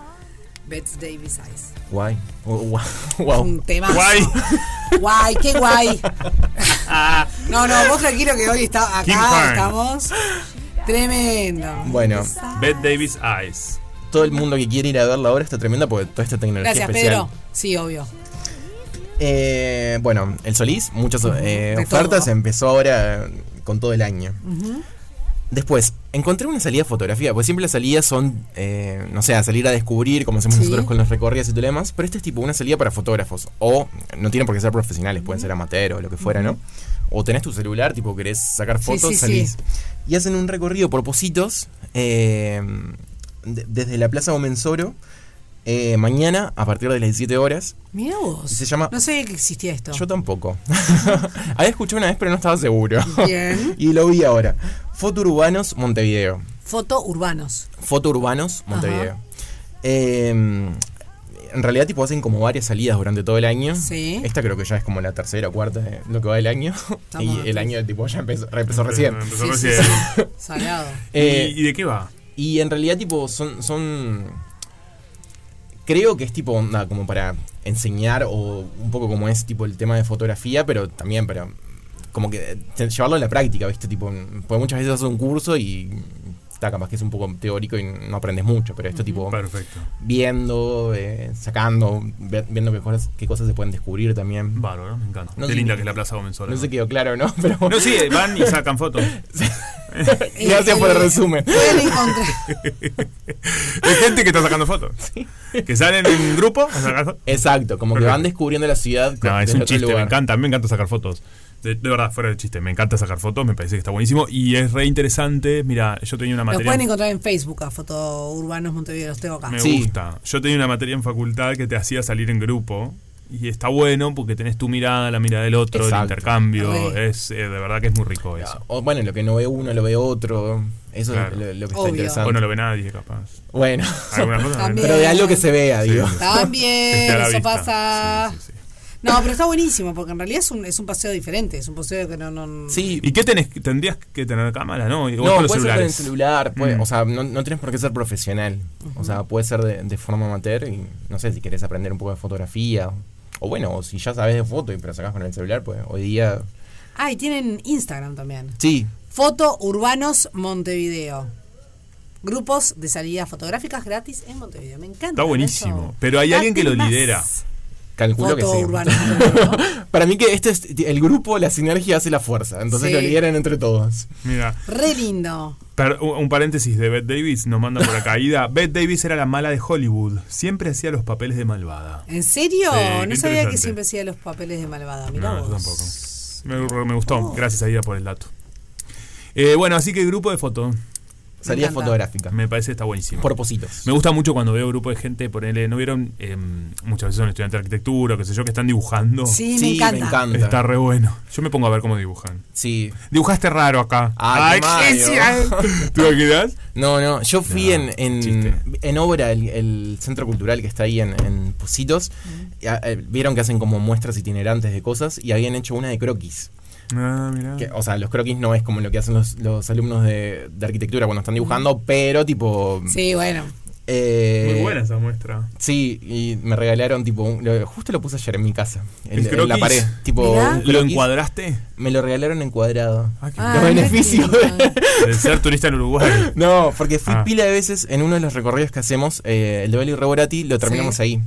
Speaker 2: Bette Davis Eyes.
Speaker 10: Guay. Oh, Wow. wow.
Speaker 2: Un tema.
Speaker 3: Guay.
Speaker 2: Guay, qué guay. No, no, vos tranquilo que hoy está
Speaker 3: King
Speaker 2: acá,
Speaker 3: Kong.
Speaker 2: estamos. Tremendo.
Speaker 10: Bueno,
Speaker 3: Beth Davis Eyes.
Speaker 10: todo el mundo que quiere ir a verla ahora está tremenda porque toda esta tecnología
Speaker 2: Gracias,
Speaker 10: especial.
Speaker 2: Pedro. Sí, obvio.
Speaker 10: Eh, bueno, el Solís, muchas eh,
Speaker 2: De
Speaker 10: ofertas,
Speaker 2: todo.
Speaker 10: empezó ahora eh, con todo el año. Después, encontré una salida de fotografía, porque siempre las salidas son, eh, no sé, a salir a descubrir, como hacemos
Speaker 2: Sí.
Speaker 10: nosotros con los recorridas y todo lo demás,
Speaker 6: este
Speaker 10: pero esta es tipo una salida para fotógrafos, o no tienen por qué ser profesionales, pueden ser amateurs o lo que fuera, ¿no? O tenés tu celular, tipo querés sacar
Speaker 2: Sí,
Speaker 10: fotos,
Speaker 2: sí, sí.
Speaker 10: salís. Y hacen un recorrido por Positos, eh, de- desde la Plaza Gomenzoro, eh, mañana a partir de las 17 horas.
Speaker 2: Mirá vos.
Speaker 10: Se llama-
Speaker 2: No sabía que existía esto.
Speaker 10: Yo tampoco. Había escuchado una vez, pero no estaba seguro.
Speaker 2: Bien.
Speaker 10: y lo vi ahora. Foto Urbanos Montevideo.
Speaker 2: Foto urbanos.
Speaker 10: Foto Urbanos Montevideo. Eh, en realidad, tipo, hacen como varias salidas durante todo el año.
Speaker 2: Sí.
Speaker 10: Esta creo que ya es como la tercera o cuarta de lo que va del año.
Speaker 2: Estamos
Speaker 10: y el año, tipo, ya empezó, empezó recién.
Speaker 3: Empezó
Speaker 2: Sí, sí,
Speaker 3: recién.
Speaker 2: Salado.
Speaker 10: Eh,
Speaker 3: ¿Y, y de qué va?
Speaker 10: Y en realidad, tipo, son. son Creo que es tipo onda como para enseñar o un poco como es tipo el tema de fotografía, pero también para como que te- llevarlo a la práctica, ¿viste? Tipo, porque muchas veces haces un curso y está capaz que es un poco teórico y no aprendes mucho, pero esto tipo
Speaker 3: Perfecto.
Speaker 10: viendo, eh, sacando, ve- viendo qué cosas, qué cosas se pueden descubrir también.
Speaker 3: Bárbaro, me encanta.
Speaker 10: Em, No
Speaker 3: qué
Speaker 10: sé-
Speaker 3: linda que es la Plaza Gomenzora.
Speaker 10: No sé quedó claro, ¿no? Pero
Speaker 3: No, sí, van y sacan fotos.
Speaker 10: gracias por el resumen.
Speaker 2: Eh, Pueden encontrar.
Speaker 3: Hay gente que está sacando fotos. Que salen en grupo a sacar fotos.
Speaker 10: Exacto, como que van
Speaker 3: Perfecto.
Speaker 10: descubriendo la ciudad. con-
Speaker 3: No, es
Speaker 10: desde
Speaker 3: un
Speaker 10: otro
Speaker 3: chiste, me
Speaker 10: lugar.
Speaker 3: encanta, a mí me encanta sacar fotos. De, de verdad, fuera del chiste, me encanta sacar fotos, me parece que está buenísimo y es re interesante. Mira, yo tenía una
Speaker 2: Los
Speaker 3: materia.
Speaker 2: pueden encontrar en Facebook a Foto Urbanos Montevideo. Los tengo acá.
Speaker 3: Me
Speaker 10: Sí.
Speaker 3: gusta. Yo tenía una materia en facultad que te hacía salir en grupo. Y está bueno porque tenés tu mirada, la mirada del otro,
Speaker 10: Exacto.
Speaker 3: el intercambio.
Speaker 2: Re.
Speaker 3: Es eh, de verdad que es muy rico eso.
Speaker 10: O, bueno, lo que no ve uno lo ve otro. Eso
Speaker 3: Claro.
Speaker 10: es lo, lo que
Speaker 2: Obvio.
Speaker 10: está interesante.
Speaker 3: O no lo ve nadie, capaz.
Speaker 10: Bueno,
Speaker 3: Algunas cosas,
Speaker 2: También.
Speaker 10: pero de algo que se vea,
Speaker 3: Sí,
Speaker 10: digo.
Speaker 3: sí, sí. Que
Speaker 2: También,
Speaker 3: esté a la
Speaker 2: eso
Speaker 3: vista.
Speaker 2: pasa.
Speaker 3: Sí, sí, sí.
Speaker 2: No, pero está buenísimo, porque en realidad es un, es un paseo diferente. Es un paseo que no. no
Speaker 10: Sí,
Speaker 3: ¿Y qué tenés? ¿Tendrías que tener cámara, no? ¿O
Speaker 10: no,
Speaker 3: con
Speaker 10: puede
Speaker 3: los
Speaker 10: ser con el
Speaker 3: celulares?
Speaker 10: celular. puede-
Speaker 3: Mm.
Speaker 10: O sea, no, no tienes por qué ser profesional. O sea, puede ser de, de forma amateur y no sé si querés aprender un poco de fotografía. O bueno, o si ya sabes de foto y pero sacás con el celular, pues hoy día.
Speaker 2: Ah, y tienen Instagram también.
Speaker 10: Sí,
Speaker 2: Foto Urbanos Montevideo. Grupos de salidas fotográficas gratis en Montevideo. Me encanta.
Speaker 3: Está buenísimo.
Speaker 2: Nacho.
Speaker 3: Pero hay alguien que lo
Speaker 2: Date más.
Speaker 3: lidera.
Speaker 10: Calculo que
Speaker 2: Foto
Speaker 10: sí.
Speaker 2: urbana.
Speaker 10: Para mí que este es el grupo, la sinergia hace la fuerza. Entonces
Speaker 2: Sí.
Speaker 10: lo lideran entre todos.
Speaker 3: Mira,
Speaker 2: Re lindo.
Speaker 3: per- un un paréntesis de Bette Davis nos manda por acá. Ida, Bette Davis era la mala de Hollywood. Siempre hacía los papeles de malvada.
Speaker 2: ¿En serio?
Speaker 3: Sí,
Speaker 2: no sabía que
Speaker 3: qué interesante.
Speaker 2: siempre hacía los papeles de malvada. Mirá
Speaker 3: No, yo
Speaker 2: vos.
Speaker 3: tampoco. Me, me gustó.
Speaker 10: Oh.
Speaker 3: Gracias, Aida, por el dato. Eh, bueno, así que grupo de foto.
Speaker 10: Salida encanta. fotográfica.
Speaker 3: Me parece que está buenísimo.
Speaker 10: Por positos.
Speaker 3: Me gusta mucho cuando veo grupo de gente, ponele, ¿no vieron? Eh, muchas veces son estudiantes de arquitectura, qué sé yo, que están dibujando.
Speaker 2: Sí, me Sí, me encanta. encanta.
Speaker 3: Está re bueno. Yo me pongo a ver cómo dibujan.
Speaker 10: Sí.
Speaker 3: Dibujaste raro acá.
Speaker 10: Ay,
Speaker 3: qué genial. ¿Tú lo querías?
Speaker 10: No, no, yo fui en, en, en Obra, el, el centro cultural que está ahí en, en Positos.
Speaker 2: Mm.
Speaker 10: y, ah, eh, Vieron que hacen como muestras itinerantes de cosas y habían hecho una de croquis.
Speaker 3: Ah, mirá.
Speaker 10: Que, o sea, los croquis no es como lo que hacen los, los alumnos de, de arquitectura cuando están dibujando, pero tipo.
Speaker 2: Sí, bueno.
Speaker 10: eh,
Speaker 3: Muy buena esa muestra.
Speaker 10: Sí, y me regalaron tipo. un- lo- justo lo puse ayer en mi casa.
Speaker 3: El
Speaker 10: En, en la
Speaker 3: croquis.
Speaker 10: pared. Tipo,
Speaker 3: Mirá.
Speaker 10: un
Speaker 3: ¿Lo
Speaker 10: croquis.
Speaker 3: encuadraste?
Speaker 10: Me lo regalaron encuadrado.
Speaker 3: qué
Speaker 2: Ah,
Speaker 10: los
Speaker 3: lindo.
Speaker 10: beneficios de-
Speaker 3: De ser turista en Uruguay.
Speaker 10: No, porque fui
Speaker 3: Ah.
Speaker 10: pila de veces en uno de los recorridos que hacemos, eh, el de Bali y Reborati, lo terminamos
Speaker 3: Sí.
Speaker 10: ahí.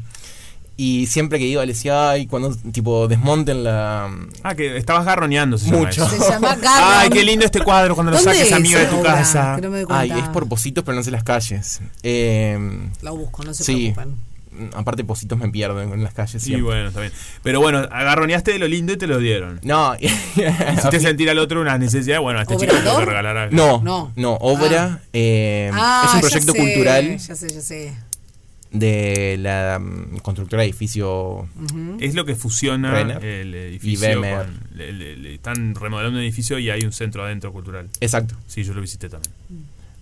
Speaker 10: Y siempre que iba le decía, ay, cuando tipo desmonten la.
Speaker 3: Ah, que estabas garroneando, se llama
Speaker 10: Mucho.
Speaker 3: eso.
Speaker 10: Se llama garron.
Speaker 3: Ay, qué lindo este cuadro cuando lo
Speaker 10: ¿Dónde
Speaker 3: saques,
Speaker 10: es
Speaker 3: amigo, de tu
Speaker 10: esa obra?
Speaker 3: casa.
Speaker 2: Que no me doy
Speaker 10: Ay,
Speaker 2: cuenta.
Speaker 10: es por Positos, pero no sé las calles. Eh,
Speaker 2: La busco, no se
Speaker 10: sí.
Speaker 2: preocupen.
Speaker 10: Aparte, Positos me pierden en las calles.
Speaker 3: Sí,
Speaker 10: siempre.
Speaker 3: bueno, está bien. Pero bueno, agarroneaste de lo lindo y te lo dieron.
Speaker 10: No.
Speaker 3: Hiciste sentir al otro una necesidad. Bueno, a este chico le tengo que regalar algo.
Speaker 10: No, no, obra. eh,
Speaker 2: Ah,
Speaker 10: es
Speaker 2: ya
Speaker 10: un proyecto
Speaker 2: sé,
Speaker 10: cultural
Speaker 2: Ya sé, ya sé.
Speaker 10: de la mm, constructora de edificio
Speaker 2: Ujú.
Speaker 3: Es lo que fusiona
Speaker 10: Renner
Speaker 3: el
Speaker 10: y
Speaker 3: edificio.
Speaker 10: Bemer.
Speaker 3: con- le- le- le están remodelando un edificio y hay un centro adentro cultural.
Speaker 10: Exacto.
Speaker 3: Sí, yo lo visité también.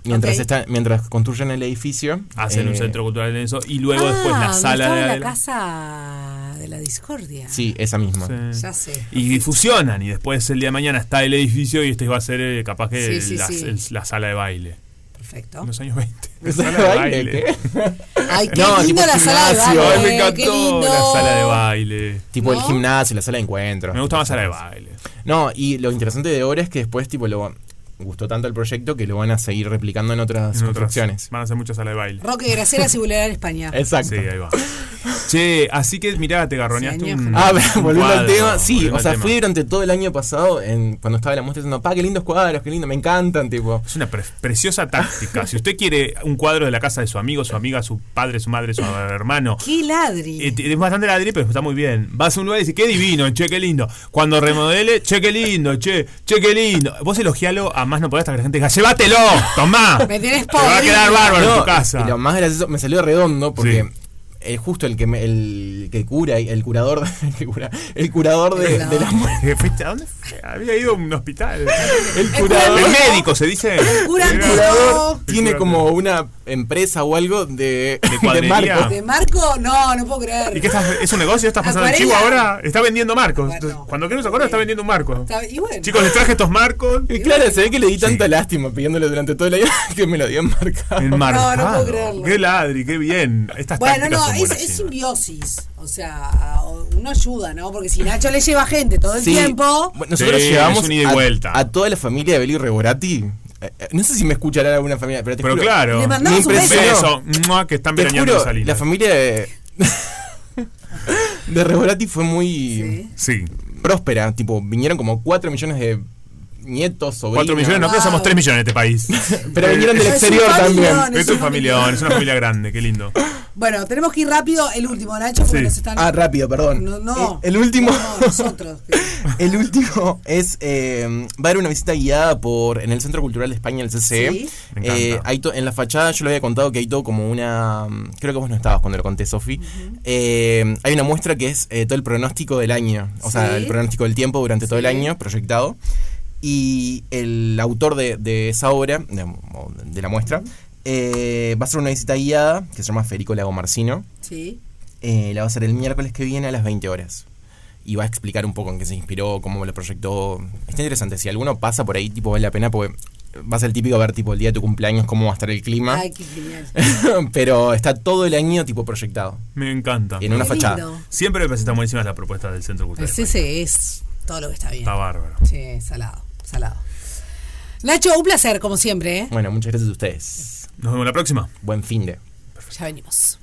Speaker 10: Mientras,
Speaker 3: Ok.
Speaker 10: está- mientras construyen el edificio.
Speaker 3: Hacen un
Speaker 10: eh,
Speaker 3: centro cultural en eso y luego
Speaker 2: Ah,
Speaker 3: después la
Speaker 2: donde
Speaker 3: sala
Speaker 2: estaba
Speaker 3: de
Speaker 2: la
Speaker 3: adela-
Speaker 2: casa de la discordia.
Speaker 10: Sí, esa misma.
Speaker 3: Sí.
Speaker 2: Ya sé.
Speaker 3: Y fusionan y después el día de mañana está el edificio y este va a ser eh, capaz que
Speaker 2: Sí, sí,
Speaker 3: la,
Speaker 2: sí.
Speaker 3: el- la sala de baile.
Speaker 2: Perfecto.
Speaker 3: los años 20.
Speaker 10: ¿La sala de baile?
Speaker 2: Ay, qué
Speaker 10: No,
Speaker 2: lindo
Speaker 10: tipo
Speaker 2: la sala de
Speaker 10: gimnasio.
Speaker 2: baile.
Speaker 10: Ay, me
Speaker 2: qué
Speaker 10: encantó
Speaker 2: lindo.
Speaker 3: La sala de baile.
Speaker 10: Tipo el
Speaker 2: ¿No?
Speaker 10: gimnasio, la sala de encuentro.
Speaker 3: Me gusta más sala de baile.
Speaker 10: No, y lo interesante de ahora es que después, tipo, lo gustó tanto el proyecto que lo van a seguir replicando en otras
Speaker 3: En otras-
Speaker 10: construcciones.
Speaker 3: Van a hacer muchas salas de baile.
Speaker 2: Roque Graceras y Bulevar
Speaker 3: Mm.
Speaker 2: España.
Speaker 10: Exacto.
Speaker 3: Sí, ahí va. Che, así que mirá, te garroneaste un.
Speaker 10: Ah,
Speaker 3: un
Speaker 10: volviendo al
Speaker 3: cuadro,
Speaker 10: tema, sí,
Speaker 3: volviendo
Speaker 10: o
Speaker 3: al
Speaker 10: sea,
Speaker 3: tema.
Speaker 10: fui durante todo el año pasado en, cuando estaba la muestra diciendo, pa, qué lindos cuadros, qué lindo, me encantan, tipo.
Speaker 3: Es una pre- preciosa táctica. Si usted quiere un cuadro de la casa de su amigo, su amiga, su padre, su madre, su hermano.
Speaker 2: Qué ladri.
Speaker 3: eh, Es bastante ladri, pero está muy bien. Vas a un lugar y dices, qué divino, che, qué lindo. Cuando remodele, che, qué lindo, che, che, qué lindo. Vos elogialo a más no podés hasta que la gente diga, llévatelo, tomá.
Speaker 2: Me tenés
Speaker 3: Te va a quedar bárbaro en
Speaker 10: No,
Speaker 3: tu casa.
Speaker 10: Y lo más gracioso, me salió redondo porque eh, justo el que me- el que cura, el curador, el, que cura- el curador de, de la
Speaker 3: muerte. ¿Fuiste a dónde? Había ido a un hospital.
Speaker 10: El curador.
Speaker 3: El médico, se dice.
Speaker 10: El curador tiene como una empresa o algo de, de,
Speaker 3: cuadrería.
Speaker 10: marco.
Speaker 2: ¿De Marco? No, no puedo creer.
Speaker 3: ¿Y qué estás- ¿Es un negocio? ¿Estás pasando el chivo
Speaker 2: Acuarela.
Speaker 3: ahora? Está vendiendo marcos. Cuando queremos acordar, está vendiendo un marco.
Speaker 2: Está- Y bueno.
Speaker 3: Chicos, les traje estos marcos.
Speaker 10: Y claro, se ve que le di tanta lástima pidiéndole durante todo el año que me lo dio enmarcado.
Speaker 3: Enmarcado.
Speaker 2: No, no puedo creerlo.
Speaker 3: Qué ladri, qué bien. Estas
Speaker 2: Bueno,
Speaker 3: tácticas
Speaker 2: no,
Speaker 3: son
Speaker 2: es,
Speaker 3: buenas,
Speaker 2: es
Speaker 3: sí.
Speaker 2: simbiosis. O sea, uno ayuda, ¿no? Porque si Nacho le lleva gente todo el
Speaker 10: Sí.
Speaker 2: tiempo.
Speaker 10: Bueno, Nosotros
Speaker 3: Sí,
Speaker 10: llevamos
Speaker 3: es un ida y
Speaker 10: a-
Speaker 3: vuelta.
Speaker 10: A, toda la familia de Beli Reborati. Eh, eh, No sé si me escuchará alguna familia, pero te
Speaker 3: Pero
Speaker 10: juro-
Speaker 3: claro.
Speaker 10: me impresionó.
Speaker 3: beso. mua, Que están
Speaker 10: Te
Speaker 3: veraneando
Speaker 10: juro,
Speaker 3: en Salinas.
Speaker 10: la familia de, de Reborati fue
Speaker 2: eh,
Speaker 10: muy
Speaker 3: sí.
Speaker 10: próspera. Tipo, vinieron como 4 millones de nietos, sobrinos.
Speaker 3: 4 millones, nosotros somos 3 millones en este país.
Speaker 10: Pero vinieron
Speaker 3: Es
Speaker 10: del
Speaker 3: un
Speaker 10: exterior
Speaker 3: familión,
Speaker 10: también.
Speaker 3: Es un familión, es una familia grande, qué lindo.
Speaker 10: Eh,
Speaker 2: Bueno, tenemos que ir rápido el último, Nacho, porque
Speaker 10: Sí.
Speaker 2: nos están.
Speaker 10: Ah, rápido, perdón. Eh,
Speaker 2: No, no.
Speaker 10: El último.
Speaker 2: No, nosotros.
Speaker 10: El Este último es. eh, va a haber una visita guiada por. En el Centro Cultural de España, el CCE.
Speaker 2: Sí.
Speaker 3: Me encanta.
Speaker 10: Eh, hay to- en la fachada, yo le había contado que hay todo como una. Creo que vos no estabas cuando lo conté, Sofi. Eh, hay una muestra que es eh, todo el pronóstico del año. O sea,
Speaker 3: Sí.
Speaker 10: el pronóstico del tiempo durante todo el año proyectado. Y el autor de, de esa obra, de, de la muestra, eh, va a hacer una visita guiada que se llama Federico Lago Marcino.
Speaker 2: Sí.
Speaker 10: Eh, la va a hacer el miércoles que viene a las 20 horas. Y va a explicar un poco en qué se inspiró, cómo lo proyectó. Está interesante. Si alguno pasa por ahí, tipo, vale la pena porque va a ser el típico ver, tipo, el día de tu cumpleaños, cómo va a estar el clima.
Speaker 2: Ay, qué genial.
Speaker 10: Pero está todo el año, tipo, proyectado.
Speaker 3: Me encanta.
Speaker 10: En una
Speaker 2: Qué
Speaker 10: fachada.
Speaker 2: lindo.
Speaker 3: Siempre me presentan buenísimas las propuestas del Centro Cultural.
Speaker 2: El CCE es todo lo que está bien.
Speaker 3: Está bárbaro.
Speaker 2: Sí, salado, salado. Nacho, un placer, como siempre, ¿eh?
Speaker 10: Bueno, muchas gracias a ustedes.
Speaker 3: Nos vemos la próxima.
Speaker 10: Buen fin de.
Speaker 2: Ya venimos.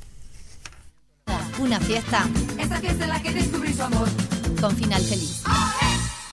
Speaker 5: Una fiesta
Speaker 1: Esa fiesta en la que descubrí su amor.
Speaker 5: con final feliz.